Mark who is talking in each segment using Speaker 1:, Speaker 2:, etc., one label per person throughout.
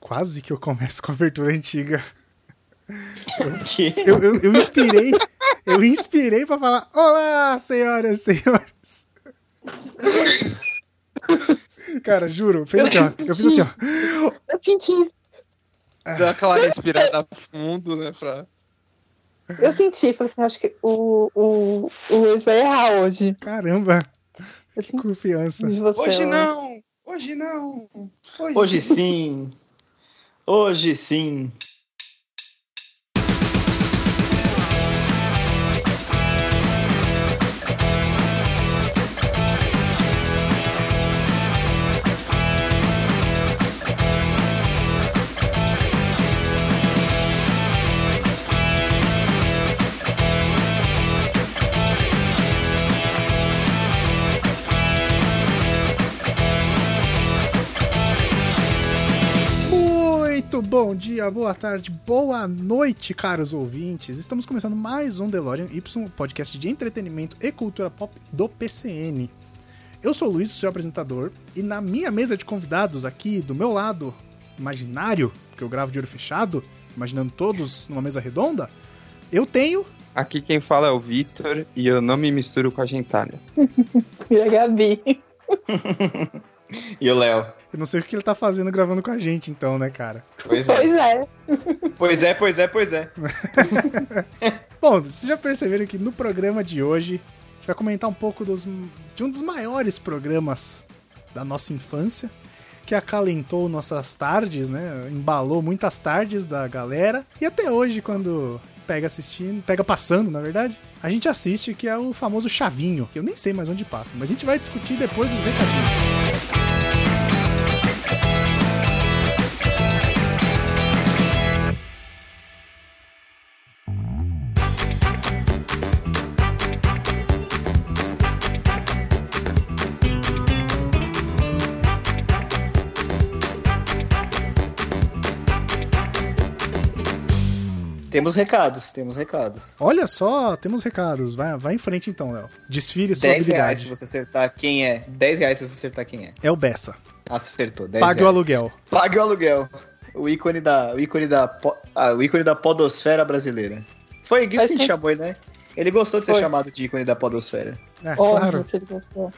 Speaker 1: quase que eu começo com a abertura antiga.
Speaker 2: Que?
Speaker 1: Eu, eu, eu inspirei, eu inspirei pra falar: Olá, senhoras e senhores. Cara, juro, fez assim, ó. Eu fiz assim, ó.
Speaker 3: Eu senti,
Speaker 4: Deu aquela respirada fundo, né? Pra...
Speaker 3: eu senti, falei assim, acho que o, o, o Luiz vai errar hoje.
Speaker 1: Caramba, que
Speaker 3: Eu senti
Speaker 1: confiança.
Speaker 3: de você.
Speaker 4: Hoje
Speaker 3: Luiz.
Speaker 4: não! Hoje não!
Speaker 2: Hoje sim. Hoje sim.
Speaker 1: Muito bom dia, boa tarde, boa noite, caros ouvintes. Estamos começando mais um DeLorean Y, podcast de entretenimento e cultura pop do PCN. Eu sou o Luiz, seu apresentador, e na minha mesa de convidados aqui, do meu lado imaginário, porque eu gravo de olho fechado, imaginando todos numa mesa redonda, eu tenho
Speaker 4: Aqui quem fala é o Vitor e eu não me misturo com a gentalha.
Speaker 3: E a Gabi.
Speaker 2: E o Léo?
Speaker 1: eu não sei o que ele tá fazendo gravando com a gente, então, né, cara?
Speaker 2: Pois é.
Speaker 3: Pois é.
Speaker 2: Pois é, pois é, pois é.
Speaker 1: Bom, vocês já perceberam que no programa de hoje a gente vai comentar um pouco dos- de um dos maiores programas da nossa infância, que acalentou nossas tardes, né? Embalou muitas tardes da galera. E até hoje, quando pega assistindo, pega passando, na verdade, a gente assiste, que é o famoso Chavinho, que eu nem sei mais onde passa, mas a gente vai discutir depois dos recadinhos.
Speaker 2: Temos recados, temos recados.
Speaker 1: Olha só, temos recados. Vai, vai em frente então, Léo. Desfile sua
Speaker 2: 10 reais se
Speaker 1: habilidade.
Speaker 2: você acertar quem é. 10 reais se você acertar quem é.
Speaker 1: É o Bessa.
Speaker 2: Acertou, 10
Speaker 1: Pague o
Speaker 2: reais.
Speaker 1: aluguel.
Speaker 2: Pague o aluguel. O ícone da. O ícone da. po- ah, o ícone da podosfera brasileira. Foi isso que a gente
Speaker 3: Acho-
Speaker 2: chamou ele, né? Ele gostou de ser
Speaker 3: Foi.
Speaker 2: chamado de ícone da podosfera.
Speaker 1: É,
Speaker 3: Óbvio
Speaker 1: claro.
Speaker 3: que ele gostou.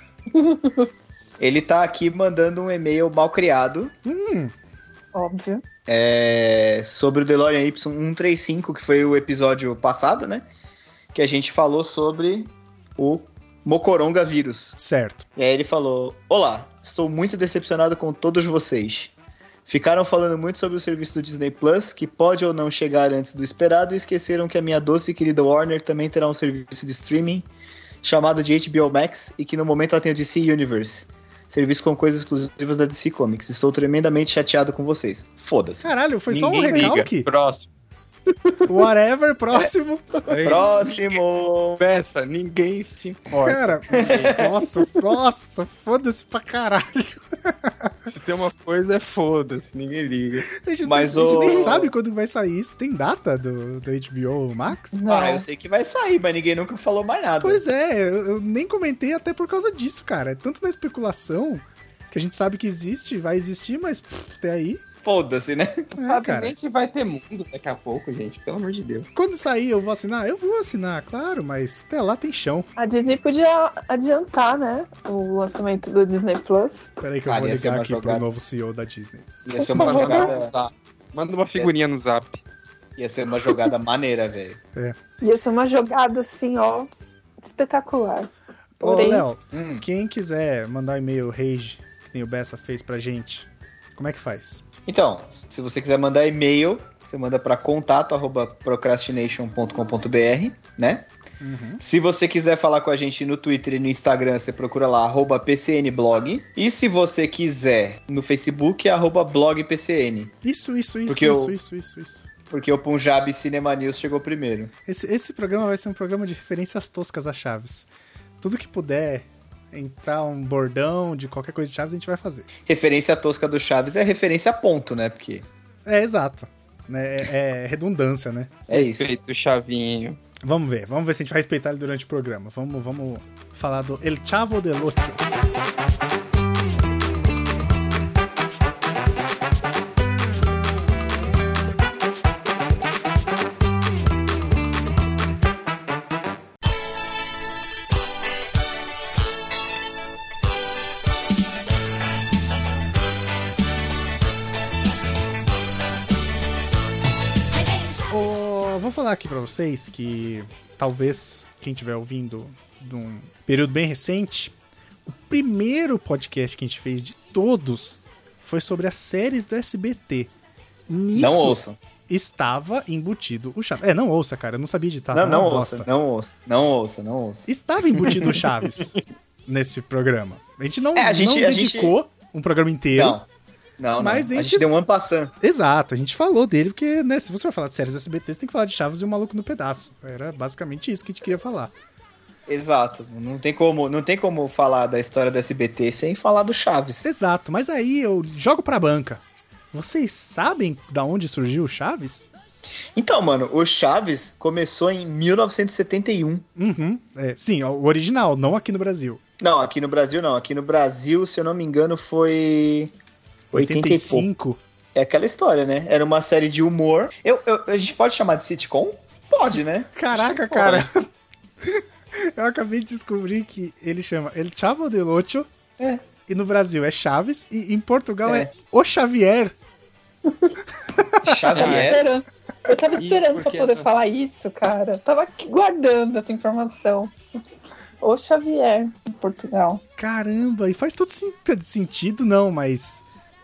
Speaker 2: Ele tá aqui mandando um e-mail mal criado
Speaker 1: Hum,
Speaker 3: Óbvio.
Speaker 2: é, sobre o DeLorean Y135, que foi o episódio passado, né? Que a gente falou sobre o Mocoronga vírus.
Speaker 1: certo.
Speaker 2: E aí ele falou: Olá, estou muito decepcionado com todos vocês. Ficaram falando muito sobre o serviço do Disney Plus, que pode ou não chegar antes do esperado, e esqueceram que a minha doce e querida Warner também terá um serviço de streaming chamado de HBO Max e que no momento ela tem o DC Universe. Serviço com coisas exclusivas da DC Comics. Estou tremendamente chateado com vocês. Foda-se.
Speaker 1: Caralho, foi só um
Speaker 4: Ninguém liga.
Speaker 1: recalque.
Speaker 4: Próximo.
Speaker 1: Whatever, próximo.
Speaker 4: É
Speaker 2: Próximo!
Speaker 4: Peça, ninguém se importa.
Speaker 1: Cara, nossa, nossa, foda-se pra caralho.
Speaker 4: Se tem uma coisa, é foda-se, ninguém liga.
Speaker 1: A gente,
Speaker 2: Mas
Speaker 1: a gente
Speaker 2: o-
Speaker 1: nem sabe quando vai sair isso. Tem data do, do HBO Max?
Speaker 3: Não.
Speaker 2: Ah, eu sei que vai sair, mas ninguém nunca falou mais nada.
Speaker 1: Pois é, eu, eu nem comentei até por causa disso, cara. É Tanto na especulação, que a gente sabe que existe, vai existir, mas pff, até aí.
Speaker 2: Foda-se, né?
Speaker 1: É,
Speaker 4: Sabe
Speaker 1: cara.
Speaker 4: nem se vai ter mundo daqui a pouco, gente, pelo amor de Deus.
Speaker 1: Quando sair, eu vou assinar? Eu vou assinar, claro, mas até lá tem chão.
Speaker 3: A Disney podia adiantar, né? O lançamento do Disney Plus.
Speaker 1: Peraí que eu
Speaker 2: Cara,
Speaker 1: vou
Speaker 2: ia ser
Speaker 1: ligar
Speaker 2: uma
Speaker 1: aqui pro
Speaker 2: jogada.
Speaker 1: novo CEO da Disney.
Speaker 2: Ia ser uma
Speaker 3: favor.
Speaker 2: jogada,
Speaker 4: Manda uma figurinha no zap.
Speaker 2: ia ser uma jogada maneira, velho.
Speaker 3: Ia ser uma jogada assim, ó, espetacular.
Speaker 1: Ô,
Speaker 3: Porém-
Speaker 1: Léo,
Speaker 2: Hum.
Speaker 1: quem quiser mandar e-mail rage, que nem o Bessa fez pra gente, como é que faz?
Speaker 2: Então, se você quiser mandar e-mail, você manda para contato@procrastination.com.br, né?
Speaker 1: Uhum.
Speaker 2: Se você quiser falar com a gente no Twitter e no Instagram, você procura lá arroba @pcnblog. E se você quiser no Facebook, é arroba @blogpcn,
Speaker 1: Isso, isso, isso,
Speaker 2: Porque
Speaker 1: isso,
Speaker 2: eu-
Speaker 1: isso, isso, isso.
Speaker 2: porque o Punjab Cinema News chegou primeiro.
Speaker 1: Esse, esse programa vai ser um programa de referências toscas a Chaves. Tudo que puder entrar um bordão de qualquer coisa de Chaves, a gente vai fazer.
Speaker 2: Referência tosca do Chaves é referência a ponto, né? Porque
Speaker 1: É, exato. Né, É, é redundância, né?
Speaker 2: é isso.
Speaker 4: Feito chavinho.
Speaker 1: Vamos ver, vamos ver se a gente vai respeitar ele durante o programa. Vamos, vamos falar do El Chavo del Ocho. vou falar aqui pra vocês que talvez quem estiver ouvindo de um período bem recente, o primeiro podcast que a gente fez de todos foi sobre as séries do SBT. Nisso
Speaker 2: Não ouçam.
Speaker 1: estava embutido o Chaves. É, não ouça, cara, eu não sabia editar.
Speaker 2: não,
Speaker 1: tá
Speaker 2: não
Speaker 1: uma
Speaker 2: ouça,
Speaker 1: bosta.
Speaker 2: não ouça, não ouça, não ouça.
Speaker 1: Estava embutido o Chaves nesse programa. A gente não,
Speaker 2: É, a gente-
Speaker 1: não
Speaker 2: a gente-
Speaker 1: dedicou um programa inteiro.
Speaker 2: Não. Não,
Speaker 1: Mas
Speaker 2: não.
Speaker 1: a
Speaker 2: A
Speaker 1: gente
Speaker 2: gente deu um ano passando.
Speaker 1: Exato, a gente falou dele, porque, né, se você vai falar de séries do SBT, você tem que falar de Chaves e o Maluco no Pedaço. Era basicamente isso que a gente queria falar.
Speaker 2: Exato. Não tem como, não tem como falar da história do SBT sem falar do Chaves.
Speaker 1: Exato, mas aí eu jogo pra banca. Vocês sabem da onde surgiu o Chaves?
Speaker 2: Então, mano, o Chaves começou em 1971.
Speaker 1: Uhum. é, sim, o original, não aqui no Brasil.
Speaker 2: Não, aqui no Brasil não. Aqui no Brasil, se eu não me engano, foi 80 e pouco.
Speaker 1: 85.
Speaker 2: É aquela história, né? Era uma série de humor. Eu, eu- a gente pode chamar de sitcom? Pode, né?
Speaker 1: Caraca, cara. eu acabei de descobrir que ele chama El Chavo de Ocho.
Speaker 2: É.
Speaker 1: E no Brasil é Chaves. E em Portugal é,
Speaker 2: É.
Speaker 1: O Xavier.
Speaker 4: Ah, é?
Speaker 2: Xavier.
Speaker 3: esperando. Eu tava
Speaker 4: Ih,
Speaker 3: esperando
Speaker 4: por
Speaker 3: pra
Speaker 4: que
Speaker 3: poder
Speaker 4: essa-
Speaker 3: falar isso, cara. Eu tava aqui guardando essa informação. O Xavier, em Portugal.
Speaker 1: Caramba, e faz todo sen- sentido, não, mas.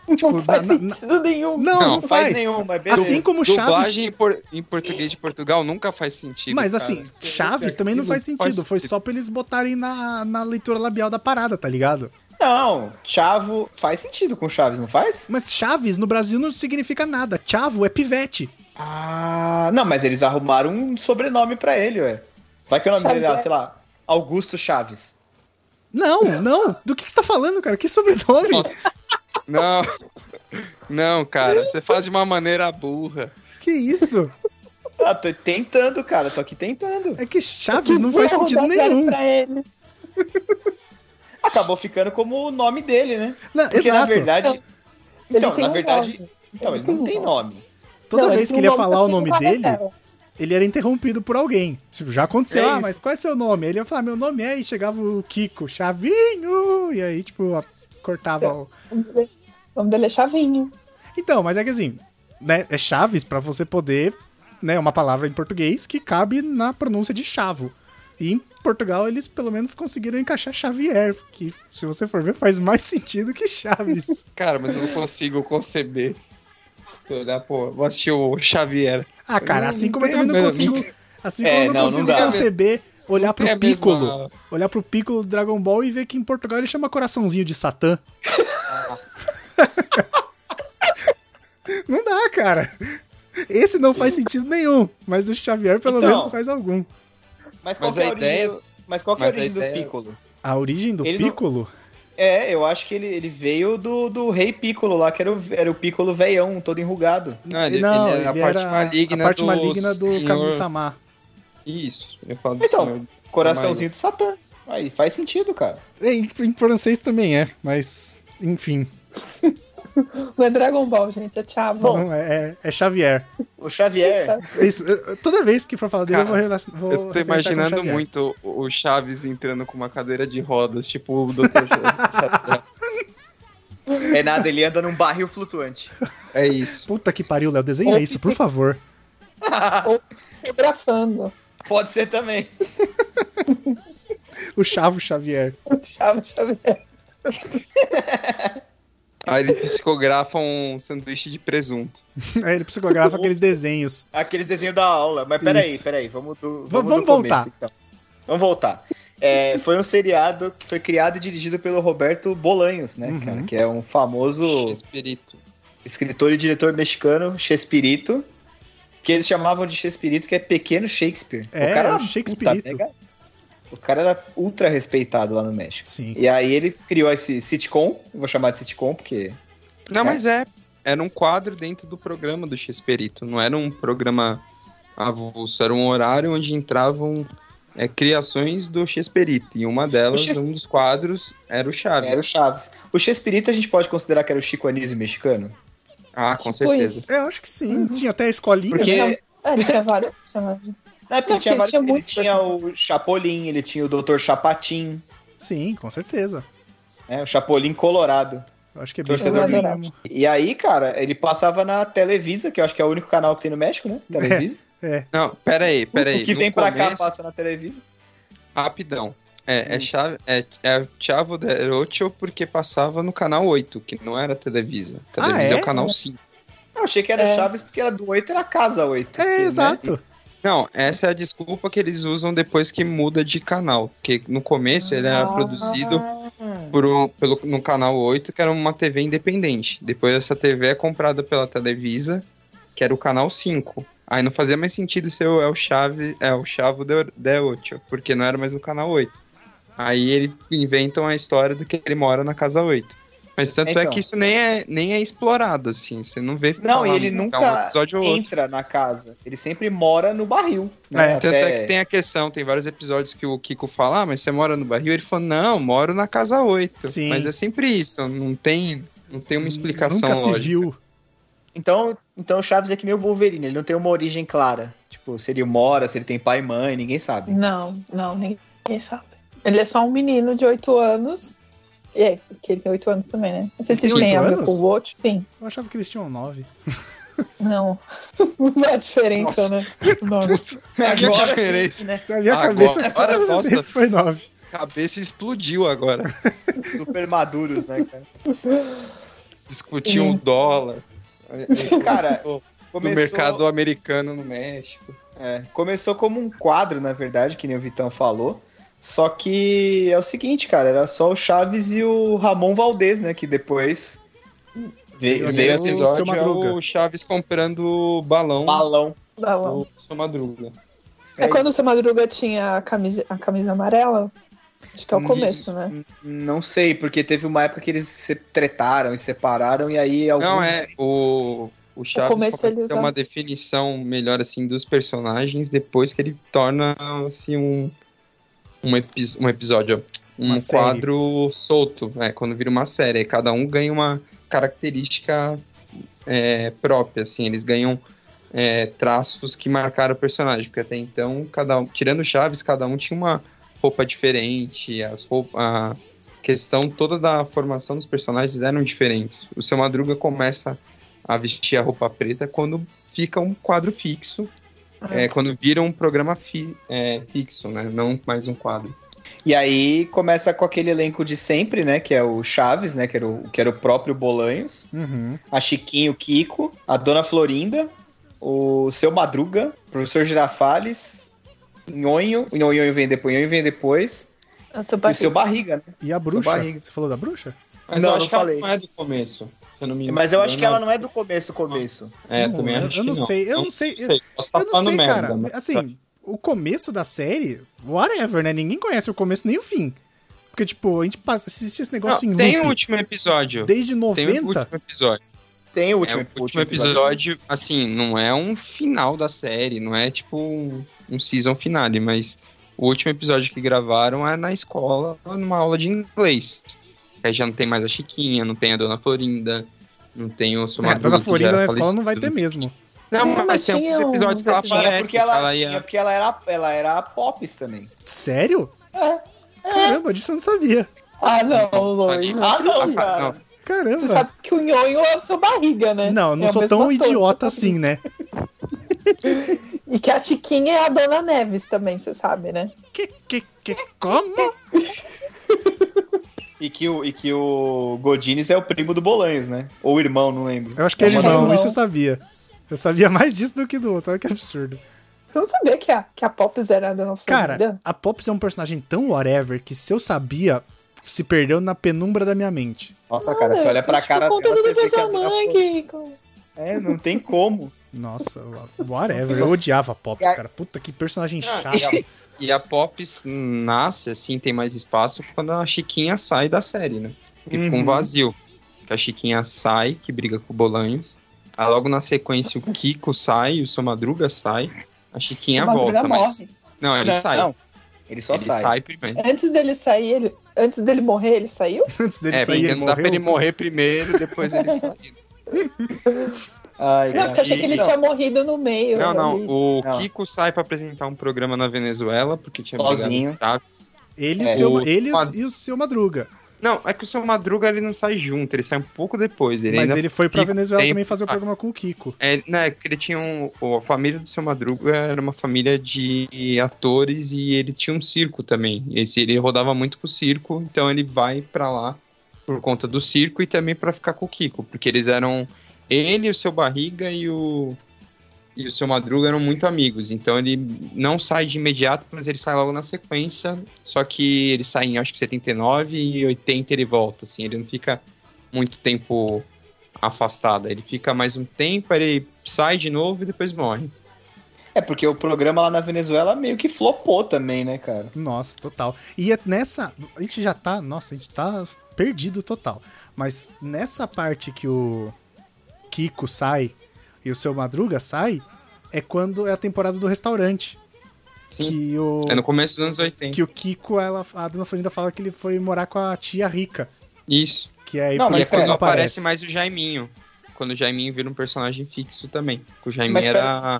Speaker 3: não
Speaker 1: Tipo,
Speaker 3: faz
Speaker 1: na- na-
Speaker 3: sentido nenhum.
Speaker 1: Não, não,
Speaker 4: Não,
Speaker 2: Não
Speaker 1: faz.
Speaker 2: faz nenhuma, beleza.
Speaker 1: Assim como Chaves
Speaker 4: Dublagem em, por- em português de Portugal nunca faz sentido.
Speaker 1: Mas
Speaker 4: cara.
Speaker 1: assim,
Speaker 4: Você
Speaker 1: Chaves
Speaker 4: olha
Speaker 1: também não
Speaker 4: aquilo,
Speaker 1: faz sentido. Foi só pra eles botarem na, na leitura labial da parada, tá ligado?
Speaker 2: Não, Chavo faz sentido com Chaves, não faz?
Speaker 1: Mas Chaves no Brasil não significa nada. Chavo é pivete.
Speaker 2: Ah, não, mas eles arrumaram um sobrenome pra ele, ué. Vai que é o nome dele, ah,
Speaker 3: Xavier.
Speaker 2: sei lá, Augusto Chaves.
Speaker 1: Não, não. Do que, que você tá falando, cara? Que sobrenome?
Speaker 4: Não. Não, cara, você faz de uma maneira burra.
Speaker 1: Que isso?
Speaker 2: Ah, tô tentando, cara, tô aqui tentando.
Speaker 1: É que Chaves não faz
Speaker 3: Erro da
Speaker 1: sentido
Speaker 3: série
Speaker 1: nenhum.
Speaker 3: Pra ele.
Speaker 2: Acabou ficando como o nome dele, né?
Speaker 1: Não,
Speaker 2: Porque na
Speaker 1: exato.
Speaker 2: verdade.
Speaker 3: Ele
Speaker 2: Então,
Speaker 3: tem
Speaker 2: na
Speaker 3: um
Speaker 2: verdade.
Speaker 3: nome.
Speaker 2: Então,
Speaker 3: Ele
Speaker 2: ele
Speaker 3: tem
Speaker 2: não
Speaker 3: um
Speaker 2: tem
Speaker 3: nome.
Speaker 2: nome.
Speaker 1: Toda
Speaker 3: Não,
Speaker 1: vez
Speaker 3: tem
Speaker 1: que
Speaker 3: um
Speaker 1: ele ia
Speaker 3: nome,
Speaker 1: falar
Speaker 3: só
Speaker 1: o
Speaker 3: tem
Speaker 1: nome
Speaker 3: uma
Speaker 1: dele,
Speaker 3: letra.
Speaker 1: ele era interrompido por alguém. Tipo, Já aconteceu,
Speaker 2: É
Speaker 1: ah,
Speaker 2: isso.
Speaker 1: mas qual é seu nome? Ele ia falar, meu nome é, e chegava o Kiko, Chavinho! E aí, tipo, a-
Speaker 3: É.
Speaker 1: cortava o,
Speaker 3: O nome dele- O nome dele é Chavinho.
Speaker 1: Então, mas é que assim, né, é chaves pra você poder, né, uma palavra em português que cabe na pronúncia de chavo. E em Portugal eles pelo menos conseguiram encaixar Xavier, que se você for ver faz mais sentido que Chaves.
Speaker 4: Cara, mas eu não consigo conceber. Se eu olhar, pô, vou assistir o Xavier.
Speaker 1: Ah, cara, assim como eu
Speaker 4: Não
Speaker 1: também
Speaker 4: tem
Speaker 1: não
Speaker 4: a
Speaker 1: consigo, assim como
Speaker 2: É,
Speaker 1: eu não
Speaker 2: não, não
Speaker 1: consigo
Speaker 2: dá.
Speaker 1: conceber olhar
Speaker 4: Tem É a
Speaker 1: pro
Speaker 4: mesma-
Speaker 1: Piccolo, olhar pro Piccolo do Dragon Ball e ver que em Portugal ele chama coraçãozinho de Satã. não dá, cara. Esse não faz sentido nenhum, mas o Xavier pelo
Speaker 2: Então.
Speaker 1: menos faz algum.
Speaker 2: Mas qual
Speaker 4: Mas
Speaker 2: que é a
Speaker 4: a
Speaker 2: origem,
Speaker 4: ideia-
Speaker 2: do- mas qual que é a
Speaker 4: mas a
Speaker 2: origem do
Speaker 4: ideia-
Speaker 2: Piccolo?
Speaker 1: A origem do
Speaker 2: Ele não-
Speaker 1: Piccolo?
Speaker 2: É, eu acho que ele, ele veio do, do rei Piccolo lá, que era o, era o Piccolo veião, todo enrugado.
Speaker 4: Não, ele,
Speaker 1: Não,
Speaker 4: ele era a parte maligna
Speaker 1: a parte
Speaker 4: do
Speaker 1: maligna do
Speaker 4: senhor-
Speaker 1: Kami-sama.
Speaker 4: Isso, eu falo do
Speaker 2: Então.
Speaker 4: senhor.
Speaker 2: Coraçãozinho do Satã. Aí faz sentido, cara.
Speaker 1: É, Em, em francês também é, mas enfim.
Speaker 3: Não é Dragon Ball, gente, é Chavo.
Speaker 1: não, é, é- é Xavier.
Speaker 2: O Xavier.
Speaker 1: Isso, eu- eu- toda vez que for falar dele, eu vou
Speaker 4: Cara,
Speaker 1: relacionar. Vou
Speaker 4: Eu tô
Speaker 1: referenciar com
Speaker 4: imaginando
Speaker 1: Xavier.
Speaker 4: muito o o Chaves entrando com uma cadeira de rodas, tipo o Dr. Xavier.
Speaker 2: É nada, ele anda num barril flutuante.
Speaker 4: É isso.
Speaker 1: Puta que pariu, Léo, desenha
Speaker 3: Ou
Speaker 1: isso, por favor.
Speaker 3: Fotografando.
Speaker 2: Pode ser também.
Speaker 1: O Chavo Xavier.
Speaker 3: Chavo, Xavier.
Speaker 4: Aí ele psicografa um sanduíche de presunto.
Speaker 1: Aí É, ele psicografa aqueles desenhos.
Speaker 2: Aqueles desenhos da aula. Mas peraí,
Speaker 1: Isso.
Speaker 2: peraí. Vamos do.
Speaker 1: Vamos-
Speaker 2: do
Speaker 1: vamos
Speaker 2: começo,
Speaker 1: voltar.
Speaker 2: então. Vamos voltar. É, foi um seriado que foi criado e dirigido pelo Roberto Bolanhos, né,
Speaker 1: Uhum.
Speaker 2: cara? Que é um famoso
Speaker 4: Espírito.
Speaker 2: escritor e diretor mexicano, Chespirito, que eles chamavam de Chespirito, que é pequeno Shakespeare.
Speaker 1: É,
Speaker 2: era
Speaker 1: o Shakespearito.
Speaker 2: puta, mega- o cara era ultra respeitado lá no México.
Speaker 1: Sim.
Speaker 2: E aí ele criou esse sitcom, eu vou chamar de sitcom porque
Speaker 4: Não, mas é. Era um quadro dentro do programa do Xperito. Não era um programa avulso. Era um horário onde entravam é, criações do Xperito. E uma delas,
Speaker 2: O Xis-
Speaker 4: um dos quadros, era o Chaves.
Speaker 2: era o Chaves. O Chespirito a gente pode considerar que era o Chico Anísio mexicano?
Speaker 4: Ah, com
Speaker 3: Tipo
Speaker 4: certeza.
Speaker 3: isso.
Speaker 1: É, Eu acho que sim. Tinha até a escolinha.
Speaker 2: Porque-
Speaker 1: né?
Speaker 3: É, ele tinha vários personagens.
Speaker 2: Não, é porque
Speaker 3: Não,
Speaker 2: ele tinha
Speaker 3: porque
Speaker 2: vários,
Speaker 3: tinha
Speaker 2: ele
Speaker 3: muitos
Speaker 2: tinha o Chapolin, ele tinha o Dr. Chapatin,
Speaker 1: Sim, com certeza.
Speaker 2: né, o Chapolin colorado.
Speaker 1: Eu acho que é bem
Speaker 2: Torcedor
Speaker 1: por aí
Speaker 3: do-
Speaker 1: mesmo.
Speaker 2: E aí, cara, ele passava na Televisa, que eu acho que é o único canal que tem no México, né? Televisa.
Speaker 1: É.
Speaker 4: Não, pera aí, pera aí.
Speaker 2: O que
Speaker 4: No
Speaker 2: vem pra cá
Speaker 4: começo-
Speaker 2: passa Hum. na televisão.
Speaker 4: Rapidão. É, é, chave, é, é Chavo del Ocho porque passava no canal 8, que não era Televisa.
Speaker 2: Ah,
Speaker 4: Televisa é?
Speaker 1: é?
Speaker 4: o canal 5.
Speaker 2: Eu achei que era
Speaker 3: É.
Speaker 2: Chaves porque era do 8 era casa né, 8.
Speaker 1: É,
Speaker 4: né,
Speaker 1: exato.
Speaker 4: Não, essa é a desculpa que eles usam depois que muda de canal. Porque no começo ele era produzido
Speaker 3: Ah.
Speaker 4: por um, pelo, no canal 8, que era uma TV independente. Depois essa TV é comprada pela Televisa, que era o canal 5. Aí não fazia mais sentido ser o El, Chave, é o Chavo de, de Ocho, porque não era mais no canal 8. Aí ele inventam a história do que ele mora na casa 8. Mas tanto é
Speaker 2: Então.
Speaker 4: que isso nem é, nem é explorado, assim. Você não vê.
Speaker 2: Não,
Speaker 4: falar,
Speaker 2: e ele
Speaker 4: é
Speaker 2: nunca
Speaker 4: episódio ou outro.
Speaker 2: Entra na casa. Ele sempre mora no barril.
Speaker 1: É.
Speaker 2: né?
Speaker 4: Tanto é
Speaker 2: Até-
Speaker 4: que tem a questão, tem vários episódios que o Kiko fala, ah, mas você mora no barril? Ele falou, não, moro na casa 8.
Speaker 1: Sim.
Speaker 4: Mas é sempre isso, não tem, não tem uma explicação
Speaker 1: Nunca se
Speaker 4: lógica.
Speaker 1: viu.
Speaker 2: Então, então o Chaves é que nem o Wolverine, ele não tem uma origem clara. Tipo, se ele mora, se ele tem pai e mãe, ninguém sabe.
Speaker 3: Não, não, ninguém sabe. Ele é só um menino de 8 anos. É, que ele tem 8 anos também, né? Não sei se
Speaker 1: Tem
Speaker 3: isso tem
Speaker 1: oito
Speaker 3: a ver
Speaker 1: anos?
Speaker 3: com o outro. Sim,
Speaker 1: Eu achava que eles tinham nove.
Speaker 3: não. Não é a diferença, né? O nome. é
Speaker 2: Agora
Speaker 4: diferença.
Speaker 2: sim, né?
Speaker 1: Na minha
Speaker 4: Agora-
Speaker 1: cabeça,
Speaker 4: agora volta.
Speaker 1: sempre foi nove.
Speaker 4: Cabeça explodiu agora.
Speaker 3: né?
Speaker 2: Super maduros, né, cara?
Speaker 4: Discutiu um dólar.
Speaker 2: Cara,
Speaker 4: no
Speaker 2: Começou,
Speaker 4: mercado americano no México.
Speaker 2: é, começou como um quadro, na verdade, que nem o Vitão falou. Só que é o seguinte, cara, era só o Chaves e o Ramon Valdez, né? Que depois veio,
Speaker 1: Eu
Speaker 4: Veio
Speaker 1: sei
Speaker 2: veio assim,
Speaker 1: o
Speaker 4: esse
Speaker 2: esse
Speaker 1: Seu
Speaker 4: episódio é
Speaker 1: Madruga.
Speaker 4: o Chaves comprando um balão,
Speaker 2: balão.
Speaker 3: Dá lá.
Speaker 4: do Seu Madruga.
Speaker 3: É quando o seu Madruga tinha a camisa, a camisa amarela? Acho que é o
Speaker 4: Hum.
Speaker 3: começo, né?
Speaker 2: Não sei, porque teve uma época que eles se tretaram e separaram, e aí alguns.
Speaker 4: Não, é. O, o Chaves
Speaker 3: começo
Speaker 4: começa a
Speaker 3: ele
Speaker 4: ter
Speaker 3: usa-
Speaker 4: uma definição melhor, assim, dos personagens depois que ele torna, assim, um, um, epi- um episódio, ó, um
Speaker 1: Uma série.
Speaker 4: quadro solto, né? Quando vira uma série. Aí cada um ganha uma característica é, própria, assim. Eles ganham é, traços que marcaram o personagem. Porque até então, cada um, tirando o Chaves, cada um tinha uma roupa diferente, as roupas... A, questão toda da formação dos personagens eram diferentes. O seu Madruga começa a vestir a roupa preta quando fica um quadro fixo, é, quando vira um programa fi- é, fixo, né? Não mais um quadro.
Speaker 2: E aí começa com aquele elenco de sempre, né? Que é o Chaves, né? Que era o, que era o próprio Bolanhos,
Speaker 1: Uhum.
Speaker 2: a Chiquinho Kiko, a Dona Florinda, o Seu Madruga, o Professor Girafales, Nhonho, o Nhonho vem depois, Nhonho vem depois,
Speaker 3: É o seu
Speaker 2: e o Seu Barriga, né?
Speaker 1: E a bruxa?
Speaker 2: barriga.
Speaker 1: Você falou da bruxa?
Speaker 4: Mas
Speaker 2: Não,
Speaker 4: eu acho
Speaker 2: não
Speaker 4: que ela
Speaker 2: falei.
Speaker 4: não é do começo. Se eu não me engano.
Speaker 2: Mas eu acho que ela não é do começo, começo.
Speaker 4: É,
Speaker 1: Não,
Speaker 4: também
Speaker 1: eu,
Speaker 4: acho
Speaker 1: eu
Speaker 4: que
Speaker 1: não sei, eu não sei. Eu,
Speaker 4: sei, posso tá
Speaker 1: eu não
Speaker 4: falando
Speaker 1: sei,
Speaker 4: merda,
Speaker 1: cara.
Speaker 4: mas- tá.
Speaker 1: Assim, o começo da série, whatever, né? Ninguém conhece o começo nem o fim. Porque, tipo, a gente passa, assiste esse
Speaker 4: Não,
Speaker 1: negócio em
Speaker 4: tem o
Speaker 1: loop
Speaker 4: último episódio.
Speaker 1: desde
Speaker 4: Tem o
Speaker 1: 90.
Speaker 4: último episódio.
Speaker 2: Tem o
Speaker 4: É,
Speaker 2: último,
Speaker 4: o último episódio, assim, não é um final da série, não é tipo um, um season finale, mas o último episódio que gravaram é na escola, numa aula de inglês. Aí já não tem mais a Chiquinha, não tem a Dona Florinda, não tem o
Speaker 1: É, a
Speaker 4: Sumadura.
Speaker 1: Dona Florinda na escola não vai ter mesmo.
Speaker 4: Não,
Speaker 3: É, mas
Speaker 4: mas tem alguns
Speaker 3: tinha
Speaker 4: episódios
Speaker 3: uns
Speaker 4: que ela
Speaker 3: episódios.
Speaker 4: aparece.
Speaker 2: Tinha é porque ela,
Speaker 4: ela
Speaker 2: tinha
Speaker 4: ia...
Speaker 2: porque ela era, ela era a Pops também.
Speaker 1: Sério?
Speaker 2: É.
Speaker 1: Caramba, disso eu não sabia.
Speaker 3: Ah, não, Luiz.
Speaker 2: Ah, não,
Speaker 4: Ah,
Speaker 2: cara.
Speaker 4: não.
Speaker 3: Você
Speaker 1: Caramba.
Speaker 3: sabe que o nhonho é o seu barriga, né?
Speaker 1: Não,
Speaker 3: É
Speaker 1: não
Speaker 3: a
Speaker 1: sou
Speaker 3: mesma
Speaker 1: tão
Speaker 3: coisa.
Speaker 1: idiota assim, né?
Speaker 3: E que a Chiquinha é a Dona Neves também, você sabe, né?
Speaker 1: Que, que, que, como?
Speaker 2: E que, o, e que o Godines é o primo do Bolanhos, né? Ou irmão, não lembro.
Speaker 1: Eu acho que é
Speaker 2: Acho que é
Speaker 1: irmão,
Speaker 3: irmão.
Speaker 1: isso eu sabia. Eu sabia mais disso do que do outro, olha que absurdo.
Speaker 3: Você não sabia que a, que a Pops era a Dona Florinda?
Speaker 1: Cara, a Pops é um personagem tão whatever que se eu sabia, se perdeu na penumbra da minha mente.
Speaker 2: Nossa, cara, você olha pra cara
Speaker 3: Por
Speaker 2: dela,
Speaker 3: conta
Speaker 2: você
Speaker 3: do
Speaker 2: vê que a
Speaker 3: sua
Speaker 2: Dona
Speaker 3: mãe,
Speaker 2: Flor-
Speaker 3: Kiko.
Speaker 2: É, não tem como.
Speaker 1: Nossa, whatever. Eu odiava a Pops, cara. Puta, que personagem
Speaker 3: Ah,
Speaker 1: chato.
Speaker 4: E a Pops nasce, assim, tem mais espaço quando a Chiquinha sai da série, né? E fica
Speaker 1: Uhum.
Speaker 4: um vazio. Que a Chiquinha sai, que briga com o Bolanhos. Aí logo na sequência o Kiko sai, o seu Madruga sai. A Chiquinha
Speaker 2: é
Speaker 3: Sua madruga
Speaker 4: volta, mas.
Speaker 3: morre.
Speaker 4: Não, ele
Speaker 2: não,
Speaker 4: sai.
Speaker 2: não, ele só
Speaker 4: ele
Speaker 2: sai.
Speaker 4: sai. primeiro.
Speaker 3: Antes dele sair, ele... antes dele morrer, ele saiu?
Speaker 1: Antes dele
Speaker 4: É,
Speaker 1: sair,
Speaker 4: porque
Speaker 1: ele
Speaker 4: não dá pra ele
Speaker 1: morreu.
Speaker 4: morrer primeiro, depois ele sai.
Speaker 2: Ai, Então,
Speaker 3: Não, porque eu achei que ele
Speaker 2: Não,
Speaker 3: tinha morrido no meio.
Speaker 4: Não,
Speaker 3: ali.
Speaker 4: não. O
Speaker 2: Não.
Speaker 4: Kiko sai pra apresentar um programa na Venezuela, porque tinha
Speaker 2: Sozinho.
Speaker 4: brigado com o Chaves.
Speaker 1: Ele, e o
Speaker 2: É,
Speaker 1: seu,
Speaker 4: o-
Speaker 1: ele e o- e o seu Madruga.
Speaker 4: Não, é que o seu Madruga ele não sai junto, ele sai um pouco depois. Ele
Speaker 1: Mas
Speaker 4: ainda...
Speaker 1: ele foi pra
Speaker 4: Kiko
Speaker 1: Venezuela
Speaker 4: tem-
Speaker 1: também fazer o
Speaker 4: Ah.
Speaker 1: programa com o Kiko.
Speaker 4: É, né, que ele tinha um, o- a família do seu Madruga era uma família de atores e ele tinha um circo também. Esse, ele rodava muito com o circo, então ele vai pra lá por conta do circo e também pra ficar com o Kiko, porque eles eram ele, o seu Barriga e o e o seu Madruga eram muito amigos. Então ele não sai de imediato, mas ele sai logo na sequência. Só que ele sai em acho que 79 e 80 ele volta, assim, ele não fica muito tempo afastada. Ele fica mais um tempo, ele sai de novo e depois morre.
Speaker 2: É porque o programa lá na Venezuela meio que flopou também, né, cara?
Speaker 1: Nossa, total. E é nessa. A gente já tá. Nossa, a gente tá perdido total. Mas nessa parte que o Kiko sai e o seu Madruga sai, é quando é a temporada do restaurante.
Speaker 4: Sim.
Speaker 1: Que o.
Speaker 4: É no começo dos anos 80.
Speaker 1: Que o Kiko, ela, a dona Florinda fala que ele foi morar com a tia rica.
Speaker 4: Isso. é
Speaker 1: Que é aí
Speaker 2: Não,
Speaker 1: por
Speaker 2: mas
Speaker 1: isso que
Speaker 4: Quando
Speaker 1: ele
Speaker 2: pera,
Speaker 1: não
Speaker 4: aparece
Speaker 1: aparece.
Speaker 4: mais o Jaiminho. Quando o Jaiminho vira um personagem fixo também. Porque o Jaiminho
Speaker 2: Mas
Speaker 4: era,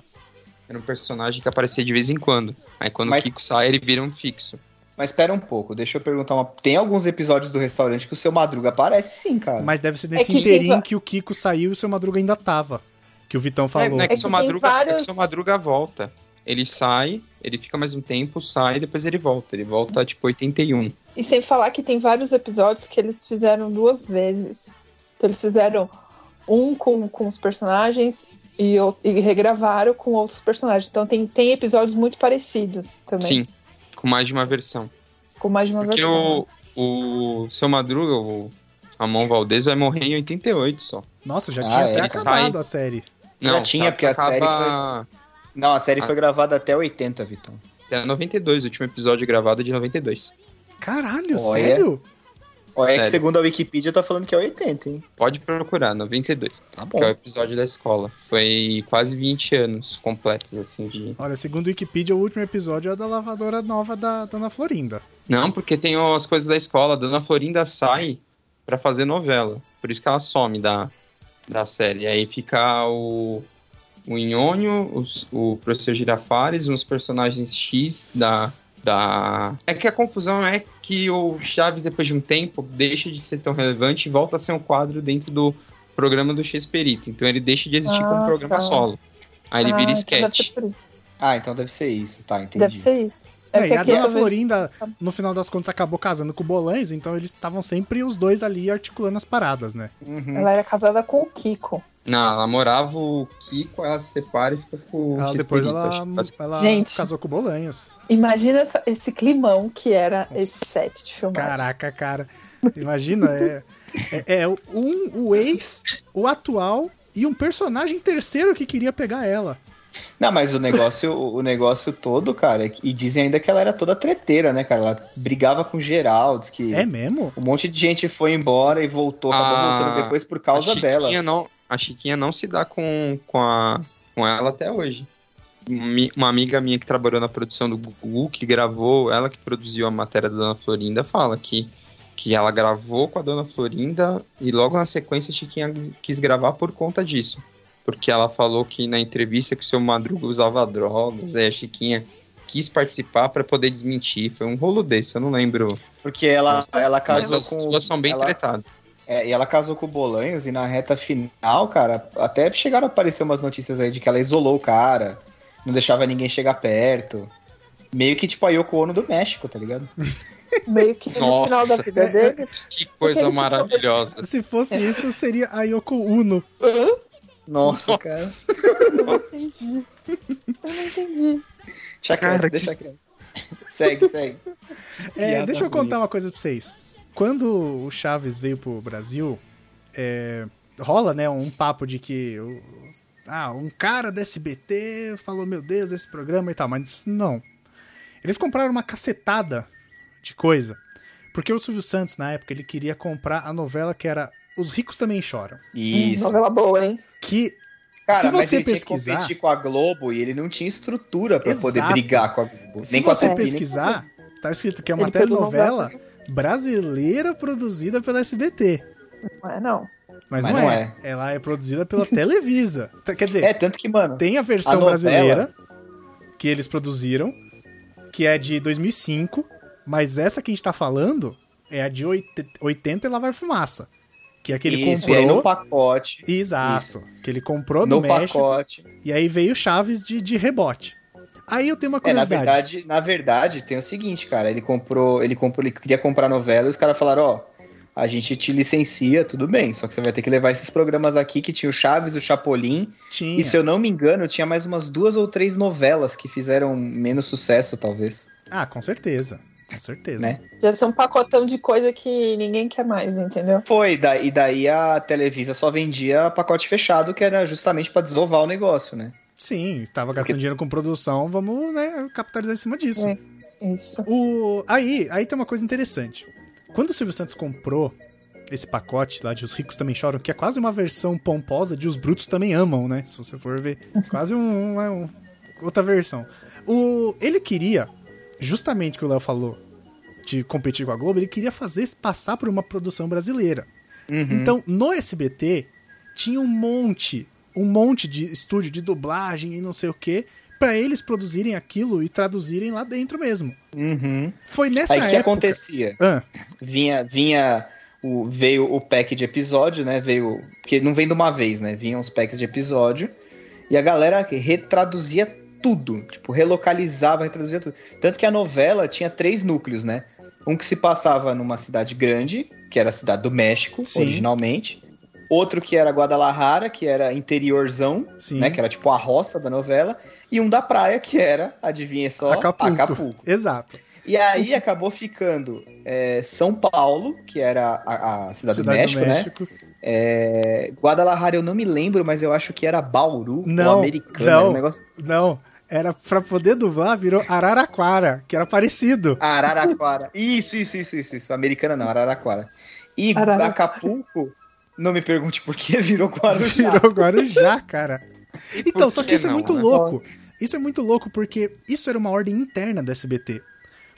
Speaker 4: era um personagem que aparecia de vez em quando. Aí quando
Speaker 2: Mas-
Speaker 4: o Kiko sai, ele vira um fixo.
Speaker 2: Mas espera um pouco, deixa eu perguntar uma. Tem alguns episódios do restaurante que o seu Madruga aparece sim, cara.
Speaker 1: Mas deve ser nesse
Speaker 3: que-
Speaker 1: inteirinho que o Kiko saiu e o seu Madruga ainda tava. Que o Vitão falou.
Speaker 4: É, é que
Speaker 3: É
Speaker 4: o seu
Speaker 3: que tem
Speaker 4: Madruga, é que o
Speaker 3: vários-
Speaker 4: seu Madruga volta. Ele sai, ele fica mais um tempo, sai, depois ele volta. Ele volta tipo 81.
Speaker 3: E sem falar que tem vários episódios que eles fizeram duas vezes. Que eles fizeram um com, com os personagens e, o- e regravaram com outros personagens. Então tem, tem episódios muito parecidos também.
Speaker 4: Sim, com mais de uma versão.
Speaker 3: Com mais de uma
Speaker 4: Porque
Speaker 3: versão.
Speaker 4: o, o seu Madruga, o Ramon Valdez, vai morrer em 88 só.
Speaker 1: Nossa, já
Speaker 2: Ah,
Speaker 1: tinha
Speaker 2: é,
Speaker 1: até
Speaker 2: ele
Speaker 1: acabado
Speaker 4: sai.
Speaker 1: a série.
Speaker 2: Já tinha,
Speaker 4: tá-
Speaker 2: porque a série
Speaker 4: acaba
Speaker 2: Não, a série
Speaker 4: Ah.
Speaker 2: foi gravada até 80, Vitor.
Speaker 4: até 92, o último episódio gravado é de 92.
Speaker 1: Caralho,
Speaker 2: Olha.
Speaker 1: sério?
Speaker 2: Olha é
Speaker 4: Sério.
Speaker 2: que segundo a Wikipedia tá falando que é 80, hein?
Speaker 4: Pode procurar, 92,
Speaker 2: Tá bom.
Speaker 4: que é o episódio da escola. Foi quase 20 anos completos, assim, de...
Speaker 1: Olha, segundo o Wikipedia, o último episódio é da lavadora nova da Dona Florinda.
Speaker 4: Não, porque tem as coisas da escola, a Dona Florinda sai pra fazer novela, por isso que ela some da, da série. Aí fica o, o Nhonho, os- o professor Girafares, uns personagens X da, da... É que a confusão é que o Chaves, depois de um tempo, deixa de ser tão relevante e volta a ser um quadro dentro do programa do X Perito. Então ele deixa de existir como
Speaker 3: Ah,
Speaker 4: programa
Speaker 3: tá.
Speaker 4: solo. Aí ele
Speaker 3: Ah,
Speaker 4: vira
Speaker 3: então Deve
Speaker 4: sketch.
Speaker 3: ser, por isso.
Speaker 2: Ah, então deve ser isso, tá, entendi.
Speaker 3: Deve ser isso.
Speaker 1: É,
Speaker 3: que
Speaker 1: e a
Speaker 3: aqui
Speaker 1: Dona
Speaker 3: eu vejo-
Speaker 1: Florinda, no final das contas, acabou casando com o Bolanhos, então eles estavam sempre os dois ali articulando as paradas, né?
Speaker 2: Uhum.
Speaker 3: Ela era casada com o Kiko.
Speaker 4: Não, ela morava o Kiko, ela se separa e fica com o
Speaker 1: Ela,
Speaker 4: X
Speaker 1: depois
Speaker 4: Perito,
Speaker 1: ela,
Speaker 4: acho que faz
Speaker 1: ela
Speaker 3: Gente.
Speaker 1: casou com o Bolanhos.
Speaker 3: Imagina essa- esse climão que era
Speaker 1: Nossa,
Speaker 3: esse set de filmagem.
Speaker 1: Caraca, cara. Imagina, é, é, é um, o ex, o atual e um personagem terceiro que queria pegar ela.
Speaker 2: Não, mas o negócio, o o negócio todo, cara, é que- e dizem ainda que ela era toda treteira, né, cara? Ela brigava com geral, diz que
Speaker 1: É mesmo?
Speaker 2: um monte de gente foi embora e voltou, acabou
Speaker 4: Ah,
Speaker 2: voltando depois por causa dela.
Speaker 4: Não, a Chiquinha não se dá com, com, a, com ela até hoje. Mi- Uma amiga minha que trabalhou na produção do Gugu, que gravou, ela que produziu a matéria da Dona Florinda, fala que, que ela gravou com a Dona Florinda e logo na sequência a Chiquinha quis gravar por conta disso. Porque ela falou que na entrevista que o seu Madruga usava drogas, aí a Chiquinha quis participar para poder desmentir. Foi um rolo desse, eu não lembro.
Speaker 2: Porque ela,
Speaker 3: Nossa,
Speaker 2: ela
Speaker 4: Mas
Speaker 2: casou
Speaker 4: as
Speaker 2: com.
Speaker 4: duas são bem
Speaker 2: ela-
Speaker 4: tretadas.
Speaker 2: É, e ela casou com o Bolanhos e na reta final, cara, até chegaram a aparecer umas notícias aí de que ela isolou o cara, não deixava ninguém chegar perto. Meio que tipo a Yoko Ono do México, tá ligado?
Speaker 3: Meio que no
Speaker 4: Nossa.
Speaker 3: final da vida dele.
Speaker 4: Que coisa
Speaker 3: ele ficou-
Speaker 4: maravilhosa.
Speaker 1: Se fosse isso, seria a Yoko Uno.
Speaker 3: Hã?
Speaker 2: Nossa, cara.
Speaker 3: Entendi. Eu não entendi.
Speaker 2: Deixa
Speaker 4: Cara,
Speaker 2: quieto,
Speaker 4: que-
Speaker 2: deixa quieto. Segue, segue.
Speaker 1: É,
Speaker 2: Piada
Speaker 1: deixa eu
Speaker 2: ruim.
Speaker 1: contar uma coisa pra vocês. Quando o Chaves veio pro Brasil, é, rola, né, um papo de que. o- ah, um cara da SBT falou, meu Deus, esse programa e tal, mas não. Eles compraram uma cacetada de coisa. Porque o Silvio Santos, na época, ele queria comprar a novela que era Os Ricos Também Choram.
Speaker 2: Isso.
Speaker 3: Novela boa, hein?
Speaker 1: Que
Speaker 2: Cara,
Speaker 1: Hum, Se
Speaker 2: mas
Speaker 1: você
Speaker 2: ele
Speaker 1: pesquisar-
Speaker 2: tinha que competir com a Globo e ele não tinha estrutura pra poder
Speaker 1: Exato.
Speaker 2: brigar com a Globo.
Speaker 1: Se
Speaker 2: nem com a né?
Speaker 1: você
Speaker 2: TV, nem
Speaker 1: pesquisar, tá escrito que é uma
Speaker 3: Ele pegou
Speaker 1: telenovela brasileira produzida pela SBT.
Speaker 3: Não é, não.
Speaker 1: Mas,
Speaker 2: Mas
Speaker 1: não,
Speaker 2: não
Speaker 1: é. Ela é produzida pela Televisa. Tá, Quer dizer,
Speaker 2: É, tanto que, mano,
Speaker 1: tem a versão
Speaker 2: a novela-
Speaker 1: brasileira que eles produziram, que é de 2005, mas essa que a gente tá falando é a de 80 e lá vai fumaça. Que é que ele
Speaker 2: Isso, e aí
Speaker 1: comprou.
Speaker 2: no pacote.
Speaker 1: Exato. Que ele comprou do
Speaker 2: No
Speaker 1: México.
Speaker 2: pacote.
Speaker 1: E aí veio Chaves de, de rebote. Aí eu tenho uma
Speaker 2: É, na
Speaker 1: curiosidade.
Speaker 2: verdade, na verdade, tem o seguinte, cara, ele comprou, ele comprou, ele queria comprar novela e os caras falaram, ó, a gente te licencia, tudo bem, só que você vai ter que levar esses programas aqui que tinha o Chaves, o Chapolin,
Speaker 1: Tinha.
Speaker 2: e se eu não me engano, tinha mais umas duas ou três novelas que fizeram menos sucesso, talvez.
Speaker 1: Ah, com certeza. Com certeza.
Speaker 2: Né?
Speaker 3: Já ser um pacotão de coisa que ninguém quer mais, entendeu?
Speaker 2: Foi, da- e daí a Televisa só vendia pacote fechado, que era justamente pra desovar o negócio, né?
Speaker 1: Sim, estava gastando
Speaker 2: Porque-
Speaker 1: dinheiro com produção, vamos né, capitalizar em cima disso.
Speaker 3: É. Isso.
Speaker 1: O... Aí, aí tem uma coisa interessante. Quando o Silvio Santos comprou esse pacote lá de Os Ricos Também Choram, que é quase uma versão pomposa de Os Brutos Também Amam, né? Se você for ver. Quase um, um- outra versão. O... Ele queria, justamente o que o Léo falou, de competir com a Globo, ele queria fazer passar por uma produção brasileira.
Speaker 2: Uhum.
Speaker 1: Então, no SBT, tinha um monte, um monte de estúdio de dublagem e não sei o quê, pra eles produzirem aquilo e traduzirem lá dentro mesmo.
Speaker 2: Uhum.
Speaker 1: Foi nessa
Speaker 2: Aí o que
Speaker 1: época.
Speaker 2: acontecia?
Speaker 1: Ah,
Speaker 2: Vinha, vinha o, veio o pack de episódio, né? Veio. Porque não vem de uma vez, né? Vinham os packs de episódio. E a galera retraduzia tudo. Tipo, relocalizava, retraduzia tudo. Tanto que a novela tinha três núcleos, né? Um que se passava numa cidade grande, que era a cidade do México,
Speaker 1: Sim.
Speaker 2: originalmente. Outro que era Guadalajara, que era interiorzão,
Speaker 1: sim.
Speaker 2: né? Que era tipo a roça da novela. E um da praia, que era, adivinha só,
Speaker 1: Acapulco.
Speaker 2: Acapulco.
Speaker 1: Exato.
Speaker 2: E aí acabou ficando é, São Paulo, que era a, a cidade, do México, né? É, Guadalajara eu não me lembro, mas eu acho que era Bauru,
Speaker 1: Não,
Speaker 2: ou americano,
Speaker 1: não.
Speaker 2: era um negócio...
Speaker 1: Não, era pra poder dublar, virou Araraquara, que era parecido.
Speaker 2: Araraquara. Isso, isso, isso, isso, isso. Americana não, Araraquara. E
Speaker 3: Araraquara.
Speaker 2: Acapulco, não me pergunte por que virou Guarujá.
Speaker 1: Virou Guarujá, cara. Então, só que isso é muito
Speaker 2: né?
Speaker 4: louco.
Speaker 1: louco. Isso é muito louco porque isso era uma ordem interna da SBT.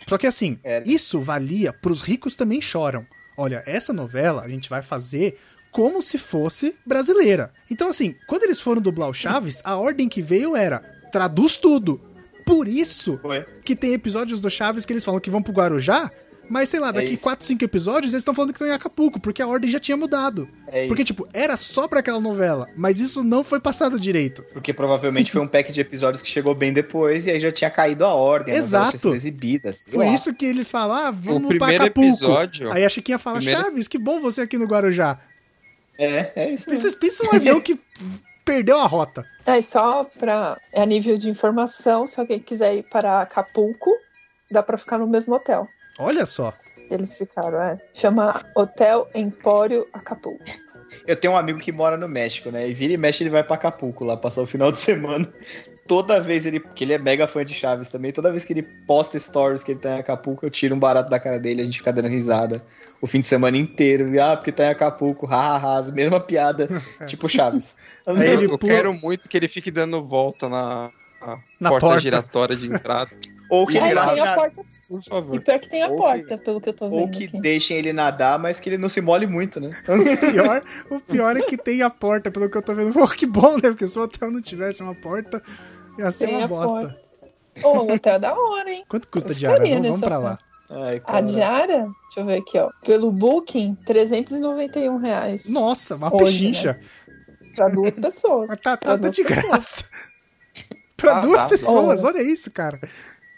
Speaker 1: Só que assim,
Speaker 2: Era.
Speaker 1: isso valia pros ricos também choram. Olha, essa novela a gente vai fazer como se fosse brasileira. Então assim, quando eles foram dublar o Chaves, a ordem que veio era traduz tudo. Por isso
Speaker 2: Foi.
Speaker 1: que tem episódios do Chaves que eles falam que vão pro Guarujá, mas sei lá, daqui
Speaker 2: É isso.
Speaker 1: 4, 5 episódios eles estão falando que estão em Acapulco, porque a ordem já tinha mudado.
Speaker 2: É
Speaker 1: Porque
Speaker 2: isso.
Speaker 1: tipo, era só pra aquela novela, mas isso não foi passado direito.
Speaker 2: Porque provavelmente foi um pack de episódios que chegou bem depois e aí já tinha caído a ordem, né? a novela
Speaker 1: Exato.
Speaker 2: tinha sido exibida. sei
Speaker 1: Foi
Speaker 2: lá.
Speaker 1: isso que eles falam, ah,
Speaker 4: O
Speaker 1: vamos pra
Speaker 4: primeiro
Speaker 1: Acapulco.
Speaker 4: episódio.
Speaker 1: Aí a Chiquinha fala,
Speaker 4: Primeiro-
Speaker 1: Chaves, que bom você aqui no Guarujá.
Speaker 2: É, é isso mesmo.
Speaker 1: Vocês pensam um avião que perdeu a rota.
Speaker 3: É só pra. É a nível de informação, se alguém quiser ir para Acapulco, dá pra ficar no mesmo hotel.
Speaker 1: Olha só.
Speaker 3: Eles ficaram, é. Chama Hotel Empório Acapulco.
Speaker 2: Eu tenho um amigo que mora no México, né? E vira e mexe ele vai pra Acapulco lá passar o final de semana. Toda vez ele, que ele é mega fã de Chaves também, toda vez que ele posta stories que ele tá em Acapulco, eu tiro um barato da cara dele, a gente fica dando risada o fim de semana inteiro. E, Ah, porque tá em Acapulco, hahaha, as mesma piada, tipo Chaves.
Speaker 1: Aí ele
Speaker 4: eu
Speaker 1: pula-
Speaker 4: quero muito que ele fique dando volta na, na
Speaker 1: Na
Speaker 4: porta,
Speaker 1: porta.
Speaker 4: giratória de entrada,
Speaker 2: Ou que
Speaker 3: E
Speaker 2: ele
Speaker 3: aí tem a
Speaker 2: nada.
Speaker 3: porta.
Speaker 4: por
Speaker 3: E
Speaker 4: favor.
Speaker 3: pior que tem a
Speaker 2: Ou que-
Speaker 3: porta, pelo que eu tô vendo.
Speaker 2: Ou que
Speaker 3: aqui.
Speaker 2: deixem ele nadar, mas que ele não se mole muito, né?
Speaker 1: O pior, o pior é que tem a porta, pelo que eu tô vendo. Pô, que bom, né? Porque se o hotel não tivesse uma porta, ia ser
Speaker 3: Tem
Speaker 1: uma
Speaker 3: a
Speaker 1: bosta.
Speaker 3: Ô, o hotel é da hora, hein?
Speaker 1: Quanto custa a
Speaker 3: Eu
Speaker 1: diária?
Speaker 3: ficaria
Speaker 1: Vamos, vamos
Speaker 3: nesse
Speaker 1: pra
Speaker 3: hotel.
Speaker 1: lá.
Speaker 2: Ai, cara.
Speaker 3: A diária, deixa eu ver aqui, ó. Pelo Booking, 391 reais.
Speaker 1: Nossa, uma
Speaker 3: Hoje,
Speaker 1: pechincha.
Speaker 3: né? Pra duas pessoas.
Speaker 1: Mas tá,
Speaker 3: Pra
Speaker 1: tá, tá
Speaker 3: duas
Speaker 1: de graça. pra
Speaker 4: Ah,
Speaker 1: duas
Speaker 4: tá.
Speaker 1: pessoas, olha isso, cara.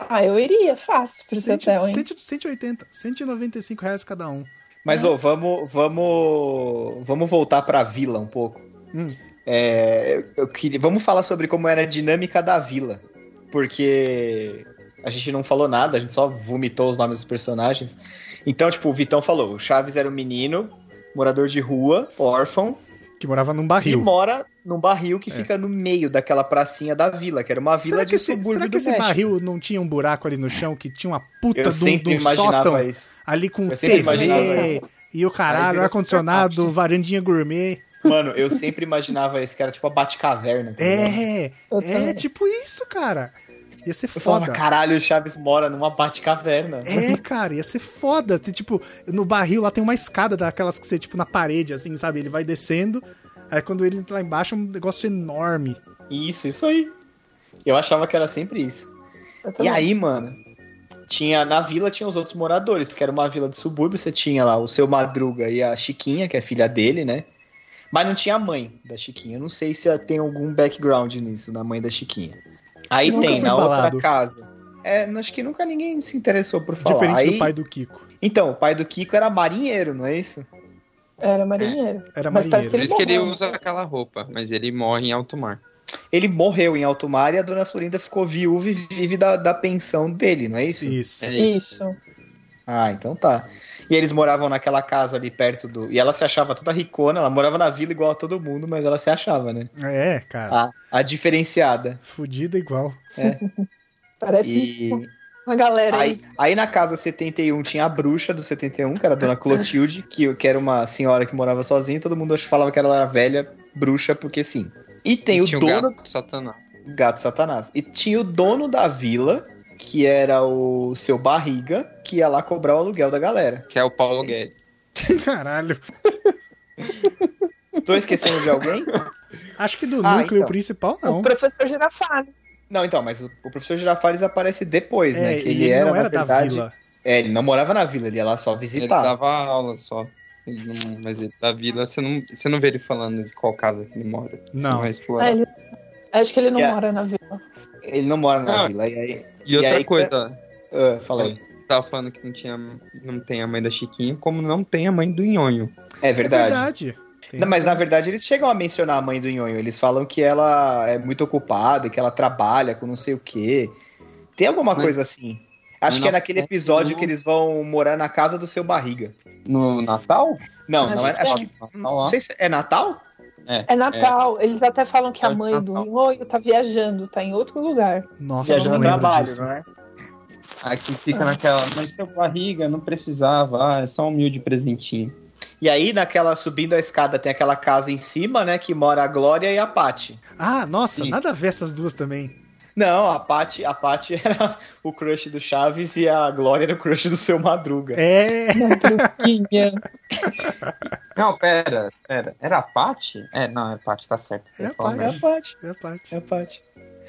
Speaker 3: Ah, eu iria fácil pra esse
Speaker 1: Cento-
Speaker 3: é hotel, hein?
Speaker 1: cento- 180, 195 reais cada um.
Speaker 2: Mas, ô, vamos, vamos, vamos voltar pra vila um pouco.
Speaker 1: Hum.
Speaker 2: É, eu- eu queria- vamos falar sobre como era a dinâmica da vila. Porque a gente não falou nada, a gente só vomitou os nomes dos personagens. Então, tipo, o Vitão falou: o Chaves era um menino, morador de rua, órfão,
Speaker 1: Que morava num
Speaker 2: que
Speaker 1: barril.
Speaker 2: mora num barril que
Speaker 1: É.
Speaker 2: fica no meio daquela pracinha da vila, que era uma vila
Speaker 1: Será
Speaker 2: de
Speaker 1: que, esse,
Speaker 2: subúrbio
Speaker 1: será que
Speaker 2: do
Speaker 1: esse
Speaker 2: México.
Speaker 1: barril não tinha um buraco ali no chão que tinha uma
Speaker 2: Eu
Speaker 1: puta de um, de
Speaker 2: sempre
Speaker 1: um
Speaker 2: imaginava
Speaker 1: sótão
Speaker 2: isso.
Speaker 1: ali com
Speaker 2: Eu sempre imaginava
Speaker 1: TV e o
Speaker 2: Aí
Speaker 1: caralho,
Speaker 2: virou
Speaker 1: ar-condicionado,
Speaker 2: supercarte.
Speaker 1: varandinha gourmet?
Speaker 2: Mano, eu sempre imaginava isso, que era tipo a Batcaverna. tá ligado?
Speaker 1: É,
Speaker 3: Eu
Speaker 1: é
Speaker 3: também.
Speaker 1: tipo isso, cara. Ia ser
Speaker 2: Eu falava,
Speaker 1: foda.
Speaker 2: caralho, o Chaves mora numa Batcaverna.
Speaker 1: É, cara, ia ser foda. Tem, tipo, no barril lá tem uma escada daquelas que você, tipo, na parede, assim, sabe? Ele vai descendo. Aí quando ele entra lá embaixo é um negócio enorme.
Speaker 2: Isso, isso aí. Eu achava que era sempre isso.
Speaker 3: Eu
Speaker 2: E
Speaker 3: também.
Speaker 2: aí, mano, tinha na vila tinha os outros moradores, porque era uma vila de subúrbio, você tinha lá o seu Madruga e a Chiquinha, que é filha dele, né? Mas não tinha a mãe da Chiquinha. Eu não sei se ela tem algum background nisso, na mãe da Chiquinha. Aí
Speaker 1: Nunca
Speaker 2: tem,
Speaker 1: foi
Speaker 2: na
Speaker 1: falado.
Speaker 2: outra casa. É, acho que nunca ninguém se interessou por falar.
Speaker 1: Diferente
Speaker 2: Aí-
Speaker 1: do pai do Kiko.
Speaker 2: Então, o pai do Kiko era marinheiro, não é isso?
Speaker 3: Era marinheiro.
Speaker 1: Era
Speaker 3: Mas
Speaker 1: marinheiro.
Speaker 3: parece que
Speaker 4: Por
Speaker 3: Ele
Speaker 4: isso que ele
Speaker 3: morreu.
Speaker 4: usa aquela roupa, mas ele morre em alto mar.
Speaker 2: Ele morreu em alto mar e a dona Florinda ficou viúva e vive da, da pensão dele, não é isso?
Speaker 1: Isso.
Speaker 4: É
Speaker 3: Isso.
Speaker 2: Ah, então tá. E eles moravam naquela casa ali perto do. E ela se achava toda ricona, ela morava na vila igual a todo mundo, mas ela se achava, né?
Speaker 1: É, cara.
Speaker 2: A, a diferenciada.
Speaker 1: Fudida igual.
Speaker 3: Parece
Speaker 2: E
Speaker 3: uma galera aí.
Speaker 2: aí, aí na casa 71 tinha a bruxa do 71, que era a dona Clotilde, que, que era uma senhora que morava sozinha, e todo mundo ach- falava que ela era velha, bruxa, porque sim. E tem
Speaker 4: E
Speaker 2: o
Speaker 4: tinha um
Speaker 2: dono
Speaker 4: gato satanás.
Speaker 2: Gato Satanás. E tinha o dono da vila, que era o seu Barriga, que ia lá cobrar o aluguel da galera.
Speaker 4: Que é o Paulo Guedes.
Speaker 1: Caralho.
Speaker 2: Tô esquecendo de alguém?
Speaker 1: Acho que do
Speaker 2: Ah,
Speaker 1: núcleo
Speaker 2: então.
Speaker 1: principal, não.
Speaker 3: O professor Girafales.
Speaker 2: Não, então, mas o o professor Girafales aparece depois,
Speaker 1: É,
Speaker 2: né? Que
Speaker 1: e
Speaker 2: ele,
Speaker 1: ele
Speaker 2: era,
Speaker 1: não
Speaker 2: na
Speaker 1: era da
Speaker 2: verdade-
Speaker 1: vila.
Speaker 2: É, ele não morava na vila, ele ia lá só
Speaker 4: Ele
Speaker 2: visitar.
Speaker 4: dava aula só. Ele não- mas ele da vila, você não, você não vê ele falando de qual casa que ele mora.
Speaker 1: Não.
Speaker 2: é
Speaker 4: Vai explorar.
Speaker 3: Ah, ele- Acho que ele não
Speaker 2: Yeah.
Speaker 3: mora na vila.
Speaker 2: Ele não mora na
Speaker 4: Ah.
Speaker 2: vila. E aí,
Speaker 4: E outra
Speaker 2: e aí-
Speaker 4: coisa,
Speaker 2: ah, fala aí.
Speaker 4: tava falando que não, tinha, não tem a mãe da Chiquinha, como não tem a mãe do Nhonho.
Speaker 2: É verdade.
Speaker 1: É verdade. Tem
Speaker 2: Não, mas
Speaker 1: razão.
Speaker 2: na verdade eles chegam a mencionar a mãe do Nhonho. Eles falam que ela é muito ocupada, que ela trabalha com não sei o quê. Tem alguma
Speaker 4: Mas-
Speaker 2: coisa assim. Acho
Speaker 4: mas
Speaker 2: que é
Speaker 4: na-
Speaker 2: naquele episódio
Speaker 4: não-
Speaker 2: que eles vão morar na casa do seu barriga.
Speaker 4: No Natal?
Speaker 2: Não,
Speaker 3: Acho
Speaker 2: não é.
Speaker 3: que
Speaker 2: Acho
Speaker 3: é.
Speaker 2: que.
Speaker 4: Natal lá.
Speaker 2: Não sei se é Natal?
Speaker 3: É Natal. Eles até falam que a
Speaker 4: É
Speaker 3: mãe do
Speaker 4: Natal.
Speaker 3: Rinhoio tá viajando, tá em outro lugar.
Speaker 1: Nossa, eu
Speaker 2: Viajando
Speaker 1: não
Speaker 2: a
Speaker 1: lembro
Speaker 2: trabalho,
Speaker 1: disso.
Speaker 2: não é?
Speaker 4: Aqui fica naquela, mas seu barriga não precisava, ah, é só um humilde presentinho.
Speaker 2: E aí, naquela subindo a escada, tem aquela casa em cima, né? Que mora a Glória e a Pati.
Speaker 1: Ah, nossa,
Speaker 4: Sim.
Speaker 1: nada a ver essas duas também.
Speaker 2: Não, a Pati a Pathy era o crush do Chaves e a Glória era o crush do seu Madruga.
Speaker 1: É,
Speaker 3: Madruguinha.
Speaker 4: Não, pera, pera. Era a Paty? É, não, é a Paty, tá certo.
Speaker 1: É a
Speaker 4: Eu ia falar
Speaker 1: Paty. é
Speaker 2: É a Pati,
Speaker 1: a parte.
Speaker 2: é a Pati.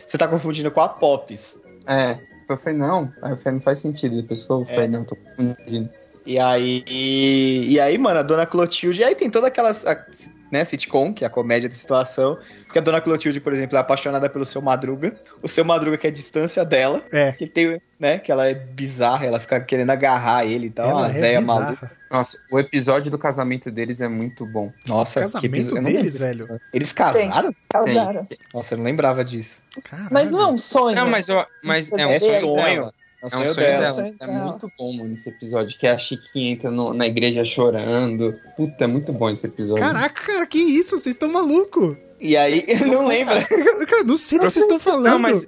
Speaker 2: Você tá confundindo com a Pops.
Speaker 4: merda. É. Eu falei, não, aí eu falei, não faz sentido. Depois que eu falei, não, tô confundindo.
Speaker 2: E aí, e, aí, mano, a Dona Clotilde. E aí tem toda aquela a- né, sitcom, que é a comédia de situação. Porque a Dona Clotilde, por exemplo, é apaixonada pelo seu Madruga. O seu Madruga que é a distância dela.
Speaker 1: É.
Speaker 2: Que, tem, né, que ela é bizarra, ela fica querendo agarrar ele e tal.
Speaker 1: Ela
Speaker 2: uma
Speaker 1: é
Speaker 2: Então, véia
Speaker 1: bizarra.
Speaker 2: maluca.
Speaker 4: Nossa, o episódio do casamento deles é muito bom.
Speaker 2: Nossa, que
Speaker 1: Casamento
Speaker 2: episódio- eu não
Speaker 1: deles,
Speaker 2: lembro.
Speaker 1: velho.
Speaker 2: Eles casaram?
Speaker 3: Casaram.
Speaker 4: Tem.
Speaker 2: Nossa, eu não lembrava disso.
Speaker 1: Caralho.
Speaker 3: Mas não é um sonho.
Speaker 4: Não, mas, eu, mas é um
Speaker 3: É
Speaker 4: sonho.
Speaker 2: sonho.
Speaker 1: então,
Speaker 4: dela.
Speaker 2: É um
Speaker 4: É um
Speaker 2: sonho
Speaker 4: sonho
Speaker 2: dela.
Speaker 4: dela.
Speaker 3: Sonho
Speaker 4: É
Speaker 3: dela.
Speaker 4: muito bom, mano, esse episódio. Que é a Chiquinha entra no- na igreja chorando. Puta, é muito bom esse episódio.
Speaker 1: Caraca, cara, que isso? Vocês estão malucos?
Speaker 2: E aí, eu não lembro.
Speaker 1: Cara, não sei do que vocês estão falando.
Speaker 4: Não, mas,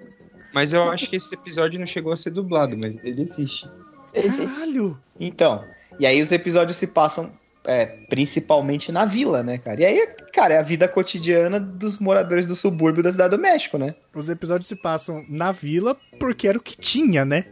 Speaker 4: mas eu acho que esse episódio não chegou a ser dublado, mas ele existe.
Speaker 3: Existe.
Speaker 1: Caralho.
Speaker 2: Então, e aí os episódios se passam é, principalmente na vila, né, cara? E aí, cara, é a vida cotidiana dos moradores do subúrbio da Cidade do México, né?
Speaker 1: Os episódios se passam na vila porque era o que tinha, né?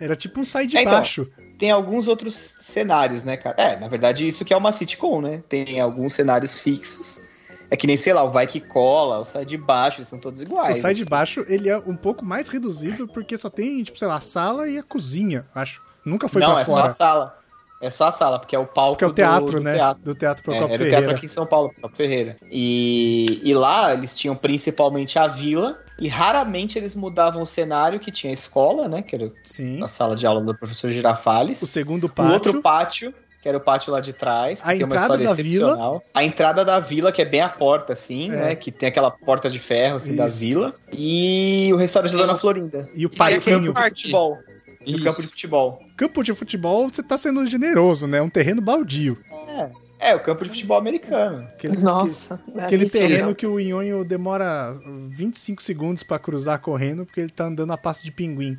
Speaker 1: Era tipo um sai de
Speaker 2: É, então.
Speaker 1: baixo.
Speaker 2: Tem alguns outros cenários, né, cara? É, na verdade, isso que é uma sitcom, né? Tem alguns cenários fixos. É que nem, sei lá, o vai que cola, o sai de baixo, eles são todos
Speaker 1: O
Speaker 2: iguais.
Speaker 1: sai de baixo, ele é um pouco mais reduzido porque só tem, tipo, sei lá, a sala e a cozinha, acho. Nunca foi
Speaker 2: Não,
Speaker 1: pra
Speaker 2: é só
Speaker 1: fora.
Speaker 2: a sala. É só a sala, porque é o palco
Speaker 1: Porque é o
Speaker 2: do-
Speaker 1: teatro,
Speaker 2: do
Speaker 1: né?
Speaker 2: teatro.
Speaker 1: Do teatro
Speaker 2: É,
Speaker 1: Procopio
Speaker 2: era o teatro
Speaker 1: Ferreira.
Speaker 2: aqui em São Paulo, Procopio Ferreira. E, e lá eles tinham principalmente a vila, e raramente eles mudavam o cenário que tinha a escola, né? Que era
Speaker 1: Sim.
Speaker 2: a sala de aula do professor Girafales.
Speaker 1: Hum. O segundo
Speaker 2: O
Speaker 1: pátio.
Speaker 2: outro pátio, que era o pátio lá de trás, que
Speaker 1: A
Speaker 2: tem uma
Speaker 1: entrada
Speaker 2: história
Speaker 1: da vila.
Speaker 2: excepcional. A entrada da vila, que é bem a porta, assim,
Speaker 1: É.
Speaker 2: né? Que tem aquela porta de ferro, assim, da
Speaker 1: Isso.
Speaker 2: vila. E o restaurante da Dona Florinda.
Speaker 1: E o
Speaker 2: E o
Speaker 1: parquinho.
Speaker 2: campo de futebol. E o
Speaker 4: Isso.
Speaker 2: campo de futebol.
Speaker 1: Campo de futebol, você tá sendo generoso, né? Um terreno baldio.
Speaker 2: É, o campo de futebol americano.
Speaker 1: Aquele,
Speaker 3: Nossa. é
Speaker 1: Aquele
Speaker 3: belíssimo.
Speaker 1: terreno que o Inhonho demora 25 segundos pra cruzar correndo, porque ele tá andando a passo de pinguim.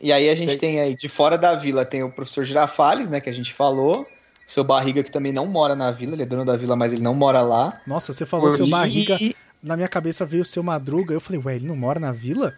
Speaker 2: E aí a gente tem aí, de fora da vila, tem o professor Girafales, né, que a gente falou. O seu Barriga, que também não mora na vila, ele é dono da vila, mas ele não mora lá.
Speaker 1: Nossa, você falou
Speaker 4: Por
Speaker 1: seu
Speaker 4: mim.
Speaker 1: barriga. Na minha cabeça veio o seu madruga. Eu falei, ué, ele não mora na vila?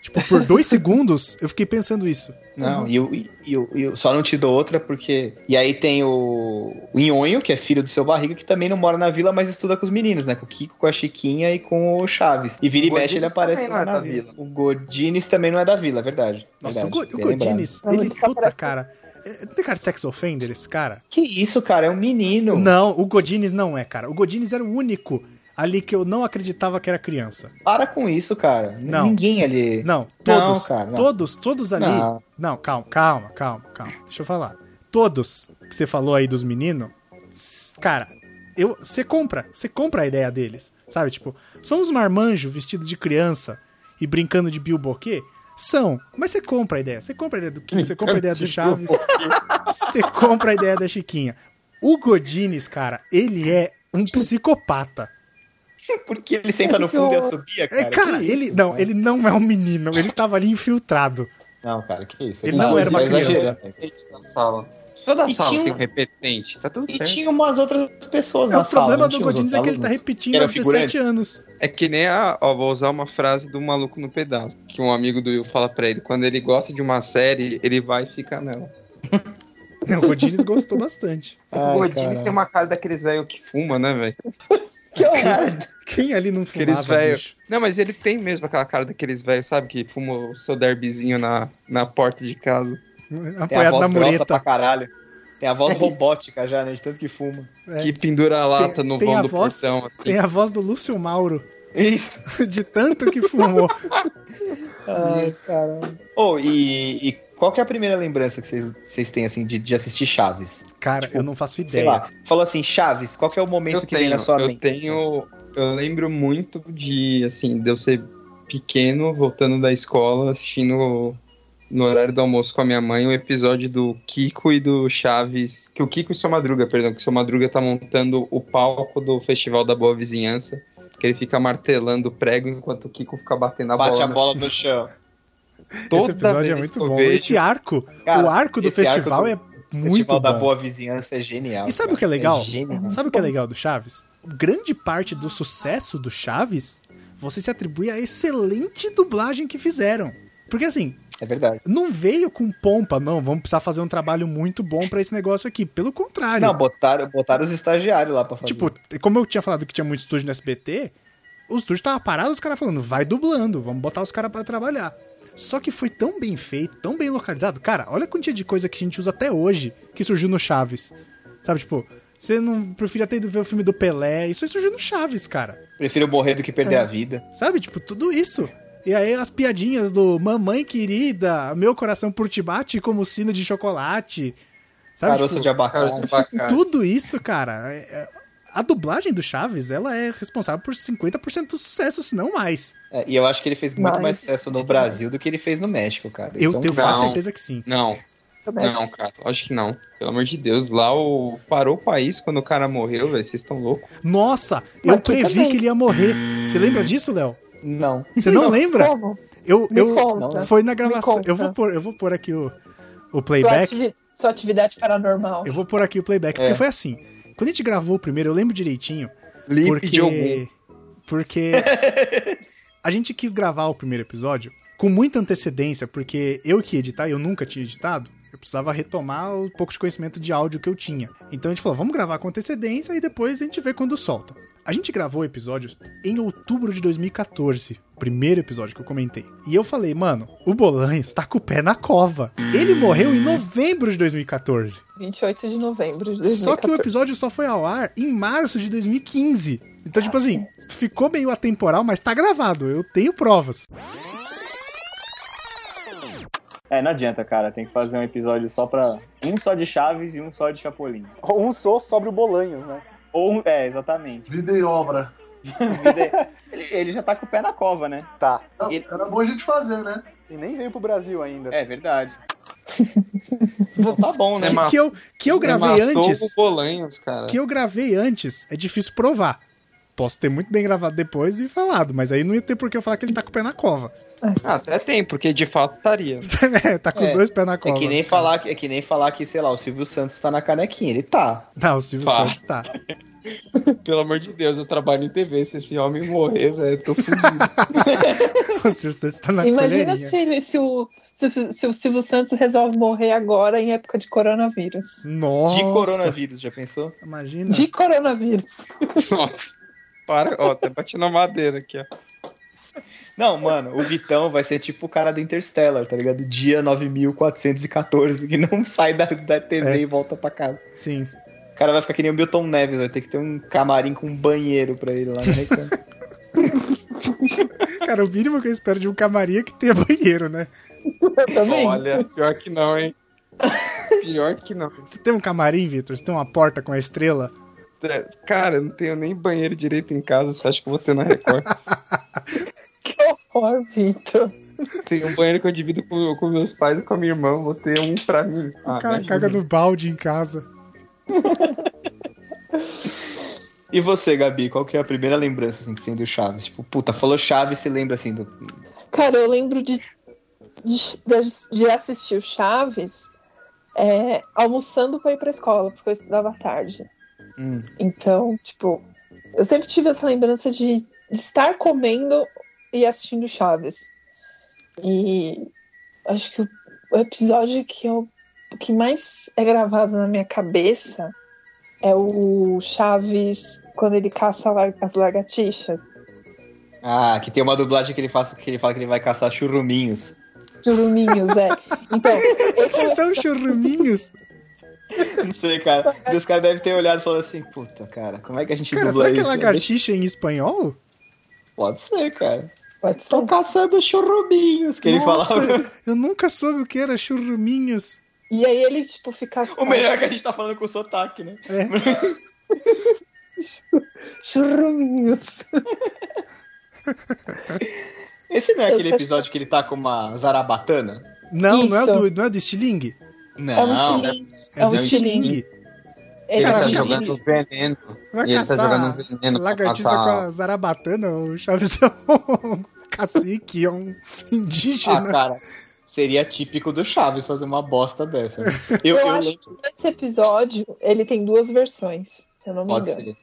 Speaker 1: Tipo, por dois segundos eu fiquei pensando isso.
Speaker 2: Não,
Speaker 4: Uhum.
Speaker 2: e o- e, e o- e o- só não te dou outra porque. E aí tem o, o Nhonho, que é filho do seu barriga, que também não mora na vila, mas estuda com os meninos, né? Com o Kiko, com a Chiquinha e com o Chaves. E vira e
Speaker 4: O
Speaker 2: mexe, ele
Speaker 4: Godines
Speaker 2: aparece
Speaker 4: também
Speaker 2: lá
Speaker 4: não é
Speaker 2: na
Speaker 4: da
Speaker 2: vila. O Godines também não é da vila, é verdade.
Speaker 1: Nossa, o,
Speaker 2: verdade,
Speaker 1: Go- o
Speaker 2: bem lembrado.
Speaker 1: Godines,
Speaker 3: lembrado.
Speaker 1: ele,
Speaker 3: Ele só
Speaker 1: puta,
Speaker 3: parece-
Speaker 1: cara. é- Não tem cara de sex offender esse cara?
Speaker 2: Que isso, cara? É um menino.
Speaker 1: Não, o Godines não é, cara. O Godines era o único ali que eu não acreditava que era criança.
Speaker 2: Para com isso, cara.
Speaker 1: Não.
Speaker 2: Ninguém ali.
Speaker 1: Não, todos.
Speaker 2: Não, cara, não.
Speaker 1: Todos, todos ali. Não. calma, calma, calma, calma. Deixa eu falar. Todos que você falou aí dos meninos, s- cara, eu, você compra, você compra a ideia deles, sabe? Tipo, são uns marmanjos vestidos de criança e brincando de bilboquê? São, mas você compra a ideia. Você compra a ideia do Kim, você compra a ideia do Chaves, você compra a ideia da Chiquinha. O Godines, cara, ele é um psicopata.
Speaker 2: Porque ele senta no fundo e assobia, cara.
Speaker 1: É, cara,
Speaker 2: Que
Speaker 1: ele
Speaker 2: isso,
Speaker 1: não,
Speaker 2: cara?
Speaker 1: ele não é um menino, ele tava ali infiltrado.
Speaker 2: Não, cara, que isso.
Speaker 1: Ele não
Speaker 2: Tá
Speaker 1: era uma criança.
Speaker 2: exagerando.
Speaker 4: Na sala. Toda
Speaker 2: E
Speaker 4: sala
Speaker 2: tinha
Speaker 4: tem
Speaker 2: um-
Speaker 4: um repetente, tá tudo
Speaker 2: E
Speaker 4: certo.
Speaker 2: tinha umas outras pessoas
Speaker 1: É,
Speaker 2: na
Speaker 1: o
Speaker 2: sala.
Speaker 1: problema
Speaker 2: não
Speaker 1: do
Speaker 2: tinha os
Speaker 1: Godines é que
Speaker 2: outros
Speaker 1: ele tá
Speaker 2: alunos?
Speaker 1: repetindo há
Speaker 2: Era
Speaker 1: 17
Speaker 2: figurante.
Speaker 1: anos.
Speaker 4: É que nem a. Ó, vou usar uma frase do maluco no pedaço. Que um amigo do Will fala pra ele: quando ele gosta de uma série, ele vai ficar nela.
Speaker 1: Não, o Godines gostou bastante.
Speaker 2: Ai,
Speaker 4: o Godines
Speaker 2: cara.
Speaker 1: um
Speaker 4: tem uma cara daqueles velho que fuma, né, velho?
Speaker 3: Que horror.
Speaker 1: Quem ali não
Speaker 4: Aqueles
Speaker 1: fumava,
Speaker 4: velho.
Speaker 1: bicho?
Speaker 4: Não, mas ele tem mesmo aquela cara daqueles velho, sabe? Que fumou o seu derbizinho na, na porta de casa.
Speaker 2: Tem a
Speaker 1: Apoiado
Speaker 2: voz
Speaker 1: na
Speaker 2: grossa pra
Speaker 1: mureta.
Speaker 2: caralho. Tem a voz
Speaker 4: É isso.
Speaker 2: robótica já, né? De tanto que fuma.
Speaker 1: É.
Speaker 4: Que pendura a lata no
Speaker 1: tem a
Speaker 4: vão do
Speaker 1: voz-
Speaker 4: portão, assim.
Speaker 1: Tem a voz do Lúcio Mauro,
Speaker 2: É Isso.
Speaker 1: de tanto que fumou.
Speaker 2: Ai, caralho. Oh, e, e qual que é a primeira lembrança que vocês, vocês têm, assim, de, de assistir Chaves?
Speaker 1: Cara,
Speaker 2: Tipo,
Speaker 1: eu não faço
Speaker 2: Sei
Speaker 1: ideia.
Speaker 2: lá. Falou assim, Chaves, qual que é o momento
Speaker 4: Eu
Speaker 2: que
Speaker 4: tenho,
Speaker 2: vem na sua
Speaker 4: eu
Speaker 2: mente? assim?
Speaker 4: tenho. Eu lembro muito de, assim, de eu ser pequeno, voltando da escola, assistindo no horário do almoço com a minha mãe o episódio do Kiko e do Chaves. Que o Kiko e o seu Madruga, perdão, que o seu Madruga tá montando o palco do Festival da Boa Vizinhança. Que ele fica martelando o prego enquanto o Kiko fica batendo a
Speaker 2: Bate
Speaker 4: bola.
Speaker 2: a bola no chão.
Speaker 1: Esse
Speaker 4: Toda
Speaker 1: episódio é
Speaker 4: vez
Speaker 1: muito
Speaker 4: que eu
Speaker 1: bom.
Speaker 4: vejo-
Speaker 1: Esse arco,
Speaker 2: Cara,
Speaker 1: o arco do
Speaker 2: esse arco
Speaker 1: festival
Speaker 2: do
Speaker 1: é
Speaker 2: o
Speaker 1: muito
Speaker 2: Festival
Speaker 1: bom.
Speaker 2: da Boa Vizinhança é genial.
Speaker 1: E sabe o
Speaker 2: cara.
Speaker 1: que é legal?
Speaker 2: genial.
Speaker 1: Sabe o que é legal do Chaves? Grande parte do sucesso do Chaves, você se atribui à excelente dublagem que fizeram. Porque assim,
Speaker 2: É verdade.
Speaker 1: não veio com pompa, não. Vamos precisar fazer um trabalho muito bom pra esse negócio aqui. Pelo contrário.
Speaker 2: Não, botaram, botaram os estagiários lá pra fazer.
Speaker 1: tipo, como eu tinha falado que tinha muito estúdio no SBT, os estúdios estavam parados, os caras falando, vai dublando, vamos botar os caras pra trabalhar. Só que foi tão bem feito, tão bem localizado. Cara, olha a quantia de coisa que a gente usa até hoje que surgiu no Chaves. Sabe, tipo, você não preferia ter ido ver o filme do Pelé, isso aí surgiu no Chaves, cara.
Speaker 2: prefiro morrer do que perder
Speaker 1: É.
Speaker 2: a vida.
Speaker 1: Sabe, tipo, tudo isso. E aí as piadinhas do Mamãe Querida, Meu Coração por Ti Bate como sino de chocolate. Sabe,
Speaker 2: Caroço
Speaker 1: tipo,
Speaker 2: de abacate.
Speaker 4: Cara, de abacate.
Speaker 1: tudo isso, cara. é- é- A dublagem do Chaves, ela é responsável por 50% do sucesso, se não mais.
Speaker 2: É, e eu acho que ele fez muito
Speaker 3: Mas-
Speaker 2: mais sucesso no Brasil do que ele fez no México, cara. Eles
Speaker 1: Eu
Speaker 2: são
Speaker 1: tenho
Speaker 2: um-
Speaker 1: quase
Speaker 4: Não.
Speaker 1: certeza que sim.
Speaker 4: Não, não, cara, acho que não. Pelo amor de Deus, lá o parou o país quando o cara morreu, velho. Vocês estão loucos.
Speaker 1: Nossa,
Speaker 3: Mas
Speaker 1: eu
Speaker 3: aqui
Speaker 1: previ
Speaker 3: também.
Speaker 1: que ele ia morrer. Você
Speaker 2: Hum.
Speaker 1: lembra disso, Léo?
Speaker 2: Não.
Speaker 1: Você não, lembra?
Speaker 3: Como?
Speaker 1: Eu,
Speaker 3: Me
Speaker 1: eu
Speaker 3: conta.
Speaker 1: foi na gravação.
Speaker 3: conta.
Speaker 1: Eu vou pôr, eu vou pôr aqui o, o
Speaker 3: Sua,
Speaker 1: playback.
Speaker 3: ativi- sua atividade paranormal.
Speaker 1: Eu vou pôr aqui o playback,
Speaker 2: É.
Speaker 1: porque foi assim. Quando a gente gravou o primeiro, eu lembro direitinho,
Speaker 4: Lipe de algum.
Speaker 1: porque porque a gente quis gravar o primeiro episódio com muita antecedência, porque eu que ia editar, eu nunca tinha editado. Eu precisava retomar o pouco de conhecimento de áudio que eu tinha. Então a gente falou, vamos gravar com antecedência e depois a gente vê quando solta. A gente gravou o episódio em outubro de 2014, o primeiro episódio que eu comentei. E eu falei, mano, o Bolanhos tá com o pé na cova. Ele morreu em novembro de 2014.
Speaker 3: 28 de novembro de 2014.
Speaker 1: Só que o episódio só foi ao ar em março de 2015. Então, tipo assim, ficou meio atemporal, mas tá gravado. Eu tenho provas.
Speaker 5: É, não adianta, cara. Tem que fazer um episódio só pra. Um só de Chaves e um só de Chapolin.
Speaker 6: Um só sobre o Bolanhos, né?
Speaker 5: Ou um. É, exatamente.
Speaker 7: Vida e obra.
Speaker 5: Ele, ele já tá com o pé na cova, né?
Speaker 6: Tá.
Speaker 7: Não,
Speaker 5: Ele-
Speaker 7: Era bom a gente fazer, né?
Speaker 6: E nem veio pro Brasil ainda.
Speaker 5: É verdade.
Speaker 1: Você-
Speaker 2: Tá bom, né?
Speaker 4: É,
Speaker 1: que,
Speaker 4: mas-
Speaker 1: que eu, que eu
Speaker 4: Ele
Speaker 1: gravei
Speaker 4: matou
Speaker 1: antes.
Speaker 4: o Bolanhos, cara.
Speaker 1: Que eu gravei antes é difícil provar. Posso ter muito bem gravado depois e falado, mas aí não ia ter por que eu falar que ele tá com o pé na cova.
Speaker 4: Ah, até tem, porque de fato estaria.
Speaker 1: É, tá com os
Speaker 2: É,
Speaker 1: dois pés na
Speaker 2: É
Speaker 1: cova.
Speaker 2: que, nem falar, que- é que nem falar que, sei lá, o Silvio Santos tá na canequinha. Ele tá.
Speaker 1: Não, o Silvio
Speaker 4: Pá.
Speaker 1: Santos tá.
Speaker 4: Pelo amor de Deus, eu trabalho em TV. Se esse homem morrer, velho, eu tô fudido.
Speaker 1: O Silvio Santos tá na
Speaker 3: Imagina
Speaker 1: colherinha.
Speaker 3: se, ele- se o, se, o- se o Silvio Santos resolve morrer agora em época de coronavírus.
Speaker 1: Nossa.
Speaker 2: De coronavírus, já pensou?
Speaker 1: Imagina.
Speaker 3: De coronavírus.
Speaker 4: Nossa. Para, ó, tá batendo a madeira aqui, ó.
Speaker 2: Não, mano, o Vitão vai ser tipo o cara do Interstellar, tá ligado? Dia 9414, que não sai da, da TV
Speaker 1: É.
Speaker 2: e volta pra casa.
Speaker 1: Sim.
Speaker 2: O cara vai ficar que nem o Milton Neves, vai ter que ter um camarim com um banheiro pra ele lá né? na Recanto.
Speaker 1: Cara, o mínimo que eu espero de um camarim é que tenha banheiro, né?
Speaker 3: Eu também.
Speaker 4: Olha, pior que não, hein? Pior que não.
Speaker 1: Você tem um camarim, Vitor? Você tem uma porta com a estrela?
Speaker 4: É, Cara, eu não tenho nem banheiro direito em casa, você acha que eu vou ter na Record?
Speaker 3: Que horror, Vitor.
Speaker 4: Tem um banheiro que eu divido com, com meus pais e com a minha irmã, eu vou ter um pra mim.
Speaker 1: O
Speaker 4: Ah,
Speaker 2: né?
Speaker 1: cara
Speaker 4: me
Speaker 1: caga
Speaker 4: ajuda.
Speaker 1: no balde em casa.
Speaker 2: E você, Gabi, qual que é a primeira lembrança assim, que você tem do Chaves? Tipo, puta, falou Chaves, você lembra assim do.
Speaker 3: Cara, eu lembro de, de, de- de assistir o Chaves é, almoçando pra ir pra escola, porque eu estudava à tarde.
Speaker 2: Hum.
Speaker 3: Então, tipo, eu sempre tive essa lembrança de, de estar comendo e assistindo Chaves. E acho que o, o episódio que eu que mais é gravado na minha cabeça é o Chaves quando ele caça lar- as lagartixas.
Speaker 2: Ah, que tem uma dublagem que ele, faz, que ele fala que ele vai caçar churruminhos.
Speaker 3: Churuminhos, é. Então,
Speaker 1: É Que são churruminhos?
Speaker 2: Não sei, cara. E Os caras devem ter olhado e falado assim, puta, cara, como é que a gente
Speaker 1: Cara,
Speaker 2: dubla
Speaker 1: será que é
Speaker 2: isso?
Speaker 1: lagartixa em espanhol?
Speaker 2: Pode ser, cara.
Speaker 3: pode ser.
Speaker 2: Tô caçando churruminhos, que ele
Speaker 1: Nossa,
Speaker 2: falava.
Speaker 1: Eu nunca soube o que era churruminhos.
Speaker 3: E aí ele, tipo, fica.
Speaker 2: O melhor é que a gente tá falando com sotaque, né?
Speaker 3: Churuminhos.
Speaker 2: Esse não é
Speaker 3: Eu
Speaker 2: aquele
Speaker 3: tô
Speaker 2: episódio que ele tá com uma zarabatana?
Speaker 1: Não, não é,
Speaker 3: Isso.
Speaker 1: do, não é do estilingue?
Speaker 2: Não.
Speaker 3: É um é estilingue.
Speaker 1: É,
Speaker 3: É
Speaker 1: do
Speaker 3: um
Speaker 1: estilingue.
Speaker 4: Ele
Speaker 1: Cara,
Speaker 4: tá
Speaker 1: mas-
Speaker 4: jogando veneno.
Speaker 1: Vai
Speaker 4: Ele tá
Speaker 1: caçar
Speaker 2: um
Speaker 4: jogando veneno. pra
Speaker 1: lagartixa
Speaker 4: matar-
Speaker 1: com a zarabatana, o Chaves é um cacique, é um
Speaker 2: Ah,
Speaker 1: indígena.
Speaker 2: cara, seria típico do Chaves fazer uma bosta dessa. né? Eu,
Speaker 3: Eu
Speaker 2: eu
Speaker 3: acho
Speaker 2: lembro-
Speaker 3: Esse episódio, ele tem duas versões, se eu não me
Speaker 2: Pode
Speaker 3: engano.
Speaker 2: ser.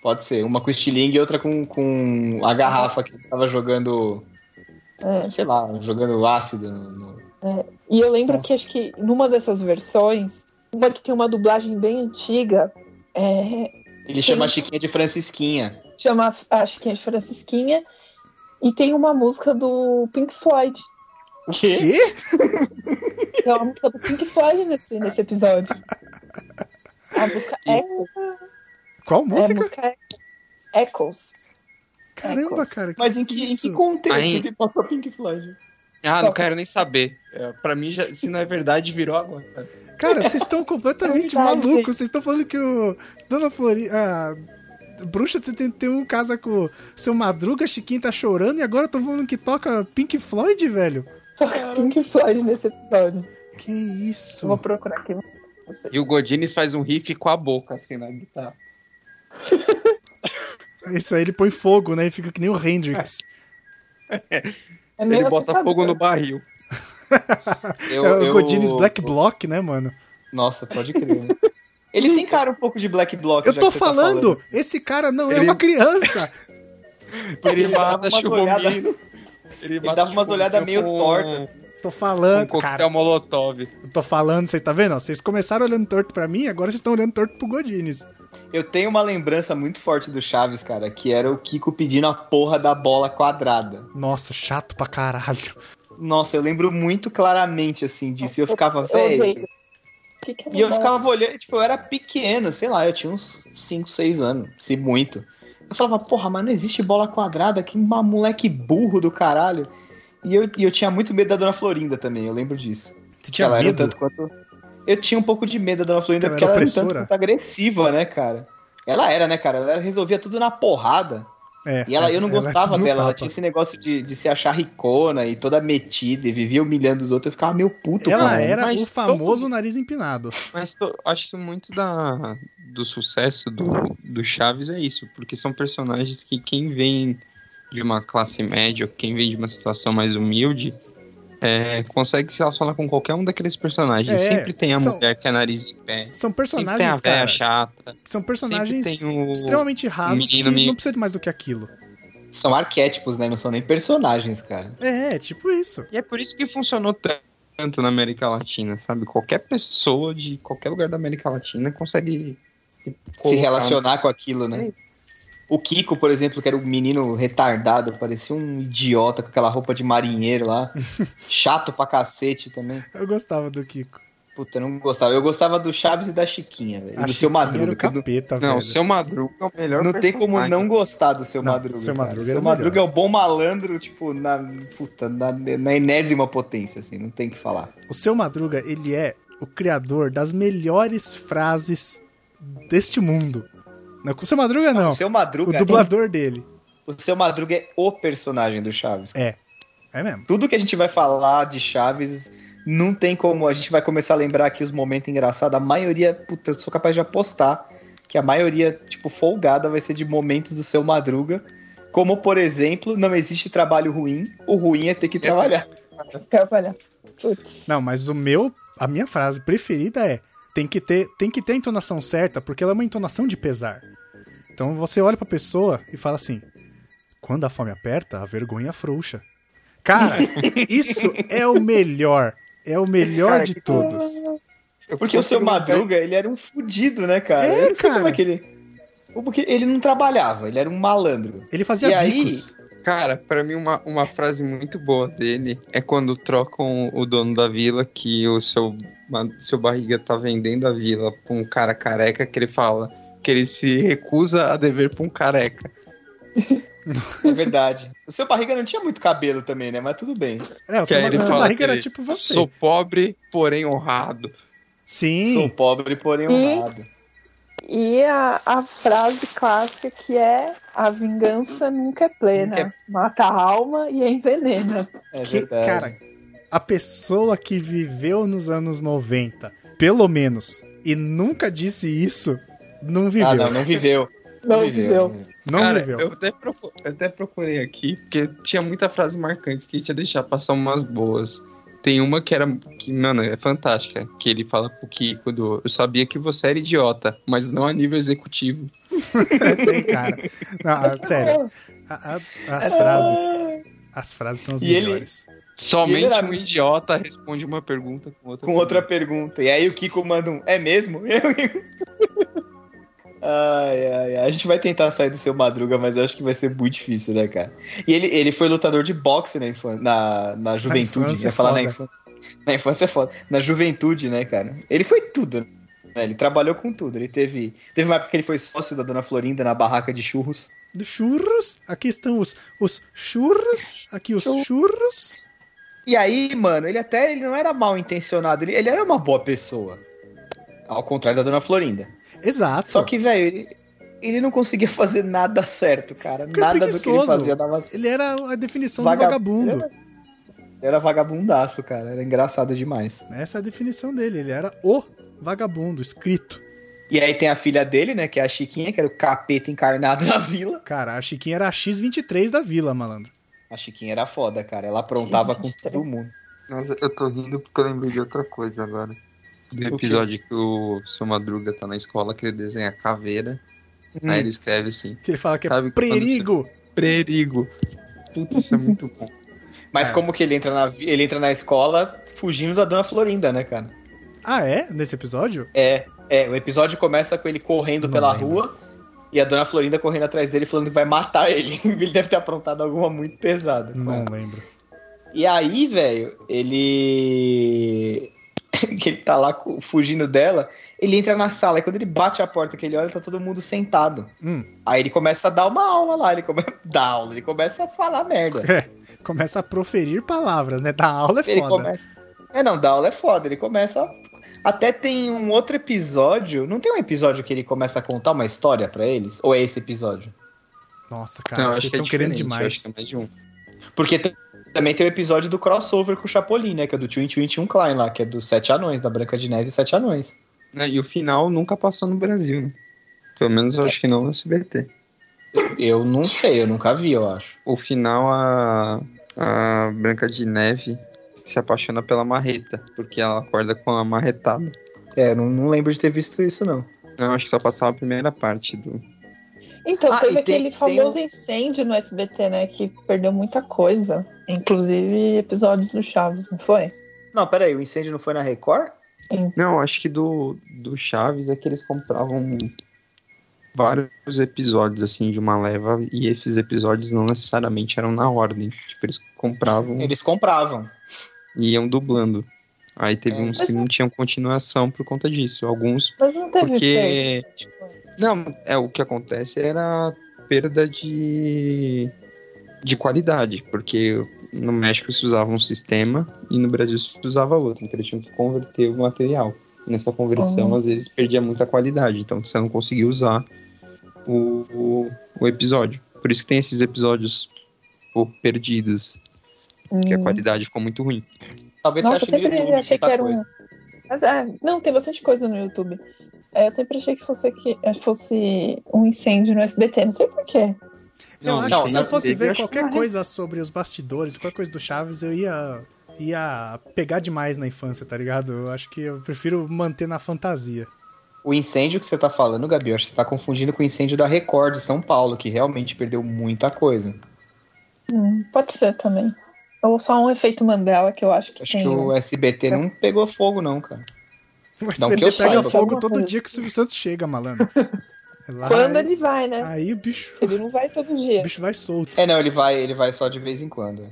Speaker 2: Pode ser. Uma com estilingue e outra com, com a garrafa que ele tava jogando,
Speaker 3: É.
Speaker 2: sei lá, jogando ácido. no- no-
Speaker 3: E eu lembro
Speaker 1: Nossa.
Speaker 3: que acho que numa dessas versões, uma que tem uma dublagem bem antiga, é,
Speaker 2: Ele chama a Chiquinha de Francisquinha.
Speaker 3: chama a Chiquinha de Francisquinha, e tem uma música do Pink Floyd.
Speaker 2: O quê?
Speaker 1: Quê?
Speaker 3: Tem uma música do Pink Floyd nesse, nesse episódio. A música Echo,
Speaker 1: Qual
Speaker 3: é, a
Speaker 1: música?
Speaker 3: música Echo- Echoes.
Speaker 1: Caramba,
Speaker 3: Echoes.
Speaker 1: cara. que
Speaker 2: Mas em que, em
Speaker 1: isso?
Speaker 2: que contexto
Speaker 4: Aí-
Speaker 2: que toca Pink Floyd?
Speaker 4: Ah, não quero nem saber. É, pra mim, já, se não é verdade, virou agora.
Speaker 1: Cara, vocês estão completamente
Speaker 3: É Verdade, gente.
Speaker 1: malucos. Vocês estão falando que o Dona Florinda. A bruxa de 71 casa com o seu Madruga, Chiquinho tá chorando e agora estão falando que toca Pink Floyd, velho.
Speaker 3: Toca Pink Floyd nesse episódio.
Speaker 1: Que
Speaker 3: Eu
Speaker 1: isso?
Speaker 3: vou procurar aqui. pra vocês.
Speaker 4: E o Godines faz um riff com a boca, assim, na guitarra.
Speaker 1: Isso aí ele põe fogo, né? E fica que nem o Hendrix.
Speaker 3: É meio
Speaker 4: Ele bota
Speaker 3: assustador.
Speaker 4: fogo no barril.
Speaker 2: Eu,
Speaker 1: é o
Speaker 2: eu-
Speaker 1: Godinez Black Block, né, mano?
Speaker 2: Nossa, pode crer. né? Ele tem cara um pouco de Black Block.
Speaker 1: Eu
Speaker 2: já
Speaker 1: tô
Speaker 2: que você tá
Speaker 1: falando, esse cara não é
Speaker 4: Ele-
Speaker 1: uma criança.
Speaker 4: Ele
Speaker 2: Ele dava
Speaker 4: mata
Speaker 2: umas olhadas-
Speaker 4: churromino. Ele, mata
Speaker 2: dava umas
Speaker 4: churromino
Speaker 2: olhadas meio
Speaker 4: tipo, com-
Speaker 2: tortas.
Speaker 1: Tô
Speaker 4: Com
Speaker 1: falando, cara.
Speaker 4: coquetel molotov.
Speaker 2: um.
Speaker 1: eu Tô falando, vocês tá vendo? ó? Vocês começaram olhando torto pra mim, agora vocês estão olhando torto pro Godinez.
Speaker 2: Eu tenho uma lembrança muito forte do Chaves, cara, que era o Kiko pedindo a porra da bola quadrada.
Speaker 1: Nossa, chato pra caralho.
Speaker 2: Nossa, eu lembro muito claramente, assim, disso. E eu ficava,
Speaker 3: Eu odeio.
Speaker 2: velho.
Speaker 3: O que que é
Speaker 2: E eu
Speaker 3: verdade?
Speaker 2: ficava olhando, tipo, eu era pequeno, sei lá, eu tinha uns 5, 6 anos, se muito. Eu falava, porra, mas não existe bola quadrada, que ma- moleque burro do caralho. E eu, e eu tinha muito medo da Dona Florinda também, eu lembro disso.
Speaker 1: Você tinha
Speaker 2: ela
Speaker 1: medo?
Speaker 2: Era um tanto quanto... Eu tinha um pouco de medo da Dona Florinda,
Speaker 1: Ela
Speaker 2: porque
Speaker 1: era
Speaker 2: ela era um tanto
Speaker 1: opressora.
Speaker 2: quanto agressiva, né, cara? Ela era, né, cara? Ela resolvia tudo na porrada.
Speaker 1: É,
Speaker 2: E ela, eu não
Speaker 1: é
Speaker 2: gostava
Speaker 1: tudo no
Speaker 2: dela. Ela
Speaker 1: tapa.
Speaker 2: tinha esse negócio de, de se achar ricona e toda metida e vivia humilhando os outros. Eu ficava meio puto,
Speaker 1: Ela
Speaker 2: cara.
Speaker 1: era
Speaker 4: Mas
Speaker 1: o famoso
Speaker 4: todo-
Speaker 1: nariz empinado.
Speaker 4: Mas tô- acho que muito da, do sucesso do, do Chaves é isso, porque são personagens que quem vem de uma classe média, ou quem vem de uma situação mais humilde, é, consegue se relacionar com qualquer um daqueles personagens.
Speaker 1: É,
Speaker 4: sempre tem a
Speaker 1: são-
Speaker 4: mulher que é nariz em pé.
Speaker 1: São
Speaker 4: Sempre tem é a
Speaker 1: personagens,
Speaker 4: velha
Speaker 1: cara.
Speaker 4: chata.
Speaker 1: São personagens
Speaker 4: sempre tem o...
Speaker 1: extremamente rasos que
Speaker 4: menino meio-
Speaker 1: não precisa de mais do que aquilo.
Speaker 2: São arquétipos, né? Não são nem personagens, cara.
Speaker 1: É, tipo isso.
Speaker 4: E é por isso que funcionou tan- tanto na América Latina, sabe? Qualquer pessoa de qualquer lugar da América Latina consegue
Speaker 2: Se
Speaker 4: colocar-
Speaker 1: um
Speaker 2: relacionar com aquilo, né? O Kiko, por exemplo, que era um menino retardado, parecia um idiota com aquela roupa de marinheiro lá. Chato pra cacete também.
Speaker 1: Eu gostava do Kiko.
Speaker 2: Puta, eu não gostava. Eu gostava do Chaves e da Chiquinha, velho.
Speaker 1: A
Speaker 2: E Do seu
Speaker 1: Chiquinha era
Speaker 2: Madruga.
Speaker 1: o
Speaker 2: que eu não-
Speaker 1: capeta,
Speaker 4: Não, o
Speaker 1: velho.
Speaker 4: seu Madruga é o melhor
Speaker 2: Não tem
Speaker 4: personagem.
Speaker 2: como não gostar do seu
Speaker 1: Não,
Speaker 2: Madruga.
Speaker 1: Seu
Speaker 2: cara.
Speaker 1: Madruga era
Speaker 2: seu
Speaker 1: o melhor.
Speaker 2: Madruga é o bom malandro, tipo, na, puta, na, na enésima potência, assim, não tem o que falar.
Speaker 1: O seu Madruga, ele é o criador das melhores frases deste mundo. Não, o seu Madruga não.
Speaker 2: o seu
Speaker 1: O
Speaker 2: Madruga, é
Speaker 1: dublador dele.
Speaker 2: o seu Madruga é o personagem do Chaves.
Speaker 1: É mesmo.
Speaker 2: Tudo que a gente vai falar de Chaves, não tem como. A gente vai começar a lembrar aqui os momentos engraçados. A maioria, puta, eu sou capaz de apostar que a maioria, tipo, folgada vai ser de momentos do seu Madruga. Como, por exemplo, não existe trabalho ruim, o ruim é ter que trabalhar.
Speaker 3: Trabalhar. Putz.
Speaker 1: Não, mas o meu, a minha frase preferida é: tem que ter, tem que ter a entonação certa, porque ela é uma entonação de pesar. Então você olha pra pessoa e fala assim: quando a fome aperta, a vergonha afrouxa. Cara, isso é o melhor. É o melhor
Speaker 4: Cara,
Speaker 1: de
Speaker 4: que-
Speaker 1: todos.
Speaker 4: Eu
Speaker 2: Porque o seu
Speaker 4: consigo lembrar-
Speaker 2: Madruga, ele era um fudido, né, cara?
Speaker 1: É,
Speaker 2: eu não sei
Speaker 1: cara.
Speaker 2: como é que ele. Porque ele não trabalhava, ele era um malandro.
Speaker 1: Ele fazia
Speaker 2: E aí-
Speaker 1: bicos.
Speaker 4: Cara, pra mim uma, uma frase muito boa dele é quando trocam o dono da vila que o seu, ma- seu barriga tá vendendo a vila pra um cara careca que ele fala que ele se recusa a dever pra um careca.
Speaker 2: É verdade. o seu barriga não tinha muito cabelo também, né? Mas tudo bem.
Speaker 1: É, o seu,
Speaker 4: aí ele
Speaker 1: o seu
Speaker 4: fala
Speaker 1: barriga
Speaker 4: que
Speaker 1: era
Speaker 4: ele-
Speaker 1: tipo você.
Speaker 4: Sou pobre, porém honrado.
Speaker 1: Sim.
Speaker 2: Sou pobre, porém
Speaker 3: E-
Speaker 2: honrado.
Speaker 3: E a, a frase clássica que é a vingança nunca é plena.
Speaker 4: Nunca
Speaker 3: Mata a alma e envenena.
Speaker 2: É
Speaker 1: que,
Speaker 2: verdade.
Speaker 1: cara, a pessoa que viveu nos anos 90, pelo menos, e nunca disse isso, não viveu.
Speaker 2: ah, não,
Speaker 1: não
Speaker 2: não viveu.
Speaker 3: Não viveu.
Speaker 4: Cara,
Speaker 1: viveu.
Speaker 4: eu até, procu- eu até procurei aqui, porque tinha muita frase marcante que tinha deixar passar umas boas. Tem uma que era, que, mano, é fantástica, que ele fala pro Kiko do Eu sabia que você era idiota, mas não a nível executivo.
Speaker 1: Tem, cara. Não, ah, sério, a- a- as frases. As frases são as
Speaker 2: E ele-
Speaker 1: melhores.
Speaker 4: Somente
Speaker 2: E ele era-
Speaker 4: um idiota responde uma pergunta com outra.
Speaker 2: Com outra pergunta. E aí o Kiko manda um, é mesmo? Eu... ai, ai, ai. A gente vai tentar sair do seu Madruga, mas eu acho que vai ser muito difícil, né, cara? E ele, ele foi lutador de boxe na, infan... na, na juventude,
Speaker 1: infância
Speaker 2: né?
Speaker 1: é
Speaker 2: Falar na
Speaker 1: foda.
Speaker 2: infância. Na infância é foda. Na juventude, né, cara? Ele foi tudo, né? Ele trabalhou com tudo. Ele teve. Teve uma época que ele foi sócio da dona Florinda na barraca de churros.
Speaker 1: Do churros, aqui estão os, os churros, aqui os
Speaker 2: Churros.
Speaker 1: churros.
Speaker 2: E aí, mano, ele até ele não era mal intencionado, ele, ele era uma boa pessoa. Ao contrário da dona Florinda.
Speaker 1: Exato.
Speaker 2: Só que, velho, ele, ele não conseguia fazer nada certo, cara.
Speaker 1: Porque é
Speaker 2: nada do que ele
Speaker 1: preguiçoso.
Speaker 2: fazia dava certo.
Speaker 1: Ele era a definição
Speaker 2: Vaga-
Speaker 1: do vagabundo.
Speaker 2: Era vagabundaço, cara. Era engraçado demais.
Speaker 1: Essa é a definição dele. Ele era o vagabundo, escrito.
Speaker 2: E aí tem a filha dele, né? Que é a Chiquinha, que era o capeta encarnado na vila.
Speaker 1: Cara, a Chiquinha era a X23 da vila, malandro.
Speaker 2: A Chiquinha era foda, cara. Ela aprontava com todo mundo.
Speaker 4: Nossa, eu tô rindo porque eu lembrei de outra coisa agora. Do episódio que o seu Madruga tá na escola, que ele desenha a caveira.
Speaker 2: Hum.
Speaker 4: Aí ele escreve assim:
Speaker 1: Que ele fala que é
Speaker 4: Sabe quando
Speaker 1: perigo.
Speaker 4: Perigo. Putz, isso é muito bom.
Speaker 2: Mas
Speaker 1: É.
Speaker 2: como que ele entra, na, vi- ele entra na escola fugindo da dona Florinda, né, cara?
Speaker 1: Ah, é? Nesse episódio?
Speaker 2: É, é. O episódio começa com ele correndo
Speaker 1: Não
Speaker 2: pela
Speaker 1: lembro.
Speaker 2: rua e a dona Florinda correndo atrás dele falando que vai matar ele. ele deve ter aprontado alguma muito pesada.
Speaker 4: É.
Speaker 1: Não lembro.
Speaker 2: E aí, velho, ele. que ele tá lá co- fugindo dela, ele entra na sala. E quando ele bate a porta, que ele olha, tá todo mundo sentado.
Speaker 1: Hum,
Speaker 2: Aí ele começa a dar uma aula lá, ele começa a dar aula, ele começa a falar merda.
Speaker 1: É começa a proferir palavras, né? Da aula é
Speaker 2: Ele
Speaker 1: foda.
Speaker 2: começa. É, não, dar aula é foda, ele começa. a- Até tem um outro episódio. Não tem um episódio que ele começa a contar uma história pra eles? Ou é esse episódio?
Speaker 1: Nossa,
Speaker 4: Não,
Speaker 1: cara,
Speaker 4: acho
Speaker 1: vocês
Speaker 4: que é
Speaker 1: estão querendo
Speaker 4: diferente,
Speaker 1: demais.
Speaker 4: acho que é mais de um.
Speaker 2: Porque tem- também tem o episódio do crossover com o Chapolin, né? Que é do Twin Twin Twin Klein lá, que é dos Sete Anões, da Branca de Neve e os Sete Anões.
Speaker 4: Né, E o final nunca passou no Brasil, né? Pelo menos eu acho que não no SBT.
Speaker 2: Eu não sei, eu nunca vi, eu acho.
Speaker 4: O final, a, a Branca de Neve se apaixona pela marreta, porque ela acorda com a marretada.
Speaker 2: É, não, não lembro de ter visto isso, não.
Speaker 4: Eu acho que só passava a primeira parte do.
Speaker 3: Então,
Speaker 2: Ah,
Speaker 3: teve
Speaker 2: e tem- tem
Speaker 3: aquele
Speaker 2: um-
Speaker 3: famoso incêndio no SBT, né? Que perdeu muita coisa. Inclusive episódios no Chaves, não foi?
Speaker 2: Não, peraí, o incêndio não foi na Record?
Speaker 4: Não, acho que do, do Chaves é que eles compravam vários episódios, assim, de uma leva, e esses episódios não necessariamente eram na ordem. Tipo, eles compravam
Speaker 2: Eles compravam.
Speaker 4: e iam dublando. Aí teve
Speaker 2: É.
Speaker 4: uns
Speaker 3: Mas
Speaker 4: que
Speaker 3: é-
Speaker 4: não tinham continuação por conta disso. Alguns
Speaker 3: Mas não teve perda. tipo,
Speaker 4: Porque. tipo, Não, é o que acontece era perda de, de qualidade, porque no México se usava um sistema e no Brasil se usava outro, então eles tinham que converter o material. Nessa conversão,
Speaker 3: Uhum.
Speaker 4: às vezes, perdia muita qualidade, então você não conseguia usar o, o, o episódio. Por isso que tem esses episódios tipo, perdidos, que a
Speaker 3: Hum.
Speaker 4: qualidade ficou muito ruim.
Speaker 2: Talvez
Speaker 3: Nossa,
Speaker 2: você ache
Speaker 3: eu
Speaker 2: no
Speaker 3: sempre
Speaker 2: YouTube
Speaker 3: achei que
Speaker 2: muita
Speaker 3: era
Speaker 2: coisa.
Speaker 3: um. Mas é, não, tem bastante coisa no YouTube. É, eu sempre achei que fosse, que eh, fosse um incêndio no SBT, não sei porquê.
Speaker 1: Eu
Speaker 4: Não,
Speaker 1: acho
Speaker 2: não,
Speaker 1: que se
Speaker 2: na
Speaker 1: eu fosse
Speaker 4: TV eu
Speaker 1: ver
Speaker 4: acho
Speaker 1: qualquer
Speaker 3: mais.
Speaker 1: coisa sobre os bastidores, qualquer coisa do Chaves, eu ia, ia pegar demais na infância, tá ligado? Eu acho que eu prefiro manter na fantasia.
Speaker 2: O incêndio que você tá falando, Gabi, eu acho que você tá confundindo com o incêndio da Record de São Paulo, que realmente perdeu muita coisa.
Speaker 3: Pode ser também. Ou só um efeito Mandela que eu acho que
Speaker 2: Acho
Speaker 3: tem.
Speaker 2: que o
Speaker 3: né?
Speaker 2: SBT não pegou fogo, não, cara.
Speaker 1: O
Speaker 2: Não que
Speaker 1: SBT pega
Speaker 2: eu saiba.
Speaker 1: fogo todo
Speaker 3: Alguma
Speaker 1: dia que o Silvio Santos chega, malandro. É Lá, é,
Speaker 3: Quando ele vai, né?
Speaker 1: Aí o bicho,
Speaker 3: Ele não vai todo
Speaker 1: o
Speaker 3: dia.
Speaker 1: bicho vai solto.
Speaker 2: É, não, ele vai, ele vai só de vez em quando. é.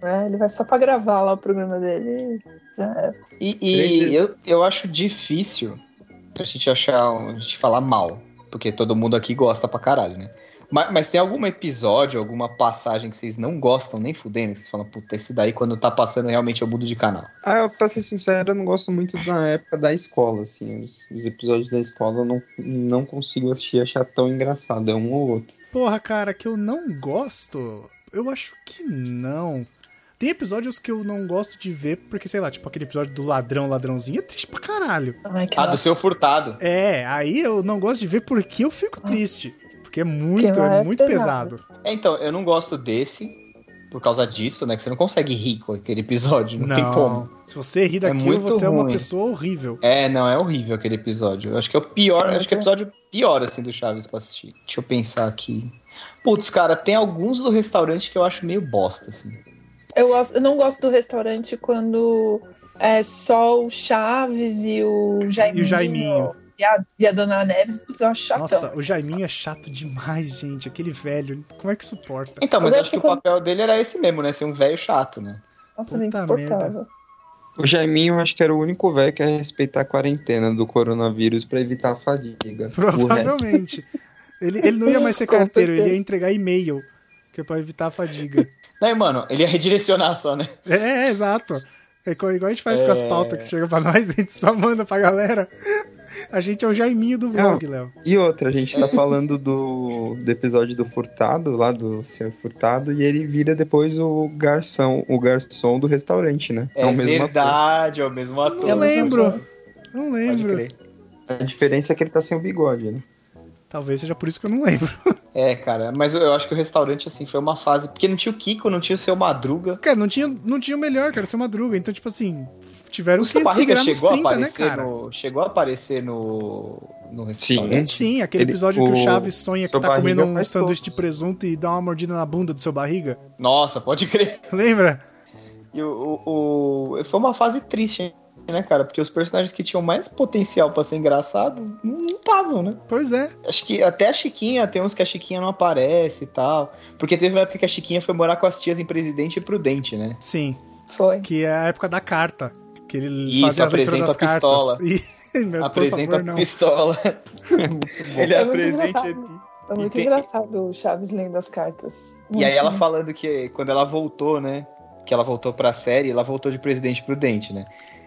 Speaker 3: né? Ele vai só pra gravar lá o programa dele. e já era.
Speaker 2: E,
Speaker 4: Três
Speaker 2: e eu, eu acho difícil a gente achar, um- a gente falar mal, porque todo mundo aqui gosta pra caralho, né? Mas, mas tem algum episódio, alguma passagem que vocês não gostam nem fudendo, que vocês falam, puta, esse daí quando tá passando realmente eu mudo de canal.
Speaker 4: Ah, eu, pra ser sincero, eu não gosto muito da época da escola, assim. Os, os episódios da escola eu não, não consigo assistir e achar tão engraçado, é um ou outro.
Speaker 1: Porra, cara, que eu não gosto. Eu acho que não. Tem episódios que eu não gosto de ver, porque, sei lá, tipo aquele episódio do ladrão, ladrãozinho, é triste pra caralho.
Speaker 3: Ai, que
Speaker 2: Ah, do
Speaker 3: nojo.
Speaker 2: seu furtado.
Speaker 1: É, aí eu não gosto de ver porque eu fico triste. Porque é muito,
Speaker 3: Porque lá
Speaker 1: é
Speaker 3: é
Speaker 1: muito pesado.
Speaker 3: pesado.
Speaker 2: É, então, eu não gosto desse, por causa disso, né? Que você não consegue rir com aquele episódio, não, tem como.
Speaker 1: Se você ri daquilo,
Speaker 2: muito
Speaker 1: você é uma
Speaker 2: ruim.
Speaker 1: pessoa horrível.
Speaker 2: É, não, é horrível aquele episódio. Eu acho que é o pior, acho que é o episódio pior, assim, do Chaves pra assistir. Deixa eu pensar aqui. Putz, cara, tem alguns do restaurante que eu acho meio bosta, assim.
Speaker 3: Eu, gosto- eu não gosto do restaurante quando é só o Chaves e o Jaiminho. tá
Speaker 1: Jaiminho.
Speaker 3: E a, e a Dona Neves, putz, eu acho chatão.
Speaker 1: Nossa, o Jaiminho é chato demais, gente. Aquele velho, como é que suporta?
Speaker 2: Então, mas
Speaker 3: Eu
Speaker 2: eu
Speaker 3: gosto
Speaker 2: acho que
Speaker 3: quando-
Speaker 2: o papel dele era esse mesmo, né? Ser um velho chato, né?
Speaker 3: Nossa, ele é
Speaker 1: puta
Speaker 3: insuportável.
Speaker 4: O Jaiminho, eu acho que era o único velho que ia respeitar a quarentena do coronavírus pra evitar a fadiga. O resto-
Speaker 1: Provavelmente. ele, ele não ia mais ser
Speaker 3: Com
Speaker 1: carteiro, ele ia
Speaker 3: certeza.
Speaker 1: entregar e-mail. Que é pra evitar a fadiga.
Speaker 2: Daí, mano, ele ia redirecionar só, né?
Speaker 1: É, é, exato. É igual igual a gente faz com as
Speaker 2: É.
Speaker 1: pautas que chegam pra nós, a gente só manda pra galera. A gente é o Jaiminho do blog, Léo.
Speaker 4: E outra, a gente tá falando do, do episódio do Furtado, lá do Senhor Furtado, e ele vira depois o garçom, o garçom do restaurante, né?
Speaker 2: É,
Speaker 4: o mesmo ator.
Speaker 2: verdade, é o mesmo ator.
Speaker 1: Eu
Speaker 3: Eu não
Speaker 1: lembro. Não
Speaker 2: Pode
Speaker 1: lembro.
Speaker 2: crer.
Speaker 4: A diferença é que ele tá sem o bigode, né?
Speaker 1: Talvez seja por isso que eu não lembro.
Speaker 2: É, cara, mas eu- eu acho que o restaurante, assim, foi uma fase. Porque não tinha o Kiko, não tinha o seu Madruga.
Speaker 1: Cara, não tinha, não tinha o melhor, cara, seu Madruga. Então, tipo assim, tiveram
Speaker 2: O
Speaker 1: que
Speaker 2: seu
Speaker 1: se
Speaker 2: Barriga
Speaker 1: virar nos
Speaker 2: chegou a
Speaker 1: 30, né,
Speaker 2: aparecer
Speaker 1: cara?
Speaker 2: no. Chegou a aparecer no. no restaurante.
Speaker 1: Sim, aquele
Speaker 4: Ele-
Speaker 1: episódio que o
Speaker 4: o
Speaker 1: Chaves sonha que
Speaker 4: seu
Speaker 1: tá comendo
Speaker 4: Barriga
Speaker 1: um
Speaker 4: faz
Speaker 1: sanduíche de presunto e dá uma mordida na bunda do seu barriga.
Speaker 2: Nossa, pode crer.
Speaker 1: Lembra?
Speaker 2: E o, o- o- Foi uma fase triste, né, cara? Porque os personagens que tinham mais potencial pra ser engraçado não não estavam, né?
Speaker 1: Pois é.
Speaker 2: Acho que até a Chiquinha, tem uns que a Chiquinha não aparece e tal. Porque teve uma época que a Chiquinha foi morar com as tias em Presidente e Prudente, né?
Speaker 1: Sim,
Speaker 3: Foi.
Speaker 1: que é a época da carta. Que ele
Speaker 2: Isso,
Speaker 1: fazia as leituras
Speaker 2: apresenta
Speaker 1: das
Speaker 2: a pistola.
Speaker 1: cartas. E, meu, por
Speaker 2: apresenta
Speaker 1: favor, não.
Speaker 2: pistola. Ele
Speaker 3: É muito
Speaker 2: apresenta.
Speaker 3: engraçado. É muito
Speaker 2: tem-
Speaker 3: engraçado o Chaves lendo as cartas.
Speaker 2: E aí ela
Speaker 1: Uhum.
Speaker 3: Muito.
Speaker 2: falando que quando ela voltou, né? Que ela voltou pra série, ela voltou de presidente prudente, né?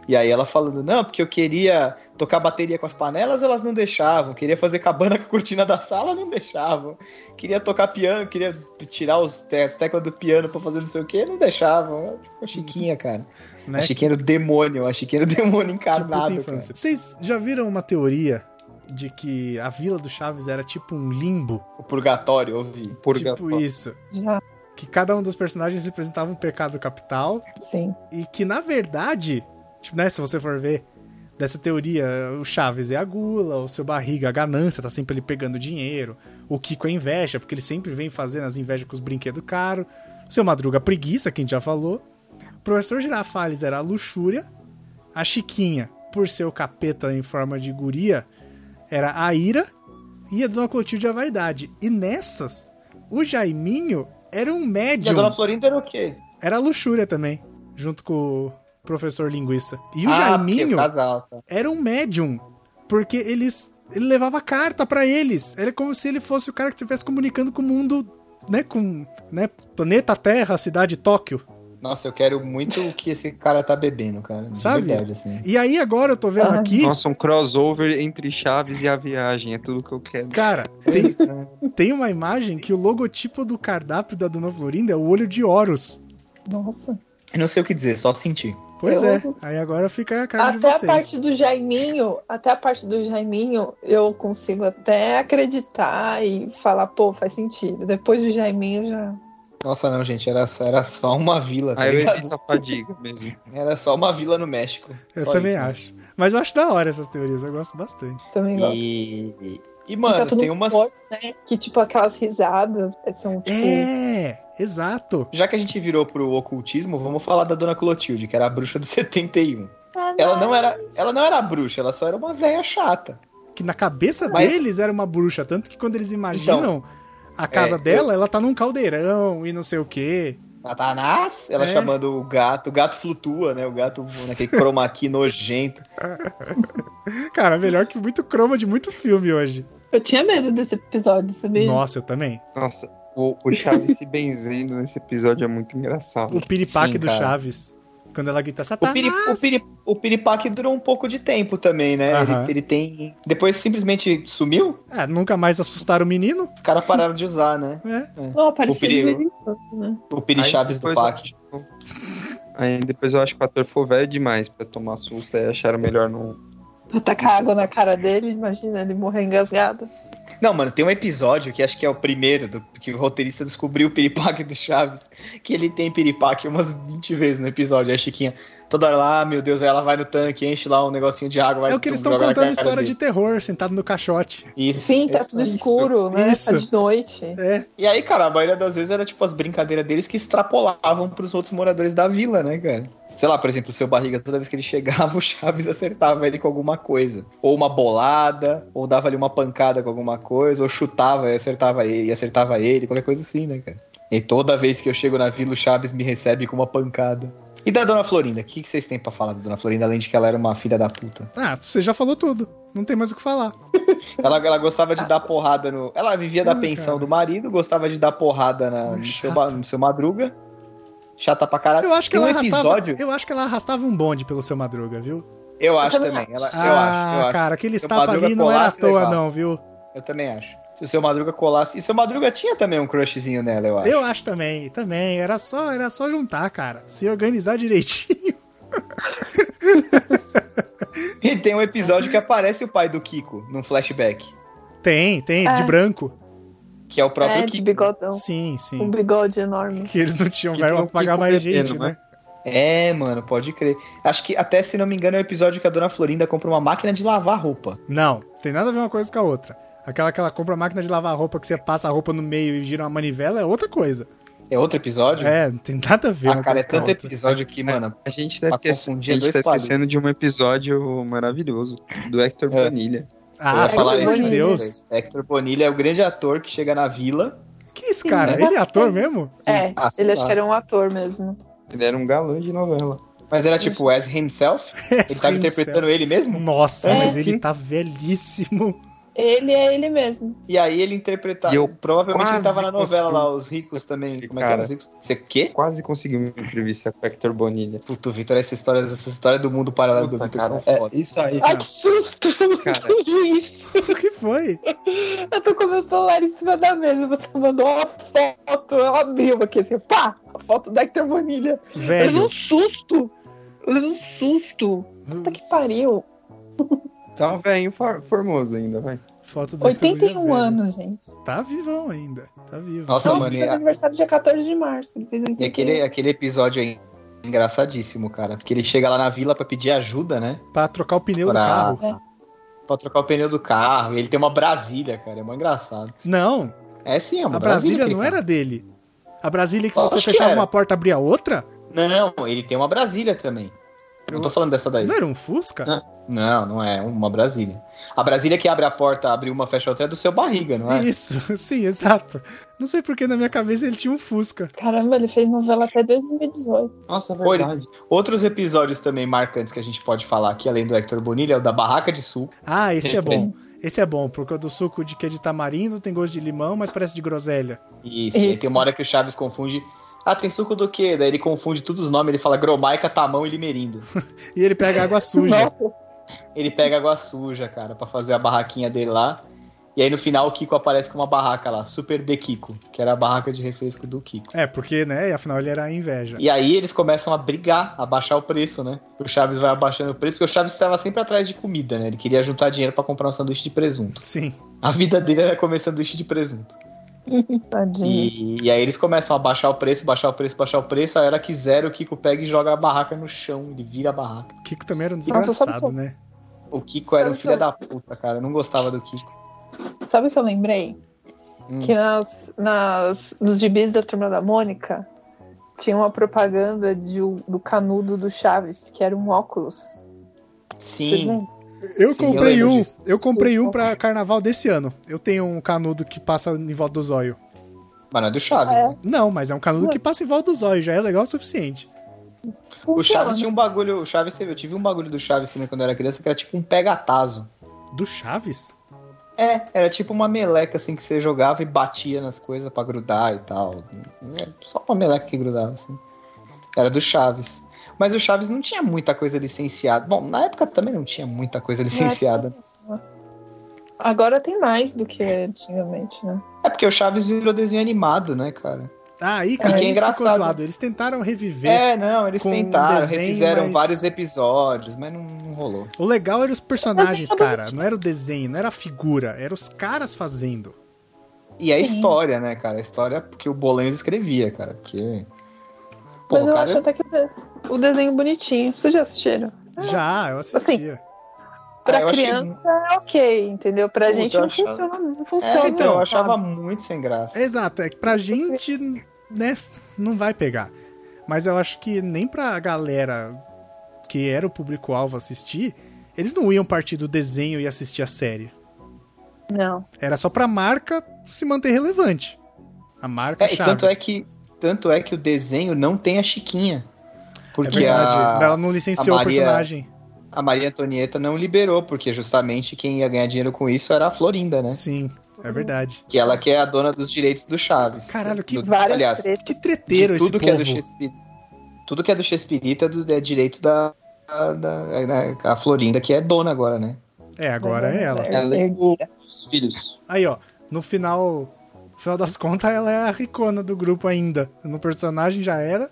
Speaker 2: E aí ela falando, não, porque eu queria tocar bateria com as panelas, elas não deixavam. Queria fazer cabana com a cortina da sala, não deixavam. Queria tocar piano, queria tirar os te- as teclas do piano pra fazer não sei o que, não deixavam. Tipo a Chiquinha, cara.
Speaker 1: Né?
Speaker 2: A Chiquinha era o demônio, a Chiquinha era o demônio
Speaker 1: Que puta
Speaker 2: encarnado, cara.
Speaker 1: infância. Vocês já viram uma teoria de que a vila do Chaves era tipo um limbo?
Speaker 2: O purgatório, eu vi.
Speaker 4: Por
Speaker 1: tipo isso.
Speaker 3: Já.
Speaker 1: Que cada um dos personagens representava um pecado capital
Speaker 3: Sim.
Speaker 1: e que, na verdade, tipo, né, se você for ver dessa teoria, o Chaves é a gula, o seu barriga é a ganância, tá sempre ele pegando dinheiro, o Kiko é inveja, porque ele sempre vem fazendo as invejas com os brinquedos caros, o seu Madruga é a preguiça, que a gente já falou, o professor Girafales era a luxúria, a Chiquinha, por ser o capeta em forma de guria, era a ira, e a Dona Clotilde a vaidade. E nessas, o Jaiminho era um
Speaker 2: E a dona
Speaker 1: médium,
Speaker 2: Florinda era o quê?
Speaker 1: era a luxúria também, junto com o professor Linguiça. E o
Speaker 2: ah, porque
Speaker 1: Jaiminho
Speaker 2: o casal. tá.
Speaker 1: era um médium, porque eles ele levava carta pra eles. Era como se ele fosse o cara que estivesse comunicando com o mundo, né, com, né, planeta Terra, cidade Tóquio.
Speaker 2: Nossa, eu quero muito o que esse cara tá bebendo, cara. De
Speaker 1: Sabe?
Speaker 2: verdade, assim.
Speaker 1: E aí agora eu tô vendo
Speaker 3: Ah.
Speaker 1: aqui,
Speaker 4: Nossa, um crossover entre Chaves e a viagem. É tudo que eu quero.
Speaker 1: cara,
Speaker 2: É
Speaker 1: tem,
Speaker 2: isso, né?
Speaker 1: tem uma imagem que o logotipo do cardápio da Dona Florinda é o olho de Horus.
Speaker 3: Nossa.
Speaker 2: Eu não sei o que dizer, só sentir.
Speaker 1: Pois
Speaker 3: Eu
Speaker 1: é.
Speaker 3: amo.
Speaker 1: Aí agora fica a cara de
Speaker 3: Uhum. Até a
Speaker 1: vocês.
Speaker 3: parte do Jaiminho, até a parte do Jaiminho, eu consigo até acreditar e falar, pô, faz sentido. Depois do Jaiminho já.
Speaker 2: Nossa, não, gente, era, só- era só uma vila, tá
Speaker 4: Aí eu
Speaker 2: ligado?
Speaker 4: evito a fadiga mesmo.
Speaker 2: Era só uma vila no México.
Speaker 1: Eu
Speaker 2: Só
Speaker 1: também
Speaker 2: isso, né?
Speaker 1: acho. Mas eu acho da hora essas teorias, eu gosto bastante.
Speaker 3: Também gosto.
Speaker 2: E, e- e,
Speaker 3: E
Speaker 2: mano,
Speaker 3: tá todo
Speaker 2: tem
Speaker 3: mundo
Speaker 2: umas. É.
Speaker 3: morto, né? Que tipo aquelas risadas elas são tipo.
Speaker 1: É, exato.
Speaker 2: Já que a gente virou pro ocultismo, vamos falar da Dona Clotilde, que era a bruxa do 71.
Speaker 3: "Ah,
Speaker 2: Ela não era, ela não era bruxa, ela só era uma velha chata.
Speaker 1: que na cabeça
Speaker 2: Mas- Então,
Speaker 1: deles era uma bruxa, tanto que quando eles imaginam a casa
Speaker 2: é,
Speaker 1: dela, ela tá num caldeirão e não sei o quê.
Speaker 2: Satanás, ela
Speaker 1: É.
Speaker 2: chamando o gato, o gato flutua, né? O gato naquele chroma key nojento.
Speaker 1: Cara, melhor que muito croma de muito filme hoje.
Speaker 3: Eu tinha medo desse episódio, sabia?
Speaker 1: Nossa, eu também.
Speaker 4: Nossa, o, o Chaves se benzendo nesse episódio é muito engraçado.
Speaker 1: O piripaque
Speaker 2: Sim,
Speaker 1: do
Speaker 2: cara.
Speaker 1: Chaves. Quando ela grita
Speaker 2: O,
Speaker 3: Tá
Speaker 1: Satanás.
Speaker 2: piri, o, piri, o piripaque durou um pouco de tempo também, né? Ele-
Speaker 1: Aham.
Speaker 2: ele tem. Depois simplesmente sumiu,
Speaker 1: É, nunca mais assustar o menino,
Speaker 2: os caras pararam de usar, né?
Speaker 1: né?
Speaker 3: Não, aparecia
Speaker 2: O
Speaker 3: de
Speaker 2: perigo.
Speaker 3: vez em quando, né?
Speaker 2: O pirichaves
Speaker 4: Aí
Speaker 2: do
Speaker 4: depois
Speaker 2: pack.
Speaker 4: eu acho- Aí depois eu acho que o ator foi velho demais pra tomar susto e acharam melhor não.
Speaker 3: Pra tacar água na cara dele, imagina ele morrer engasgado.
Speaker 2: Não, mano, tem um episódio que acho que é o primeiro do, que o roteirista descobriu o piripaque do Chaves, que ele tem piripaque umas 20 vezes no episódio, a Chiquinha. Toda hora lá, ah, meu Deus, aí ela vai no tanque, enche lá um negocinho de água.
Speaker 1: É
Speaker 2: vai
Speaker 1: o que eles
Speaker 2: tum,
Speaker 1: estão
Speaker 2: joga na
Speaker 1: contando
Speaker 2: cara
Speaker 1: história
Speaker 2: dele.
Speaker 1: de terror, sentado no caixote.
Speaker 2: Isso, é
Speaker 3: Sim, tá
Speaker 2: isso.
Speaker 3: tudo escuro, né? Tá
Speaker 1: Isso.
Speaker 3: de noite.
Speaker 1: É,
Speaker 2: E aí, cara, a maioria das vezes era tipo as brincadeiras deles que extrapolavam pros outros moradores da vila, né, cara? Sei lá, por exemplo, o seu barriga, toda vez que ele chegava, o Chaves acertava ele com alguma coisa. Ou uma bolada, ou dava ali uma pancada com alguma coisa, ou chutava e acertava ele, e acertava ele, qualquer coisa assim, né, cara? E toda vez que eu chego na vila, o Chaves me recebe com uma pancada. E da Dona Florinda, o que, que vocês têm pra falar da Dona Florinda, além de que ela era uma filha da puta?
Speaker 1: ah, você já falou tudo. Não tem mais o que falar.
Speaker 2: Ela, ela gostava de dar porrada no. Ela vivia da
Speaker 1: Hum,
Speaker 2: pensão
Speaker 1: Ah, cara.
Speaker 2: do marido, gostava de dar porrada na- no, seu, ba-
Speaker 1: Chata.
Speaker 2: no seu madruga. Chata pra caralho.
Speaker 1: Eu acho que
Speaker 2: Tem
Speaker 1: ela
Speaker 2: um
Speaker 1: arrastava.
Speaker 2: episódio-
Speaker 1: Eu acho que ela arrastava um bonde pelo seu madruga, viu?
Speaker 2: Eu acho
Speaker 3: também
Speaker 2: também. Ela- eu
Speaker 1: ah,
Speaker 2: acho, eu acho.
Speaker 1: cara, aquele
Speaker 2: Seu
Speaker 1: tapa
Speaker 2: Madruga
Speaker 1: ali não era à
Speaker 2: colasse,
Speaker 1: toa,
Speaker 2: legal.
Speaker 1: não, viu?
Speaker 2: Eu também acho. Se o seu madruga colasse. E seu madruga tinha também um crushzinho nela, eu acho.
Speaker 1: Eu acho também, também. Era só, era só juntar, cara. Se organizar direitinho.
Speaker 2: E tem um episódio que aparece o pai do Kiko num flashback.
Speaker 1: Tem, tem, de
Speaker 3: É.
Speaker 1: branco.
Speaker 2: Que é o próprio
Speaker 3: é, de
Speaker 2: Kiko.
Speaker 3: bigodão.
Speaker 1: Sim,
Speaker 3: Um
Speaker 1: sim.
Speaker 3: bigode enorme.
Speaker 1: Que eles não tinham
Speaker 4: Que
Speaker 1: verba
Speaker 4: tem
Speaker 1: pra
Speaker 4: um
Speaker 1: pagar
Speaker 4: Kiko
Speaker 1: mais
Speaker 4: bebendo,
Speaker 1: gente, né?
Speaker 2: É, mano, pode crer. Acho que até, se não me engano, é o episódio que a dona Florinda compra uma máquina de lavar roupa.
Speaker 1: Não, tem nada a ver uma coisa com a outra. Aquela que ela compra a máquina de lavar roupa que você passa a roupa no meio e gira uma manivela é outra coisa.
Speaker 2: É outro episódio?
Speaker 1: É, não tem nada a ver.
Speaker 2: Ah,
Speaker 1: uma
Speaker 2: cara, é
Speaker 1: coisa com a
Speaker 2: tanto
Speaker 1: outra.
Speaker 2: episódio que, mano,
Speaker 4: A gente tá,
Speaker 2: Pra
Speaker 4: esquece-
Speaker 2: confundir
Speaker 4: a gente
Speaker 2: dois
Speaker 4: tá
Speaker 2: quadros.
Speaker 4: esquecendo de um episódio maravilhoso do Hector
Speaker 2: É.
Speaker 4: Bonilha.
Speaker 2: Eu
Speaker 1: Ah,
Speaker 2: ia
Speaker 1: pelo
Speaker 2: falar
Speaker 1: amor
Speaker 3: isso.
Speaker 1: de Deus.
Speaker 2: Hector Bonilha é o grande ator que chega na vila.
Speaker 1: Que isso, cara? Ele é ator mesmo?
Speaker 3: É,
Speaker 2: Ah, sei
Speaker 3: ele acho
Speaker 2: lá.
Speaker 3: que era um ator mesmo.
Speaker 4: Ele era um galã de novela.
Speaker 2: Mas era tipo as himself? Ele tava interpretando ele mesmo?
Speaker 1: Nossa,
Speaker 3: É.
Speaker 1: mas ele tá velhíssimo.
Speaker 3: Ele é ele mesmo.
Speaker 2: E aí ele interpretava.
Speaker 4: E eu
Speaker 2: Provavelmente ele
Speaker 4: quase
Speaker 2: tava na novela
Speaker 4: consegui.
Speaker 2: lá, Os Ricos também. Como é que
Speaker 4: Cara.
Speaker 2: era? Os Ricos? Você quê?
Speaker 4: Quase conseguiu uma entrevista com o Hector Bonilha.
Speaker 2: Puto, Vitor, essa história, essa história do mundo paralelo do
Speaker 4: Puta,
Speaker 2: Vitor
Speaker 4: cara,
Speaker 2: são
Speaker 4: é
Speaker 2: foda.
Speaker 4: isso aí.
Speaker 3: Ai, que susto!
Speaker 4: Cara.
Speaker 3: Tudo isso.
Speaker 1: O que foi?
Speaker 3: Eu tô com meu celular em cima da mesa. Você mandou uma foto. Eu abriu aqui assim, pá! A foto da Hector Bonilha. Eu levei um
Speaker 1: Velho.
Speaker 3: susto! Eu levei um susto! Puta que pariu!
Speaker 4: Tá um velhinho for- formoso ainda, vai.
Speaker 1: Hum, Foto do Getúlio
Speaker 3: 81
Speaker 1: Velho.
Speaker 3: anos, gente.
Speaker 1: né? Tá vivão ainda. Tá vivo.
Speaker 2: Nossa,
Speaker 3: Nossa,
Speaker 2: mano,
Speaker 3: ele
Speaker 2: e,
Speaker 3: fez
Speaker 2: a-
Speaker 3: aniversário dia 14 de março. Ele fez
Speaker 4: É,
Speaker 2: e
Speaker 3: 81.
Speaker 2: aquele, aquele episódio aí é engraçadíssimo, cara. Porque ele chega lá na vila pra pedir ajuda, né?
Speaker 1: Pra trocar o pneu do
Speaker 2: Pra-
Speaker 1: carro.
Speaker 2: Pra trocar o pneu do carro. E ele tem uma Brasília, cara. É mó engraçado.
Speaker 1: Não,
Speaker 2: É sim, é uma
Speaker 1: a Brasília
Speaker 2: que ele
Speaker 1: não era dele. A Brasília que
Speaker 2: Eu
Speaker 1: você
Speaker 2: acho que
Speaker 1: fechava
Speaker 2: era.
Speaker 1: uma porta e abria outra?
Speaker 2: Não, ele tem uma Brasília também. Eu não tô falando dessa daí.
Speaker 1: Não era um Fusca?
Speaker 2: Ah, Não, não é uma Brasília. A Brasília que abre a porta, abre uma, fecha outra é do seu barriga, não é?
Speaker 1: Isso, sim, exato. Não sei porque na minha cabeça ele tinha um Fusca.
Speaker 3: Caramba, ele fez novela até 2018.
Speaker 4: Nossa, é
Speaker 2: Pô, ele-
Speaker 4: verdade.
Speaker 2: Outros episódios também marcantes que a gente pode falar aqui, além do Hector Bonilha, é o da Barraca de Suco.
Speaker 1: Ah, esse é bom. Esse é bom, porque o do suco de que é de tamarindo tem gosto de limão, mas parece de groselha.
Speaker 2: Isso. E aí
Speaker 3: Isso.
Speaker 2: tem uma hora que o Chaves confunde. Ah, tem suco do quê? Daí ele confunde todos os nomes, ele fala Gromaica, Tamão e Limerindo.
Speaker 1: E ele pega água suja.
Speaker 3: Nossa,
Speaker 2: Ele pega água suja, cara, pra fazer a barraquinha dele lá. E aí no final o Kiko aparece com uma barraca lá, Super de Kiko, que era a barraca de refresco do Kiko.
Speaker 1: é, porque, né, afinal ele era a inveja.
Speaker 2: E aí eles começam a brigar, a baixar o preço, né? O Chaves vai abaixando o preço, porque o Chaves estava sempre atrás de comida, né? Ele queria juntar dinheiro pra comprar um sanduíche de presunto.
Speaker 1: Sim.
Speaker 2: A vida dele era comer sanduíche de presunto.
Speaker 3: tadinho.
Speaker 2: E, e aí eles começam a baixar o preço, baixar o preço, baixar o preço. A hora que zero, o Kiko pega e joga a barraca no chão, ele vira a barraca.
Speaker 1: O Kiko também era um
Speaker 3: Nossa, sabe
Speaker 1: desgraçado,
Speaker 3: como-
Speaker 1: né?
Speaker 2: O Kiko era um
Speaker 3: Sabe
Speaker 2: filho
Speaker 3: que
Speaker 2: da puta, cara. Eu não gostava do Kiko.
Speaker 3: Sabe o que eu lembrei?
Speaker 2: Hum.
Speaker 3: Que nas, nas, nos gibis da Turma da Mônica tinha uma propaganda de, um- do canudo do Chaves, que era um óculos. Vocês
Speaker 2: Sim.
Speaker 3: lembram?
Speaker 1: Eu
Speaker 2: Sim,
Speaker 1: comprei
Speaker 2: eu lembro
Speaker 1: um.
Speaker 2: disso.
Speaker 1: Eu comprei um
Speaker 3: Suco.
Speaker 1: pra carnaval desse ano. Eu tenho um canudo que passa em volta do zóio.
Speaker 2: Mas não é do Chaves,
Speaker 3: É.
Speaker 2: né?
Speaker 1: Não, mas é um canudo que passa em volta do zóio, já é legal o suficiente.
Speaker 2: O Chaves
Speaker 3: Funciona.
Speaker 2: tinha um bagulho. O Chaves teve. Eu tive um bagulho do Chaves também quando eu era criança, que era tipo um pegatazo.
Speaker 1: Do Chaves?
Speaker 2: É, era tipo uma meleca assim que você jogava e batia nas coisas pra grudar e tal. É, Só uma meleca que grudava, assim. Era do Chaves. Mas o Chaves não tinha muita coisa licenciada. Bom, na época também não tinha muita coisa licenciada.
Speaker 3: é Agora tem mais do que antigamente, né?
Speaker 2: É porque o Chaves virou desenho animado, né, cara?
Speaker 1: Ah, aí, cara,
Speaker 2: que é
Speaker 1: ele ficou
Speaker 2: engraçado.
Speaker 1: zoado. Eles tentaram reviver.
Speaker 2: É, não, eles
Speaker 1: com um
Speaker 2: tentaram,
Speaker 1: desenho,
Speaker 2: refizeram
Speaker 1: mas-
Speaker 2: vários episódios, mas não, não rolou.
Speaker 1: O legal era os personagens,
Speaker 3: Mas é
Speaker 1: cara. Não era o desenho, não era a figura. Era os caras fazendo.
Speaker 2: E a
Speaker 3: Sim.
Speaker 2: história, né, cara? A história que o Bolanhos escrevia, cara. Porque. Pô,
Speaker 3: Mas eu
Speaker 2: cara,
Speaker 3: acho até que o, de- o desenho bonitinho. Vocês já assistiram?
Speaker 1: Já, eu assistia.
Speaker 3: Pra
Speaker 2: Ah, eu achei-
Speaker 3: criança é ok, entendeu? Pra
Speaker 2: Puta,
Speaker 3: gente não
Speaker 2: eu achava-
Speaker 3: funciona, não
Speaker 2: É,
Speaker 3: funciona.
Speaker 2: então, eu achava
Speaker 3: sabe?
Speaker 2: muito sem graça.
Speaker 1: Exato, é que pra gente, né, não vai pegar. Mas eu acho que nem pra galera que era o público-alvo assistir, eles não iam partir do desenho e assistir a série.
Speaker 3: Não.
Speaker 1: Era só pra marca se manter relevante. A marca
Speaker 2: É, e
Speaker 1: Chaves.
Speaker 2: tanto é que tanto é que o desenho não tem a Chiquinha.
Speaker 1: É
Speaker 2: Porque
Speaker 1: verdade,
Speaker 2: a,
Speaker 1: ela não licenciou
Speaker 2: a Maria-
Speaker 1: o personagem.
Speaker 2: a Maria Antonieta não liberou, porque justamente quem ia ganhar dinheiro com isso era a Florinda, né?
Speaker 1: Sim, é verdade.
Speaker 2: Que ela que é a dona dos direitos do Chaves.
Speaker 1: Caralho, que
Speaker 2: do,
Speaker 3: Várias
Speaker 2: aliás,
Speaker 3: tretas.
Speaker 1: Que
Speaker 2: de
Speaker 1: treteiro esse
Speaker 2: tudo
Speaker 1: povo.
Speaker 2: que é do Shakespeare. Tudo que é do Shakespeare é, do, é direito da, da, da- a Florinda, que é dona agora, né?
Speaker 1: É, agora é ela.
Speaker 4: Ela é
Speaker 3: né? Erguida.
Speaker 4: Os filhos.
Speaker 1: Aí, ó, no final, no final das contas, ela é a ricona do grupo ainda. No personagem já era,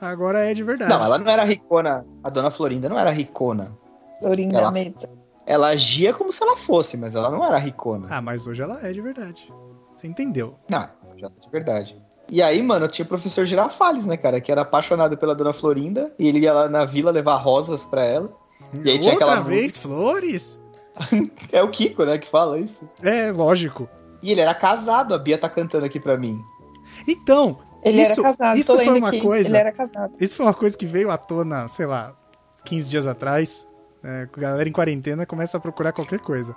Speaker 1: agora é de verdade.
Speaker 2: Não, ela não era ricona. A dona Florinda não era ricona.
Speaker 3: Florinda
Speaker 2: Ela-
Speaker 3: Mendes.
Speaker 2: Ela agia como se ela fosse, mas ela não era ricona.
Speaker 1: Ah, mas hoje ela é de verdade. Você entendeu?
Speaker 2: Não, Ah, já é de verdade. E aí, mano, tinha o professor Girafales, né, cara? Que era apaixonado pela dona Florinda. E ele ia lá na vila levar rosas pra ela. E aí tinha
Speaker 1: Outra
Speaker 2: aquela
Speaker 1: vez, flores?
Speaker 2: É o Kiko, né, que fala isso.
Speaker 1: É, lógico.
Speaker 2: E ele era casado, a Bia tá cantando aqui pra mim.
Speaker 1: Então,
Speaker 3: Ele
Speaker 1: Isso-
Speaker 3: era casado.
Speaker 1: isso
Speaker 3: Tô
Speaker 1: foi
Speaker 3: lendo
Speaker 1: uma
Speaker 3: aqui,
Speaker 1: coisa-
Speaker 3: Ele era casado.
Speaker 1: isso foi uma coisa que veio à tona, sei lá, 15 dias atrás. né? A galera em quarentena começa a procurar qualquer coisa.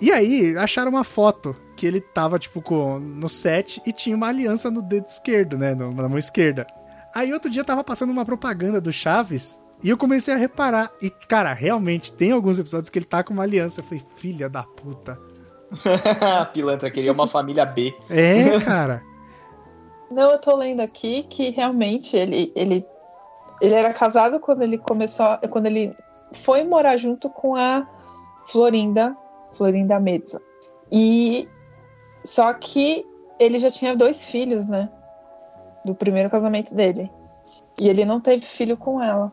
Speaker 1: E aí, acharam uma foto que ele tava, tipo, com, no set e tinha uma aliança no dedo esquerdo, né? no- Na mão esquerda. Aí outro dia tava passando uma propaganda do Chaves e eu comecei a reparar. E, cara, realmente tem alguns episódios que ele tá com uma aliança. Eu falei, filha da puta.
Speaker 2: a pilantra queria uma família B.
Speaker 1: É, cara.
Speaker 3: Não, eu tô lendo aqui que realmente ele, ele, ele era casado quando ele começou. a- Quando ele foi morar junto com a Florinda, Florinda Mezza. E só que ele já tinha dois filhos, né? Do primeiro casamento dele. E ele não teve filho com ela.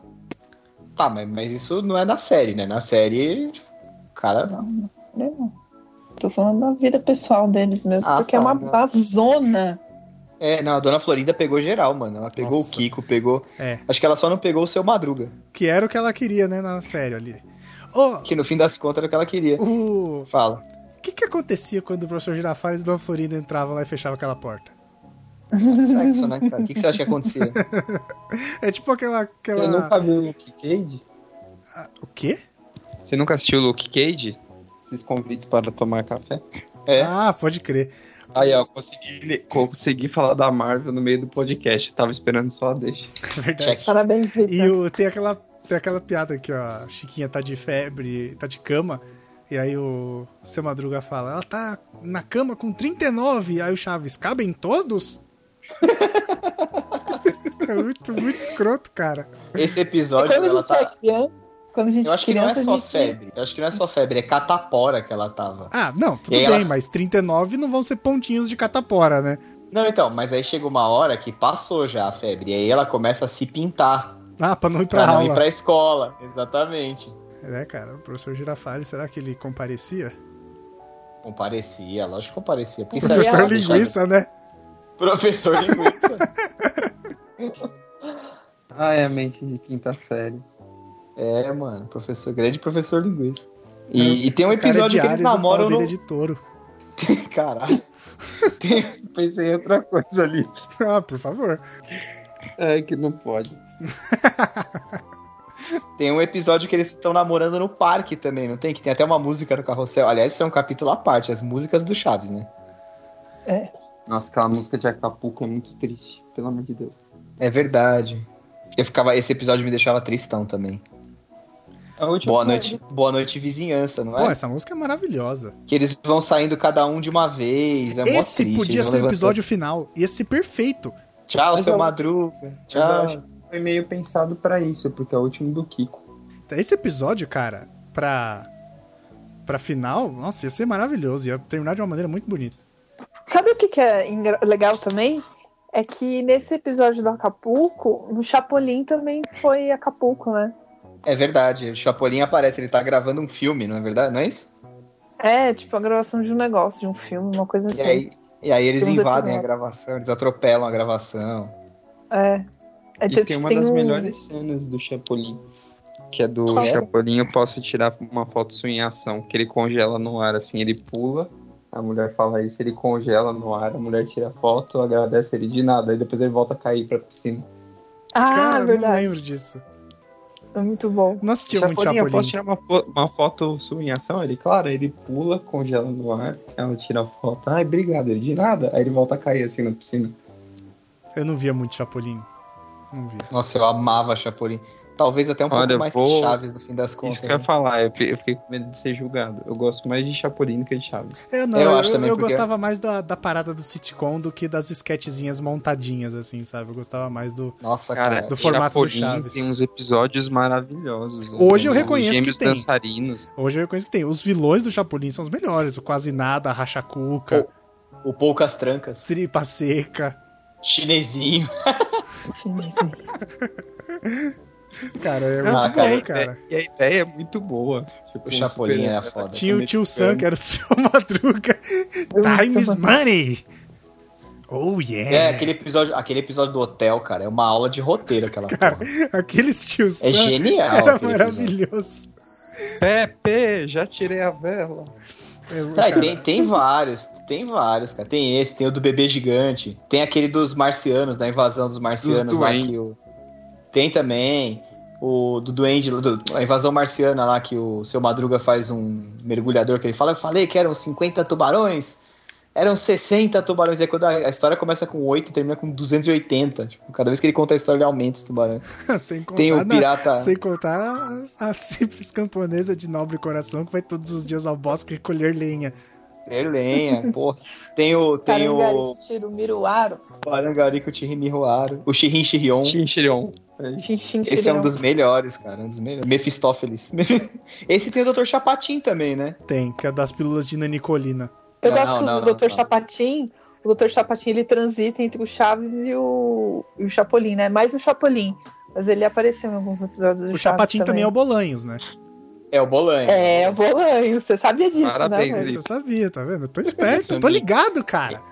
Speaker 2: Tá, mas, mas isso não é na série, né? Na série, tipo, o cara
Speaker 3: Não, não. Tô falando da vida pessoal deles mesmo,
Speaker 2: Ah,
Speaker 3: porque é
Speaker 2: tá,
Speaker 3: uma,
Speaker 2: né?
Speaker 3: uma zona.
Speaker 2: É, não, a dona Florinda pegou geral, mano. Ela pegou
Speaker 1: Nossa.
Speaker 2: o Kiko, pegou.
Speaker 1: É.
Speaker 2: Acho que ela só não pegou o seu Madruga,
Speaker 1: Que era o que ela queria, né, na série ali. Ô,
Speaker 2: que no fim das contas era o que ela queria.
Speaker 1: o
Speaker 2: Fala.
Speaker 1: que que acontecia quando o professor Girafales e Dona Florinda entravam lá e fechavam aquela porta?
Speaker 2: Sexo, né, cara? O que, que você acha que acontecia?
Speaker 1: É tipo aquela... aquela...
Speaker 4: Você nunca viu o Luke Cage?
Speaker 1: Ah, o quê?
Speaker 4: Você nunca assistiu o Luke Cage? Esses convites para tomar café?
Speaker 2: É.
Speaker 1: Ah, pode crer.
Speaker 4: Aí, ó, consegui, consegui falar da Marvel no meio do podcast. Tava esperando só a deixa.
Speaker 1: É verdade.
Speaker 2: Check.
Speaker 3: Parabéns,
Speaker 1: E
Speaker 3: Vitor.
Speaker 1: o, tem, aquela, tem aquela piada que ó, a Chiquinha tá de febre, tá de cama, e aí o seu Madruga fala, ela tá na cama com 39, aí o Chaves, cabem todos? é muito, muito escroto, cara.
Speaker 2: Esse
Speaker 3: E
Speaker 2: episódio,
Speaker 3: quando a
Speaker 2: ela
Speaker 3: gente
Speaker 2: tá.
Speaker 3: é criança, quando a gente
Speaker 2: Eu acho que não é
Speaker 3: criança, a
Speaker 2: só
Speaker 3: gente-
Speaker 2: febre. Eu acho que não é só febre, é catapora que ela tava.
Speaker 1: Ah, não, tudo
Speaker 2: E
Speaker 1: bem,
Speaker 2: ela-
Speaker 1: mas 39 não vão ser pontinhos de catapora, né?
Speaker 2: Não, então, mas aí chega uma hora que passou já a febre. E aí ela começa a se pintar
Speaker 1: Ah, pra não ir pra
Speaker 2: pra não
Speaker 1: aula.
Speaker 2: ir pra escola. Exatamente.
Speaker 1: É, cara, o professor Girafales, será que ele comparecia?
Speaker 2: Comparecia, lógico que comparecia. Porque
Speaker 3: Isso aí é
Speaker 1: professor
Speaker 2: sabe,
Speaker 1: Linguiça, né?
Speaker 2: sabe? Professor Linguiça.
Speaker 4: Ah, é a mente de quinta série.
Speaker 2: é, mano, professor, grande professor Linguiça. E, e tem um episódio
Speaker 1: Cara de
Speaker 2: que eles
Speaker 1: Ares, É, o pau
Speaker 2: namoram
Speaker 1: dele
Speaker 2: no.
Speaker 1: é de touro.
Speaker 2: Caralho.
Speaker 4: Pensei em outra coisa ali.
Speaker 1: Ah, por favor.
Speaker 4: É que não pode.
Speaker 2: Tem um episódio que eles estão namorando no parque também, não tem? Que tem até uma música no carrossel. Aliás, isso é um capítulo à parte, as músicas do Chaves, né?
Speaker 4: Nossa, aquela música de Acapulco é muito triste, pelo amor de Deus.
Speaker 2: É verdade. Eu ficava, esse episódio me deixava tristão também. Boa noite, boa noite vizinhança, não
Speaker 1: Pô,
Speaker 2: é?
Speaker 1: essa música é maravilhosa.
Speaker 2: Que eles vão saindo cada um de uma vez. É mó
Speaker 1: Esse
Speaker 2: triste,
Speaker 1: podia
Speaker 2: eles vão
Speaker 1: ser o
Speaker 2: levantando.
Speaker 1: episódio final. Ia ser perfeito.
Speaker 2: Tchau,
Speaker 4: Mas
Speaker 2: seu
Speaker 4: eu- É
Speaker 2: Madruga.
Speaker 4: Já
Speaker 2: Tchau.
Speaker 4: foi meio pensado pra isso, porque é o último do Kiko.
Speaker 1: Esse episódio, cara, pra. pra final, nossa, ia ser maravilhoso. Ia terminar de uma maneira muito bonita.
Speaker 3: Sabe o que, que é engra- legal também? É que nesse episódio do Acapulco, no Chapolin também foi Acapulco, né?
Speaker 2: É verdade, o Chapolin aparece, ele tá gravando um filme, não é verdade? Não é isso?
Speaker 3: É, tipo a gravação de um negócio, de um filme, uma coisa
Speaker 2: E
Speaker 3: assim.
Speaker 2: aí, e aí eles
Speaker 3: Tem uns
Speaker 2: invadem a
Speaker 3: episódios.
Speaker 2: gravação, eles atropelam a gravação.
Speaker 3: É. É,
Speaker 4: E tem,
Speaker 3: tipo,
Speaker 4: uma das
Speaker 3: um-
Speaker 4: melhores cenas do Chapolin. Que é do
Speaker 3: Qual é?
Speaker 4: Chapolin, eu posso tirar uma foto sua em ação, que ele congela no ar, assim, ele pula, a mulher fala isso, ele congela no ar, a mulher tira a foto, agradece ele de nada, aí depois ele volta a cair pra piscina.
Speaker 3: Ah,
Speaker 1: cara, não
Speaker 3: verdade.
Speaker 1: lembro disso.
Speaker 3: É muito bom.
Speaker 1: Não assistia muito
Speaker 4: Chapolin, eu posso
Speaker 1: um Chapolin.
Speaker 4: tirar uma, fo- uma foto sua em ação? Ele, claro, ele pula, congela no ar, ela tira a foto, ai, obrigado, ele de nada, aí ele volta a cair, assim, na piscina.
Speaker 1: Eu não via muito Chapolin. Não via.
Speaker 2: Nossa, eu amava Chapolin. Talvez até um
Speaker 4: Olha,
Speaker 2: pouco
Speaker 4: eu
Speaker 2: mais
Speaker 4: vou-
Speaker 2: que Chaves, no fim das contas.
Speaker 4: Isso que eu ia
Speaker 2: né?
Speaker 4: falar, eu fi- eu fiquei com medo de ser julgado. Eu gosto mais de Chapolin do que de Chaves.
Speaker 1: Eu É, não, eu,
Speaker 2: Eu acho também,
Speaker 1: eu
Speaker 2: porque-
Speaker 1: gostava mais da, da parada do sitcom do que das sketchzinhas montadinhas, assim, sabe? Eu gostava mais do.
Speaker 2: Nossa, cara.
Speaker 4: Cara,
Speaker 1: do formato do
Speaker 4: Chapolin
Speaker 1: Chaves.
Speaker 4: Tem uns episódios maravilhosos. né?
Speaker 1: Hoje eu
Speaker 4: Os
Speaker 1: reconheço
Speaker 4: gêmeos
Speaker 1: que tem.
Speaker 4: dançarinos.
Speaker 1: Hoje eu reconheço que tem. Os vilões do Chapolin são os melhores. O Quase Nada, a Rachacuca,
Speaker 2: O Poucas Trancas,
Speaker 1: Tripa Seca.
Speaker 2: Chinesinho.
Speaker 1: Cara, é
Speaker 2: Ah,
Speaker 1: muito bom,
Speaker 2: cara,
Speaker 1: cara.
Speaker 4: e, e a ideia é muito boa. Tipo,
Speaker 2: O Chapolin
Speaker 4: super-
Speaker 2: era foda.
Speaker 1: Tinha o tio Sam,
Speaker 4: mexicano.
Speaker 1: que era o seu Madruga. Time is money! Oh yeah!
Speaker 2: É, aquele episódio, aquele episódio do hotel, cara, é uma aula de roteiro aquela
Speaker 1: Cara,
Speaker 2: porra.
Speaker 1: Aqueles tio
Speaker 2: É
Speaker 1: Sam
Speaker 2: genial.
Speaker 1: era
Speaker 2: aquele episódio.
Speaker 1: maravilhoso.
Speaker 4: Pepe, já tirei a vela.
Speaker 1: É,
Speaker 2: Ah, e
Speaker 1: cara,
Speaker 2: tem, tem vários, tem vários, cara. Tem esse, tem o do bebê gigante, tem aquele dos marcianos, da invasão dos marcianos
Speaker 4: Dos
Speaker 2: lá
Speaker 4: duendes.
Speaker 2: que o. Tem também o do duende, do- a invasão marciana lá que o seu Madruga faz um mergulhador que ele fala, eu falei que eram 50 tubarões, eram 60 tubarões. E aí quando a, a história começa com 8 e termina com 280. Tipo, cada vez que ele conta a história, ele aumenta os tubarões.
Speaker 1: sem contar,
Speaker 2: Tem o
Speaker 1: na-
Speaker 2: pirata.
Speaker 1: sem contar a, a simples camponesa de nobre coração que vai todos os dias ao bosque recolher lenha.
Speaker 2: Lenha, porra. Tem o. Tem o.
Speaker 3: Tiro, Miruaro.
Speaker 2: Parangarico Chihimiruaro. O Shirin Shirion.
Speaker 4: Chinchilhão.
Speaker 2: Esse é um dos melhores, cara. Um dos melhores. Mephistófeles. Esse tem o Dr. Chapatin também, né?
Speaker 1: Tem, que é das pílulas de nanicolina.
Speaker 3: Eu
Speaker 2: Ah, Não,
Speaker 3: gosto
Speaker 2: não,
Speaker 3: que
Speaker 2: não,
Speaker 3: o
Speaker 2: não,
Speaker 3: Dr.
Speaker 2: não.
Speaker 3: Chapatin, o Dr. Chapatin, ele transita entre o Chaves e o, e o Chapolin, né? Mais o Chapolin. Mas ele apareceu em alguns episódios do
Speaker 1: O
Speaker 3: Chaves
Speaker 1: Chapatin também é o Bolanhos, né?
Speaker 8: É o Bolanho.
Speaker 3: É, o Bolanho, você sabia disso,
Speaker 4: Parabéns,
Speaker 3: né?
Speaker 1: Essa eu sabia, tá vendo? Eu tô esperto,
Speaker 2: Isso,
Speaker 1: eu tô
Speaker 2: amigo.
Speaker 1: ligado, cara.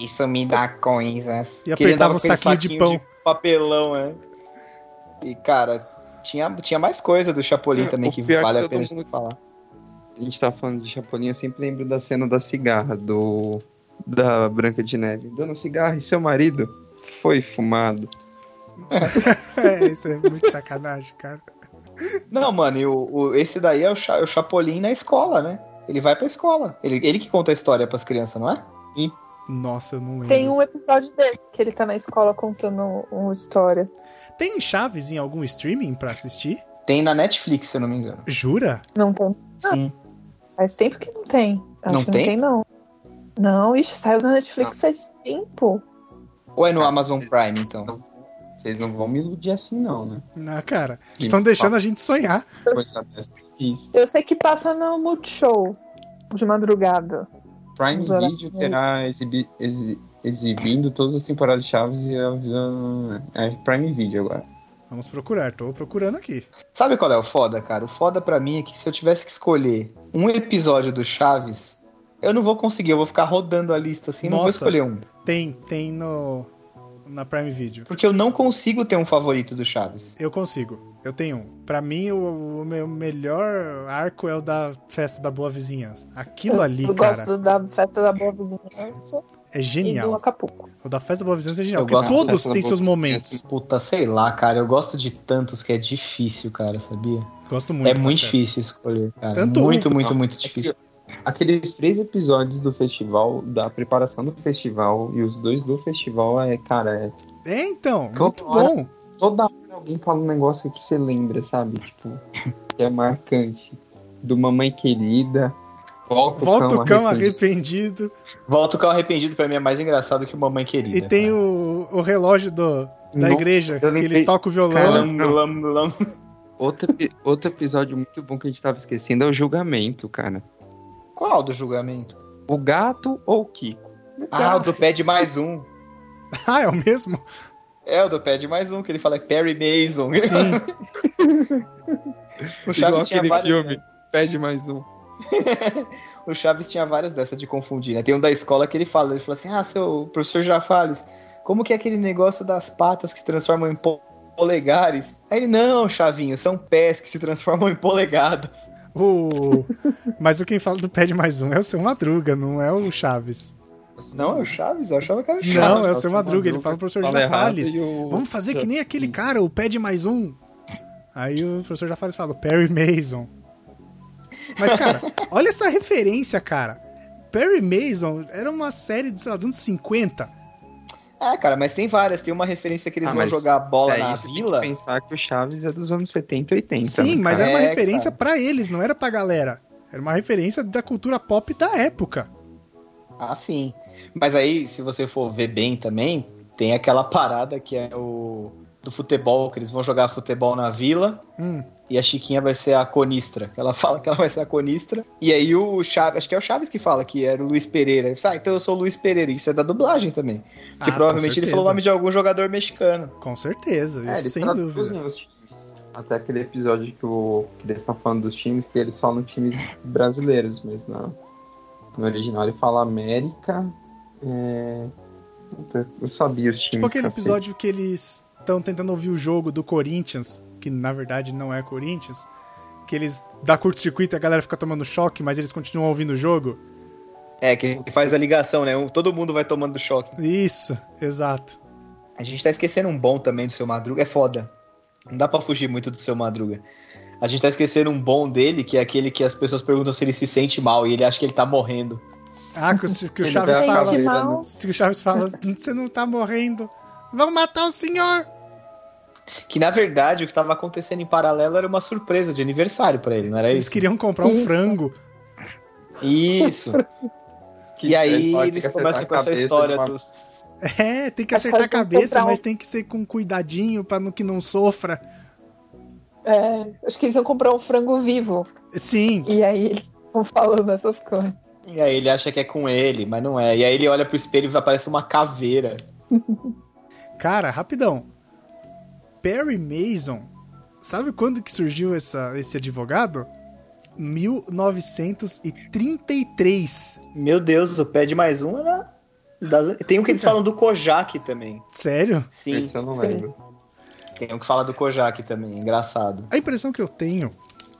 Speaker 2: Isso me dá coisas.
Speaker 1: E apertava um saquinho de pão.
Speaker 2: papelão, né? E, cara, tinha, tinha mais coisa do Chapolin
Speaker 4: É,
Speaker 2: também
Speaker 4: o
Speaker 2: que
Speaker 4: pior
Speaker 2: vale
Speaker 4: que
Speaker 2: a pena
Speaker 4: todo mundo-
Speaker 2: de falar.
Speaker 4: A gente tá falando de Chapolin, eu sempre lembro da cena da cigarra, do da Branca de Neve. Dona Cigarra e seu marido foi fumado.
Speaker 1: É, isso é muito sacanagem, cara.
Speaker 2: Não, mano, e o, o- esse daí é o, Cha- o Chapolin na escola, né? Ele vai pra escola. Ele, ele que conta a história pras crianças, não é?
Speaker 1: Nossa, eu não lembro.
Speaker 3: Tem um episódio desse que ele tá na escola contando uma história.
Speaker 1: Tem Chaves em algum streaming pra assistir?
Speaker 2: Tem na Netflix, se eu não me engano.
Speaker 1: Jura?
Speaker 3: Não tem.
Speaker 2: Sim.
Speaker 3: Faz tempo que não tem. Acho
Speaker 2: Não
Speaker 3: que
Speaker 2: tem?
Speaker 3: não tem, não. Não, ixi, saiu na Netflix faz tempo.
Speaker 2: Ou é no Amazon Prime, então?
Speaker 4: Vocês não vão me iludir assim, não, né?
Speaker 1: Na cara, estão deixando a gente sonhar.
Speaker 4: Coisa difícil.
Speaker 3: Eu sei que passa no Multishow de madrugada.
Speaker 4: Prime
Speaker 3: Os horários-
Speaker 4: Video terá exibi- exi- exibindo todas as temporadas de Chaves e avisando. É Prime Video agora.
Speaker 1: Vamos procurar, tô procurando aqui.
Speaker 2: Sabe qual é o foda, cara? O foda pra mim é que se eu tivesse que escolher um episódio do Chaves, eu não vou conseguir, eu vou ficar rodando a lista assim, não vou
Speaker 1: Nossa.
Speaker 2: escolher um.
Speaker 1: Tem, tem no na Prime Video.
Speaker 2: Porque eu não consigo ter um favorito do Chaves.
Speaker 1: Eu consigo. Eu tenho um. Pra mim, o, o meu melhor arco é o da festa da boa vizinhança. Aquilo ali,
Speaker 3: eu
Speaker 1: cara,
Speaker 3: gosto da festa da boa vizinhança
Speaker 1: é
Speaker 3: e do
Speaker 1: genial.
Speaker 3: Acapulco.
Speaker 1: O da festa da boa vizinhança é genial.
Speaker 2: Eu
Speaker 1: Porque
Speaker 2: gosto da
Speaker 1: todos
Speaker 4: festa da
Speaker 1: têm
Speaker 4: boa
Speaker 1: seus momentos.
Speaker 4: vizinhança.
Speaker 2: Puta, sei lá, cara, eu gosto de tantos que é difícil, cara, sabia?
Speaker 1: Gosto muito.
Speaker 2: é
Speaker 1: da
Speaker 2: muito
Speaker 1: festa.
Speaker 2: difícil escolher, cara.
Speaker 1: Tanto
Speaker 2: muito,
Speaker 1: um.
Speaker 2: muito,
Speaker 4: Não,
Speaker 2: muito
Speaker 4: que-
Speaker 2: difícil.
Speaker 4: Aqueles três episódios do festival, da preparação do festival e os dois do festival é, cara, é
Speaker 1: É, então.
Speaker 4: Toda
Speaker 1: Muito
Speaker 4: hora.
Speaker 1: bom.
Speaker 4: toda hora alguém fala um negócio que você lembra, sabe? Tipo, que é marcante. Do Mamãe Querida, Volta,
Speaker 1: Volta o cão
Speaker 4: Arrependido.
Speaker 1: arrependido.
Speaker 2: Volta o carro arrependido pra mim é mais engraçado que o Mamãe Querida.
Speaker 1: E tem
Speaker 2: né, cara.
Speaker 1: o, o relógio do, da
Speaker 4: Nossa,
Speaker 1: igreja, que
Speaker 4: eu
Speaker 1: ele
Speaker 4: lembrei-
Speaker 1: toca o violão.
Speaker 4: Caramba.
Speaker 2: Lam, lam, lam.
Speaker 4: Outro, epi- outro episódio muito bom que a gente tava esquecendo é o julgamento, cara.
Speaker 2: Qual do julgamento?
Speaker 4: O gato ou o Kiko?
Speaker 2: Ah, o do pé de mais um.
Speaker 1: Ah, é o mesmo?
Speaker 2: É, o do pé de mais um, que ele fala é Perry Mason.
Speaker 1: Sim.
Speaker 2: O Chaves tinha várias.
Speaker 4: né? pede mais um.
Speaker 2: O Chaves tinha várias dessas de confundir, né? Tem um da escola que ele fala, ele fala assim, ah, seu professor Jafales, como que é aquele negócio das patas que se transformam em po- polegares? Aí ele, não, Chavinho, são pés que se transformam em polegadas.
Speaker 1: o... Mas o quem fala do pé de mais um é o seu Madruga, não é o Chaves.
Speaker 2: Não, é o Chaves, eu achava que era o Chaves.
Speaker 1: Não, é o
Speaker 4: Chaves,
Speaker 1: seu Madruga, ele fala pro professor
Speaker 4: Fala errado
Speaker 1: Jafales.
Speaker 4: e o...
Speaker 1: Vamos fazer que nem aquele cara, o pé de mais um. Aí o professor Jafales fala, Perry Mason. Mas, cara, olha essa referência, cara. Perry Mason era uma série dos, sei lá, dos anos 50.
Speaker 2: É, cara, mas tem várias. Tem uma referência que eles
Speaker 4: Ah,
Speaker 2: vão
Speaker 4: mas
Speaker 2: jogar a bola
Speaker 4: É,
Speaker 2: na
Speaker 4: isso tem que
Speaker 2: vila.
Speaker 4: pensar que o Chaves é dos anos 70 e 80.
Speaker 1: Sim,
Speaker 4: né,
Speaker 1: mas
Speaker 4: cara?
Speaker 1: era uma
Speaker 2: É,
Speaker 1: referência pra eles, não era pra galera. Era uma referência da cultura pop da época.
Speaker 2: Ah, sim. Mas aí, se você for ver bem também, tem aquela parada que é o do futebol, que eles vão jogar futebol na vila.
Speaker 1: Hum,
Speaker 2: E a Chiquinha vai ser a conistra. Ela fala que ela vai ser a conistra. E aí o Chaves, acho que é o Chaves que fala que era o Luiz Pereira. Ele fala, ah, então eu sou o Luiz Pereira. Isso é da dublagem também. Porque
Speaker 1: Ah,
Speaker 2: provavelmente
Speaker 1: com
Speaker 2: ele falou
Speaker 1: certeza.
Speaker 2: o nome de algum jogador mexicano.
Speaker 1: com certeza,
Speaker 4: É,
Speaker 1: isso
Speaker 4: eles
Speaker 1: sem
Speaker 4: traduzem
Speaker 1: dúvida.
Speaker 4: os times. Até aquele episódio que, o, que eles estão falando dos times, que eles falam times brasileiros mesmo. né? No original ele fala América. É... Puta, Eu sabia os times.
Speaker 1: Tipo
Speaker 3: tá
Speaker 1: aquele
Speaker 4: cacete.
Speaker 1: episódio que eles estão tentando ouvir o jogo do Corinthians, que na verdade não é Corinthians, que eles dá curto-circuito e a galera fica tomando choque, mas eles continuam ouvindo o jogo.
Speaker 2: É, que faz a ligação, né? Um- Todo mundo vai tomando choque.
Speaker 1: Isso, exato.
Speaker 2: A gente tá esquecendo um bom também do seu Madruga. É foda. Não dá pra fugir muito do seu Madruga. A gente tá esquecendo um bom dele, que é aquele que as pessoas perguntam se ele se sente mal e ele acha que ele tá morrendo.
Speaker 1: Ah, que o, que o
Speaker 2: Ele
Speaker 4: é
Speaker 1: Chaves
Speaker 2: dá-
Speaker 1: fala.
Speaker 3: Gente,
Speaker 4: né?
Speaker 2: Fala,
Speaker 3: mal.
Speaker 1: Se o Chaves fala, você não tá morrendo, vão matar o senhor!
Speaker 2: Que na verdade o que tava acontecendo em paralelo era uma surpresa de aniversário pra ele, não era
Speaker 1: Eles
Speaker 2: isso?
Speaker 1: queriam comprar um
Speaker 3: É Isso.
Speaker 1: frango.
Speaker 2: Isso.
Speaker 4: Que
Speaker 2: E aí
Speaker 4: fala que
Speaker 2: eles
Speaker 4: quer
Speaker 2: começam
Speaker 4: acertar
Speaker 2: com
Speaker 4: a
Speaker 2: essa
Speaker 4: cabeça de
Speaker 2: história
Speaker 4: uma-
Speaker 2: dos.
Speaker 1: É, tem que
Speaker 3: Mas
Speaker 1: acertar a
Speaker 3: faz um
Speaker 1: cabeça,
Speaker 3: comprar um-
Speaker 1: mas tem que ser com cuidadinho pra no que não sofra.
Speaker 3: É, acho que eles iam comprar um frango vivo.
Speaker 1: Sim,
Speaker 3: E aí eles vão falando essas coisas.
Speaker 2: E aí ele acha que é com ele, mas não é. E aí ele olha pro espelho e aparece uma caveira.
Speaker 1: cara, rapidão. Perry Mason, sabe quando que surgiu essa, esse advogado? 1933.
Speaker 5: Meu Deus, o pé de mais um era. das- Tem um que eles
Speaker 4: Então.
Speaker 5: falam do Kojak também.
Speaker 1: Sério?
Speaker 5: Sim,
Speaker 4: Esse eu não
Speaker 3: sim.
Speaker 4: lembro.
Speaker 5: tem um que fala do Kojak também,
Speaker 2: é
Speaker 5: engraçado.
Speaker 1: A impressão que eu tenho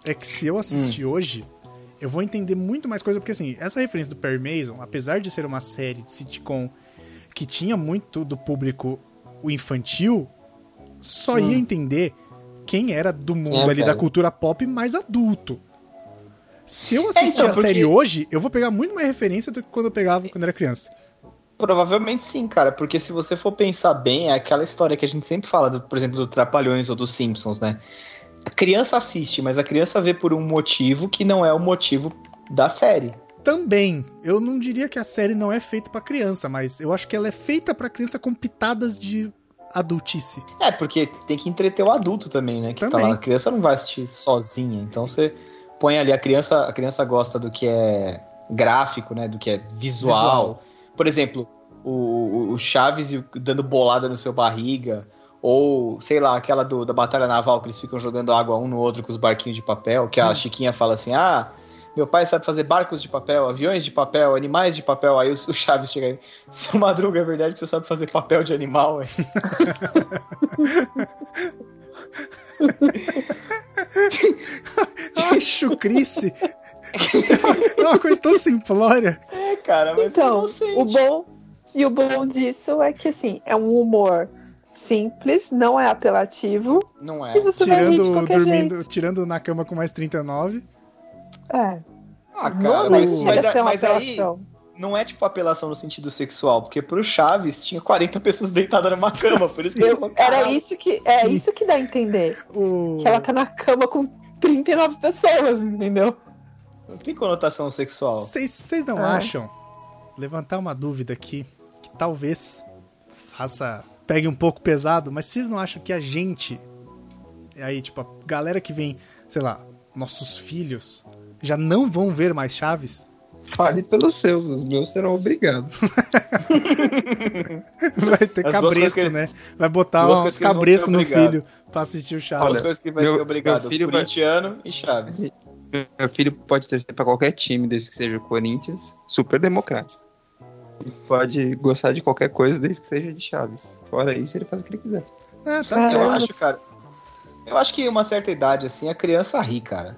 Speaker 1: é que se eu assistir hoje, eu vou entender muito mais coisa, porque assim, essa referência do Perry Mason, apesar de ser uma série de sitcom que tinha muito do público o infantil, só ia entender quem era do mundo
Speaker 4: É,
Speaker 1: ali da
Speaker 4: cara.
Speaker 1: cultura pop mais adulto. Se eu assistir
Speaker 5: então,
Speaker 1: a série
Speaker 5: porque-
Speaker 1: hoje, eu vou pegar muito mais referência do que quando eu pegava quando era criança.
Speaker 2: Provavelmente sim, cara, porque se você for pensar bem, é aquela história que a gente sempre fala, do- por exemplo, do Trapalhões ou dos Simpsons, né? A criança assiste, mas a criança vê por um motivo que não é o motivo da série.
Speaker 1: Também, eu não diria que a série não é feita pra criança, mas eu acho que ela é feita pra criança com pitadas de adultice.
Speaker 2: É, porque tem que entreter o adulto também, né? Que tá
Speaker 1: Também.
Speaker 2: lá. A criança não vai assistir sozinha. Então você põe ali, a criança, a criança gosta do que é gráfico, né? Do que é visual.
Speaker 1: Visual.
Speaker 2: Por exemplo, o, o- o Chaves e o- dando bolada no seu barriga. Ou, sei lá, aquela do- da Batalha Naval que eles ficam jogando água um no outro com os barquinhos de papel,
Speaker 1: Hum.
Speaker 2: que a Chiquinha fala assim, ah. Meu pai sabe fazer barcos de papel, aviões de papel, animais de papel. Aí o o Chaves chega aí. Seu Madruga, é verdade que você sabe fazer papel de animal, hein?
Speaker 1: Ah, chucrice! é uma coisa tão simplória.
Speaker 2: É, cara, mas
Speaker 3: Então,
Speaker 2: eu não sei.
Speaker 3: o bom e o bom disso é que assim é um humor simples, não é apelativo
Speaker 2: Não é.
Speaker 3: e você vai rir de
Speaker 1: Tirando,
Speaker 3: qualquer jeito.
Speaker 1: dormindo, tirando na cama com mais 39.
Speaker 3: É,
Speaker 2: Ah,
Speaker 3: não
Speaker 2: cara, mas,
Speaker 3: chega a
Speaker 2: mas,
Speaker 3: ser uma
Speaker 2: mas aí
Speaker 3: apelação.
Speaker 2: não é tipo apelação no sentido sexual, porque pro Chaves tinha 40 pessoas deitadas numa cama, por isso que
Speaker 1: Sim.
Speaker 2: ele falou,
Speaker 3: Era
Speaker 2: "Caralho".
Speaker 3: isso que é
Speaker 1: Sim.
Speaker 3: isso que dá a entender.
Speaker 1: O...
Speaker 3: Que ela tá na cama com 39 pessoas, entendeu?
Speaker 2: Não tem conotação sexual.
Speaker 1: Vocês vocês não
Speaker 3: Ah.
Speaker 1: acham? Levantar uma dúvida aqui, que talvez faça. pegue um pouco pesado, mas vocês não acham que a gente. e Aí, tipo, a galera que vem, sei lá, nossos filhos já não vão ver mais Chaves?
Speaker 4: Fale pelos seus, os meus serão obrigados.
Speaker 1: Vai ter
Speaker 2: As duas
Speaker 1: cabresto,
Speaker 2: coisas que-
Speaker 1: né? Vai botar
Speaker 2: duas
Speaker 1: uns
Speaker 2: coisas que eles vão
Speaker 1: cabresto
Speaker 2: ser
Speaker 1: no
Speaker 2: obrigados.
Speaker 1: filho pra assistir o Chaves.
Speaker 2: As coisas que vai
Speaker 4: meu-
Speaker 2: ser obrigado.
Speaker 4: meu filho vai-
Speaker 2: Corintiano e Chaves.
Speaker 4: Meu filho pode torcer pra qualquer time, desde que seja o Corinthians, super democrático. Ele pode gostar de qualquer coisa, desde que seja de Chaves. Fora isso, ele faz o que ele quiser.
Speaker 1: Ah, tá
Speaker 3: Ah,
Speaker 1: certo.
Speaker 2: Assim, Eu acho, cara. Eu acho que uma certa idade, assim, a criança ri, cara.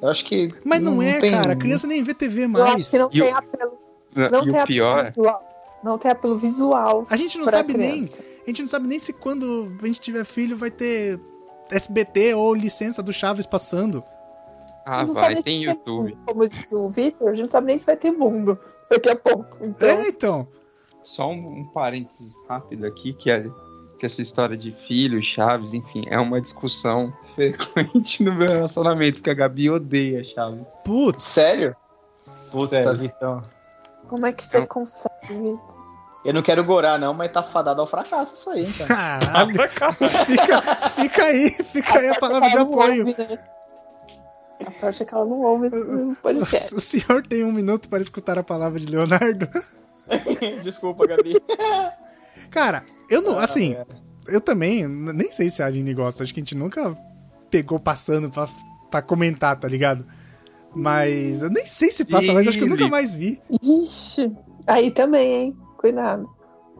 Speaker 2: Eu acho que.
Speaker 1: Mas não, é,
Speaker 2: tem- um
Speaker 1: cara. A criança nem vê TV
Speaker 3: Eu
Speaker 1: mais.
Speaker 3: acho que não
Speaker 4: E o-
Speaker 3: tem apelo, não
Speaker 4: e
Speaker 3: tem
Speaker 4: o pior, é-
Speaker 3: apelo visual, não tem apelo visual.
Speaker 1: A gente não
Speaker 3: pra
Speaker 1: sabe nem.
Speaker 3: criança.
Speaker 1: A gente não sabe nem se quando a gente tiver filho vai ter SBT ou licença do Chaves passando.
Speaker 4: ah,
Speaker 3: não
Speaker 4: vai,
Speaker 3: sabe nem
Speaker 4: tem
Speaker 3: se
Speaker 4: YouTube.
Speaker 3: Como diz o Vitor, a gente não sabe nem se vai ter mundo daqui a pouco. Então,
Speaker 1: É, então.
Speaker 4: Só um, um parênteses rápido aqui, que, é, que essa história de filho, Chaves, enfim, é uma discussão frequente no meu relacionamento, porque a Gabi odeia Chaves.
Speaker 1: Putz.
Speaker 2: Sério? Puta,
Speaker 4: Sério.
Speaker 2: Vitão.
Speaker 3: como é que você
Speaker 4: Então-
Speaker 3: consegue?
Speaker 2: Eu não quero gorar, não, mas tá fadado ao fracasso isso aí, hein, cara.
Speaker 1: Caralho. fica, fica aí, fica aí a palavra de
Speaker 3: Ela não
Speaker 1: apoio.
Speaker 3: ouve, né? A sorte é que ela não ouve esse podcast.
Speaker 1: O senhor tem um minuto para escutar a palavra de Leonardo.
Speaker 2: Desculpa, Gabi.
Speaker 1: Cara, eu não.
Speaker 2: Ah,
Speaker 1: Assim,
Speaker 2: é.
Speaker 1: eu também n- nem sei se a Aline gosta. Acho que a gente nunca pegou passando pra, pra comentar, tá ligado? Mas eu nem sei se passa, mas acho que eu nunca
Speaker 4: Ele.
Speaker 1: mais vi.
Speaker 3: Ixi, aí também, hein? Cuidado.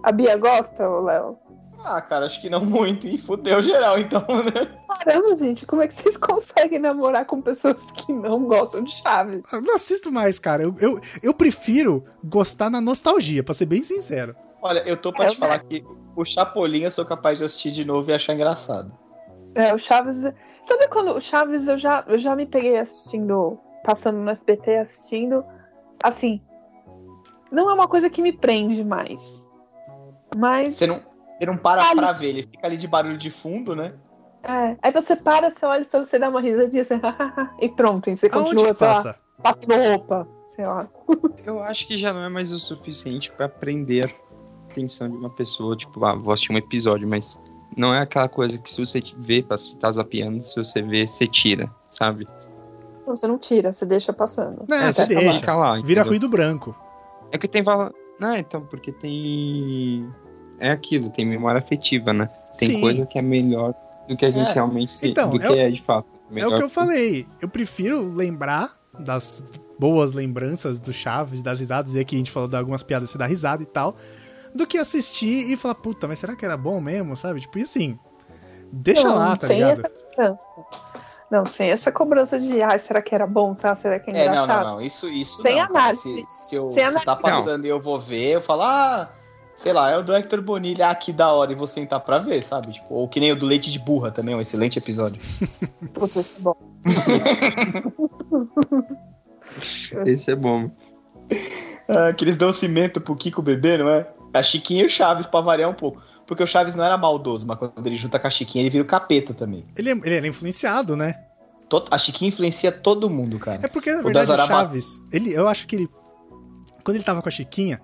Speaker 3: A Bia gosta, ô, Léo?
Speaker 2: Ah, cara, acho que não muito. E fudeu geral, então, né?
Speaker 3: Caramba, gente, como é que vocês conseguem namorar com pessoas que não gostam de Chaves?
Speaker 1: Eu não assisto mais, cara. Eu, eu, eu prefiro gostar na nostalgia, pra ser bem sincero.
Speaker 2: Olha, eu tô pra
Speaker 3: É,
Speaker 2: te falar que o Chapolin eu sou capaz de assistir de novo e achar engraçado.
Speaker 3: É, o Chaves. Sabe quando o Chaves eu já, eu já me peguei assistindo, passando no SBT, assistindo. Assim, não é uma coisa que me prende mais. Mas.
Speaker 2: Você não, você não para
Speaker 3: Ali.
Speaker 2: pra ver, ele fica ali de barulho de fundo, né?
Speaker 3: É, aí você para, você olha, só você dá uma risadinha assim, e pronto, e você
Speaker 1: Aonde
Speaker 3: continua, tá?
Speaker 1: que
Speaker 3: sei lá,
Speaker 1: passa?
Speaker 3: passando roupa, sei lá.
Speaker 4: Eu acho que já não é mais o suficiente pra prender a atenção de uma pessoa, tipo, ah, vou assistir um episódio, mas não é aquela coisa que se você vê, pra- se tá zapeando, se você vê, você tira, sabe?
Speaker 3: Não, você não tira, você deixa passando.
Speaker 1: Não,
Speaker 4: É,
Speaker 1: você
Speaker 4: fica lá,
Speaker 1: deixa.
Speaker 4: fica lá,
Speaker 1: Vira
Speaker 4: entendeu?
Speaker 1: ruído branco.
Speaker 4: É que tem valor. Não, então, porque tem. É aquilo, tem memória afetiva, né? Tem
Speaker 1: Sim.
Speaker 4: coisa que é melhor do que a gente
Speaker 2: É.
Speaker 4: realmente.
Speaker 1: Então,
Speaker 4: do
Speaker 1: eu-
Speaker 4: que é de fato.
Speaker 1: É o que eu falei. Eu prefiro lembrar das boas lembranças do Chaves, das risadas, e aqui a gente falou de algumas piadas, você dá risada e tal, do que assistir e falar, puta, mas será que era bom mesmo, sabe? Tipo, e assim, deixa
Speaker 3: Não,
Speaker 1: lá, tá
Speaker 3: sem
Speaker 1: ligado?
Speaker 3: essa cobrança. Não, sem essa cobrança de, ai, será que era bom? Será, será que é
Speaker 2: É,
Speaker 3: engraçado?
Speaker 2: não, não, não. Isso, isso
Speaker 3: Sem
Speaker 2: não. cara.
Speaker 3: análise.
Speaker 2: Se, se eu
Speaker 3: Sem
Speaker 2: se tá
Speaker 4: análise.
Speaker 2: passando e eu vou ver, eu falo, ah, sei lá, é o do Hector Bonilha, ah, que da hora, e vou sentar pra ver, sabe? Tipo, ou que nem o do Leite de Burra também, um excelente episódio.
Speaker 3: Puta, isso é bom.
Speaker 4: Esse é bom.
Speaker 2: Ah, que eles dão cimento pro Kiko beber, não é? A Chiquinha e o Chaves, pra variar um pouco. Porque o Chaves não era maldoso, mas quando ele junta com a Chiquinha, ele vira o capeta também.
Speaker 1: Ele, é, ele era influenciado, né?
Speaker 2: To- A Chiquinha influencia todo mundo, cara.
Speaker 1: É porque, na
Speaker 2: O
Speaker 1: verdade, o
Speaker 2: Dazaraba-
Speaker 1: Chaves, ele, eu acho que ele, quando ele tava com a Chiquinha,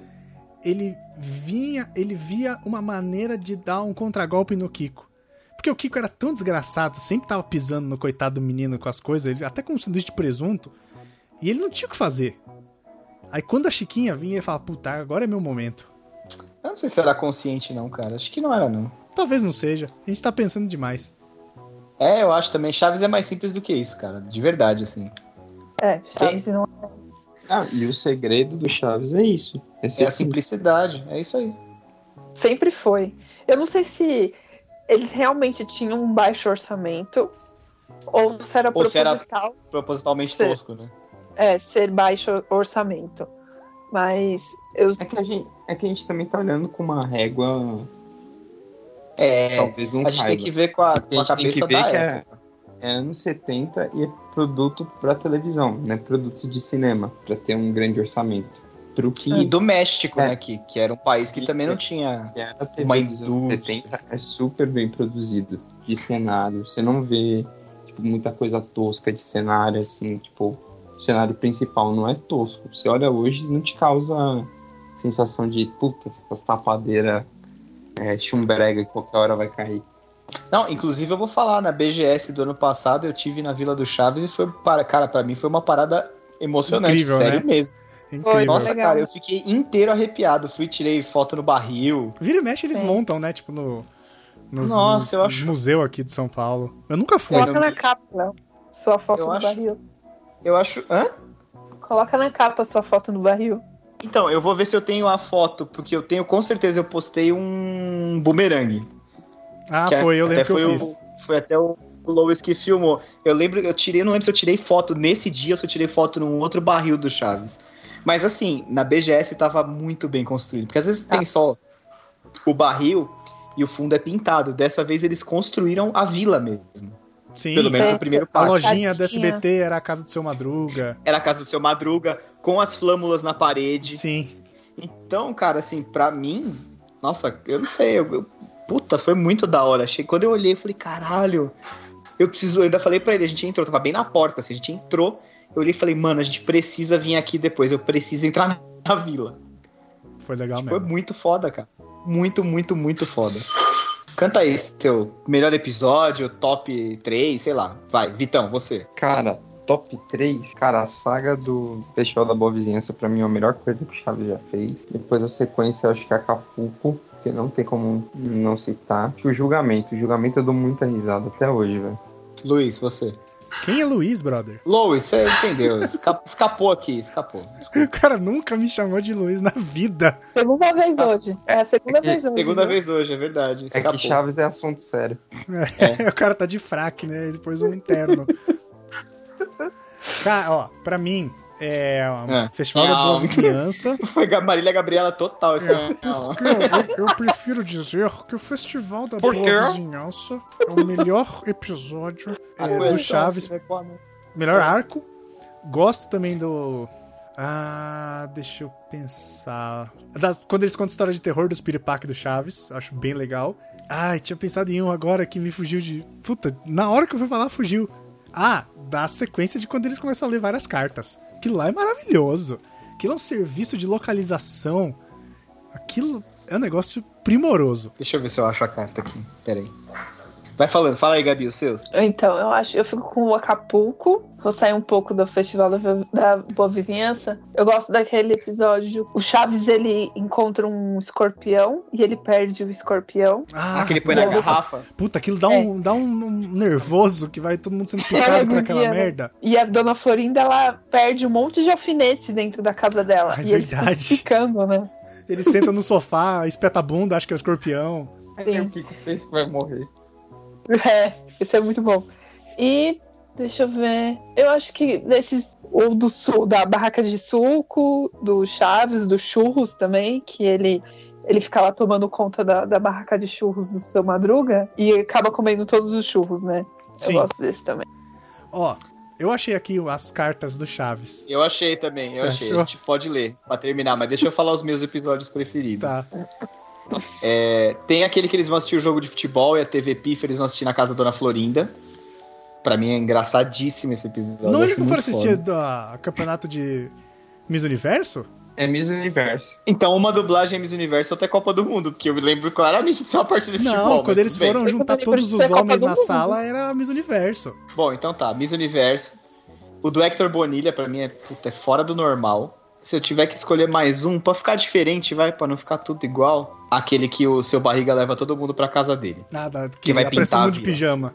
Speaker 1: ele vinha, ele via uma maneira de dar um contragolpe no Kiko. Porque o Kiko era tão desgraçado, sempre tava pisando no coitado do menino com as coisas, ele, até com um sanduíche de presunto, e ele não tinha o que fazer. Aí quando a Chiquinha vinha, ele falava, puta, agora é meu momento.
Speaker 2: Eu não sei se era consciente, não, cara. Acho que não era, não.
Speaker 1: Talvez não seja, a gente tá pensando demais.
Speaker 2: É, eu acho também. Chaves é mais simples do que isso, cara. De verdade, assim.
Speaker 3: É, Chaves não
Speaker 4: Ah, e o segredo do Chaves é isso. É
Speaker 2: É
Speaker 4: ser
Speaker 2: a
Speaker 4: simples.
Speaker 2: simplicidade. É isso aí.
Speaker 3: Sempre foi. Eu não sei se eles realmente tinham um baixo orçamento ou se era
Speaker 2: Ou se era-
Speaker 3: proposital
Speaker 2: Propositalmente
Speaker 3: Sim.
Speaker 2: tosco, né?
Speaker 3: é, ser baixo orçamento. Mas eu
Speaker 4: É que, a gente, é que a gente também tá olhando com uma régua.
Speaker 2: É.
Speaker 4: talvez um não
Speaker 2: A gente tem
Speaker 4: caiba.
Speaker 2: que ver com a,
Speaker 4: Porque
Speaker 2: com a
Speaker 4: gente tem que
Speaker 2: cabeça
Speaker 4: ver
Speaker 2: da
Speaker 4: que
Speaker 2: época.
Speaker 4: é, é anos 70 e é produto pra televisão, né? Produto de cinema, pra ter um grande orçamento. Pro que
Speaker 2: E do México,
Speaker 4: É.
Speaker 2: né? Que, que era um país que também não tinha.
Speaker 4: era a TV
Speaker 2: Uma
Speaker 4: dos anos
Speaker 2: indústria.
Speaker 4: 70 é super bem produzido de cenário. Você não vê tipo, muita coisa tosca de cenário, assim, tipo, o cenário principal não é tosco. Você olha hoje não te causa sensação de puta, essas tapadeiras é, chumbrega que qualquer hora vai cair.
Speaker 2: Não, inclusive eu vou falar, na BGS do ano passado eu tive na Vila do Chaves e foi. para- Cara, pra mim foi uma parada emocionante,
Speaker 1: Incrível,
Speaker 2: sério
Speaker 1: né?
Speaker 2: mesmo.
Speaker 1: Incrível.
Speaker 2: Nossa,
Speaker 3: Legal.
Speaker 2: cara, eu fiquei inteiro arrepiado. Fui, tirei foto no barril.
Speaker 1: Vira e mexe eles
Speaker 3: Sim.
Speaker 1: montam, né? Tipo, no, nos,
Speaker 2: Nossa, eu
Speaker 1: nos
Speaker 2: acho-
Speaker 1: museu aqui de São Paulo. Eu nunca fui.
Speaker 3: coloca
Speaker 2: não
Speaker 3: na
Speaker 2: disse.
Speaker 3: capa, não. Sua foto
Speaker 2: um Eu
Speaker 3: no
Speaker 2: acho-
Speaker 3: barril.
Speaker 2: Eu acho. Hã?
Speaker 3: Coloca na capa sua foto no barril.
Speaker 2: Então, eu vou ver se eu tenho a foto, porque eu tenho, com certeza, eu postei um bumerangue.
Speaker 1: Ah,
Speaker 2: a-
Speaker 1: foi, eu lembro
Speaker 2: até
Speaker 1: que eu
Speaker 2: foi o-
Speaker 1: fiz.
Speaker 2: Foi até o Lois que filmou. Eu lembro, eu tirei, não lembro se eu tirei foto nesse dia ou se eu tirei foto num outro barril do Chaves. Mas assim, na BGS tava muito bem construído, porque às vezes tem só o barril e o fundo é pintado. Dessa vez eles construíram a vila mesmo.
Speaker 1: Sim,
Speaker 2: Pelo menos
Speaker 3: É.
Speaker 2: o primeiro
Speaker 1: a
Speaker 2: passo.
Speaker 1: lojinha do
Speaker 3: Tadinha.
Speaker 1: SBT era a casa do seu Madruga.
Speaker 2: Era a casa do seu Madruga, com as flâmulas na parede.
Speaker 1: Sim.
Speaker 2: Então, cara, assim, pra mim, nossa, eu não sei, eu, eu- puta, foi muito da hora. Achei, quando eu olhei, eu falei, caralho, eu preciso, eu ainda falei pra ele, a gente entrou, tava bem na porta, assim, a gente entrou, eu olhei e falei, mano, a gente precisa vir aqui depois, eu preciso entrar na, na vila.
Speaker 1: Foi
Speaker 4: Tá
Speaker 1: legal
Speaker 2: Foi
Speaker 1: mesmo.
Speaker 2: muito foda, cara. Muito, muito, muito foda. Canta aí, seu melhor episódio, top 3, sei lá. Vai, Vitão, você.
Speaker 4: Cara, top 3, cara, a saga do Festival da Boa Vizinhança pra mim é a melhor coisa que o Chaves já fez. Depois a sequência, eu acho que é Acapulco, porque não tem como não citar. Acho que O julgamento, o julgamento eu dou muita risada até hoje, velho.
Speaker 2: Luiz, você.
Speaker 1: Quem é Luiz, brother?
Speaker 2: Luiz, você entendeu. esca- escapou aqui, escapou.
Speaker 1: O cara nunca me chamou de Luiz na vida.
Speaker 3: Segunda vez hoje. É a segunda
Speaker 4: é que-
Speaker 3: vez hoje.
Speaker 2: Ah, Segunda
Speaker 3: viu?
Speaker 2: vez hoje, é verdade.
Speaker 4: É que
Speaker 2: Escapou.
Speaker 4: Chaves é assunto sério.
Speaker 2: É.
Speaker 1: o cara tá de fraque, né? Ele pôs um interno. Cara, ó, pra mim, é um
Speaker 2: É.
Speaker 1: Festival da
Speaker 2: Não.
Speaker 1: Boa Vizinhança.
Speaker 2: Foi Ga- Marília Gabriela total esse
Speaker 1: É,
Speaker 2: final.
Speaker 1: porque eu, eu- eu prefiro dizer que o Festival da
Speaker 4: Por
Speaker 1: Boa
Speaker 4: quê?
Speaker 1: Vizinhança é o melhor episódio
Speaker 2: A
Speaker 1: é, do
Speaker 2: coisa-
Speaker 1: Chaves Melhor arco. Gosto também do. Ah, deixa eu pensar. Das- quando eles contam história de terror dos piripaque do Chaves, acho bem legal. Ai, tinha pensado em um agora que me fugiu de. Puta, na hora que eu fui falar, fugiu. Ah, da sequência de quando eles começam a ler várias cartas. Aquilo lá é maravilhoso. Aquilo é um serviço de localização. Aquilo é um negócio primoroso.
Speaker 2: Deixa eu ver se eu acho a carta aqui. Pera aí. Vai falando, fala aí, Gabi, os seus.
Speaker 3: Então, eu acho, eu fico com o Acapulco, vou sair um pouco do Festival da, da Boa Vizinhança. Eu gosto daquele episódio. O Chaves ele encontra um escorpião e ele perde o escorpião.
Speaker 1: Ah,
Speaker 2: Ah, que ele põe na
Speaker 1: nossa.
Speaker 2: garrafa.
Speaker 1: Puta, aquilo dá, um, dá um um nervoso que vai todo mundo sendo
Speaker 3: É,
Speaker 1: picado por
Speaker 3: agonia,
Speaker 1: aquela
Speaker 3: né?
Speaker 1: merda.
Speaker 3: E a dona Florinda ela perde um monte de alfinete dentro da casa dela.
Speaker 1: Ah, é
Speaker 3: e eles ficam
Speaker 1: verdade.
Speaker 3: ficando, né?
Speaker 1: Ele senta no sofá, espeta a bunda, acha que é o escorpião.
Speaker 4: Aí o Kiko fez que vai morrer.
Speaker 3: É, isso é muito bom. E deixa eu ver. Eu acho que desses. Ou do sul, da barraca de suco, do Chaves, do Churros também, que ele. Ele fica lá tomando conta da, da barraca de churros do seu Madruga e acaba comendo todos os churros, né?
Speaker 1: Sim.
Speaker 3: Eu gosto desse também.
Speaker 1: Ó, eu achei aqui as cartas do Chaves.
Speaker 2: Eu achei também, eu
Speaker 1: Você
Speaker 2: achei.
Speaker 1: achou?
Speaker 2: A gente pode ler pra terminar, mas deixa eu falar os meus episódios preferidos.
Speaker 1: Tá.
Speaker 2: É, tem aquele que eles vão assistir o jogo de futebol e a TV Pifa, eles vão assistir na casa da Dona Florinda. Pra mim é engraçadíssimo esse episódio.
Speaker 1: Não,
Speaker 2: eu
Speaker 1: eles
Speaker 2: acho
Speaker 1: não foram
Speaker 2: muito
Speaker 1: assistir
Speaker 2: foda.
Speaker 1: o campeonato de Miss Universo?
Speaker 4: É Miss Universo.
Speaker 2: Então, uma dublagem Miss Universo até Copa do Mundo, porque eu me lembro claramente de ser uma partida de futebol.
Speaker 1: Não,
Speaker 2: mas
Speaker 1: quando eles
Speaker 2: tudo bem.
Speaker 1: foram
Speaker 3: Eu
Speaker 1: juntar
Speaker 3: também lembro
Speaker 1: todos
Speaker 3: de
Speaker 1: os
Speaker 3: ter a Copa
Speaker 1: homens
Speaker 3: do
Speaker 1: na
Speaker 3: Mundo.
Speaker 1: sala, era a Miss Universo.
Speaker 2: Bom, então tá, Miss Universo. O do Hector Bonilha, pra mim, é, puta, é fora do normal. Se eu tiver que escolher mais um, pra ficar diferente, vai, pra não ficar tudo igual. Aquele que o seu barriga leva todo mundo pra casa dele.
Speaker 1: Nada, que,
Speaker 2: Que vai
Speaker 1: aparece todo
Speaker 2: pintar a
Speaker 1: mundo de
Speaker 2: vila.
Speaker 1: pijama.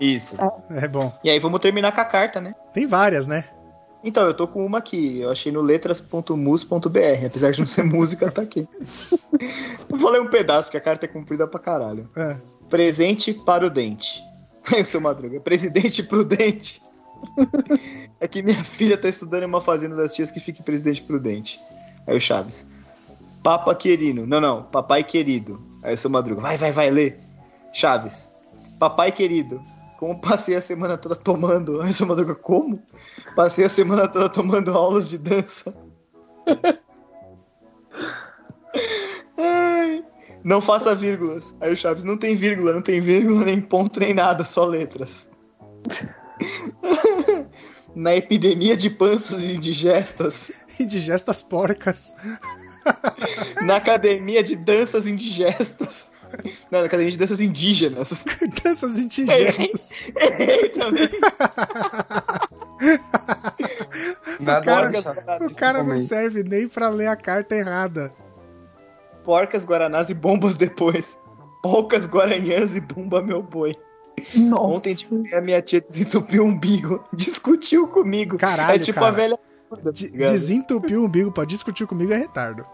Speaker 2: Isso.
Speaker 1: É bom.
Speaker 2: E aí vamos terminar com a carta, né?
Speaker 1: Tem várias, né?
Speaker 2: Então, eu tô com uma aqui, eu achei no letras.mus.br, apesar de não ser música, tá aqui. Eu vou ler um pedaço, porque a carta é comprida pra caralho.
Speaker 1: É.
Speaker 2: Presente para o dente. Aí o seu Madruga, presidente prudente. é que minha filha tá estudando em uma fazenda das tias que fica em presidente prudente. Aí o Chaves. Papa querido. Não, não, papai querido. Aí o seu Madruga, vai, vai, vai, lê. Chaves. Papai querido, como passei a semana toda tomando. Aí o seu Madruga, como? Passei a semana toda tomando aulas de dança. Ai, não faça vírgulas. Aí o Chaves, não tem vírgula, não tem vírgula, nem ponto, nem nada, só letras. Na epidemia de panças e indigestas.
Speaker 1: Indigesta as porcas.
Speaker 2: Na academia de danças indigestas. Não, na academia de danças indígenas.
Speaker 1: Danças indigestas.
Speaker 2: Errei também.
Speaker 4: Nada
Speaker 1: cara-
Speaker 4: mais chato
Speaker 1: O
Speaker 4: nesse
Speaker 1: cara não
Speaker 4: momento.
Speaker 1: serve nem pra ler a carta errada.
Speaker 2: Porcas, guaranás e bombas depois. Poucas guaranhãs e bomba meu boi.
Speaker 3: Nossa.
Speaker 2: Ontem de manhã, minha tia desentupiu o umbigo. Discutiu comigo.
Speaker 1: Caralho,
Speaker 2: é tipo
Speaker 1: cara.
Speaker 2: a velha. surda,
Speaker 1: De-
Speaker 2: tá ligado?
Speaker 1: desentupir o umbigo pra discutir comigo é retardo.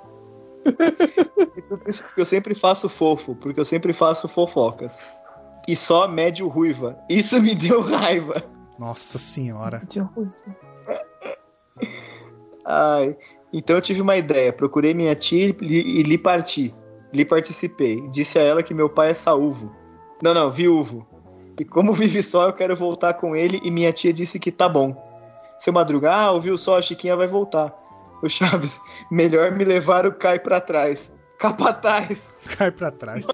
Speaker 2: Por isso que eu sempre faço fofo, porque eu sempre faço fofocas. E só médio ruiva. Isso me deu raiva.
Speaker 1: Nossa senhora.
Speaker 3: De ruim.
Speaker 2: Ai. Então eu tive uma ideia. Procurei minha tia e li, e lhe parti. Lhe participei. Disse a ela que meu pai é saúvo. Não, não, viúvo. E como vive só, eu quero voltar com ele e minha tia disse que tá bom. Seu Madruga, ah, ouviu só, a Chiquinha vai voltar. O Chaves, melhor me levar o Cai pra trás. Capataz.
Speaker 1: Cai pra trás.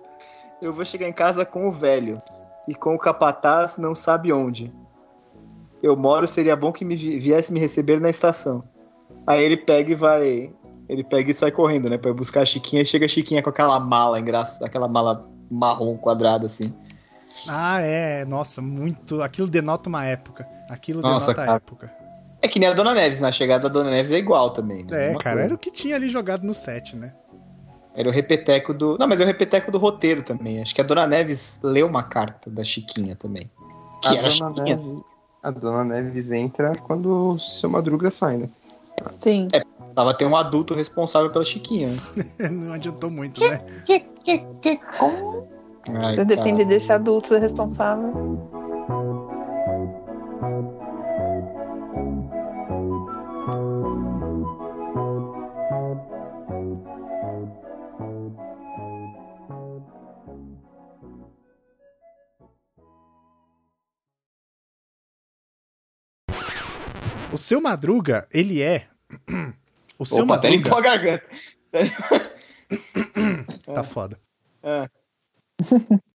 Speaker 2: Eu vou chegar em casa com o velho e com o capataz não sabe onde. Eu moro, seria bom que me vi- viesse me receber na estação. Aí ele pega e vai. Ele pega e sai correndo, né? Pra buscar a Chiquinha. E chega a Chiquinha com aquela mala engraçada, aquela mala marrom quadrada assim.
Speaker 1: Ah, é. Nossa, muito. Aquilo denota uma época. Aquilo
Speaker 2: Nossa,
Speaker 1: denota a
Speaker 2: cara.
Speaker 1: época.
Speaker 2: É que nem a Dona Neves, na chegada da Dona Neves é igual também. né?
Speaker 1: É,
Speaker 2: Uma
Speaker 1: cara,
Speaker 2: coisa.
Speaker 1: era o que tinha ali jogado no set, né?
Speaker 2: Era o repeteco do. Não, mas é o repeteco do roteiro também. Acho que a Dona Neves leu uma carta da Chiquinha também. Que
Speaker 5: Ah,
Speaker 2: era a
Speaker 4: a, dona
Speaker 2: Chiquinha.
Speaker 4: Neve, a Dona Neves entra quando o seu Madruga sai, né?
Speaker 3: Sim.
Speaker 2: Tava ter um adulto responsável pela Chiquinha.
Speaker 1: Não adiantou muito, né?
Speaker 2: Ai,
Speaker 3: Você depende desse adulto responsável.
Speaker 1: O seu Madruga, ele é. O seu
Speaker 2: Opa, até limpou
Speaker 1: Madruga.
Speaker 2: a garganta.
Speaker 1: Tá foda.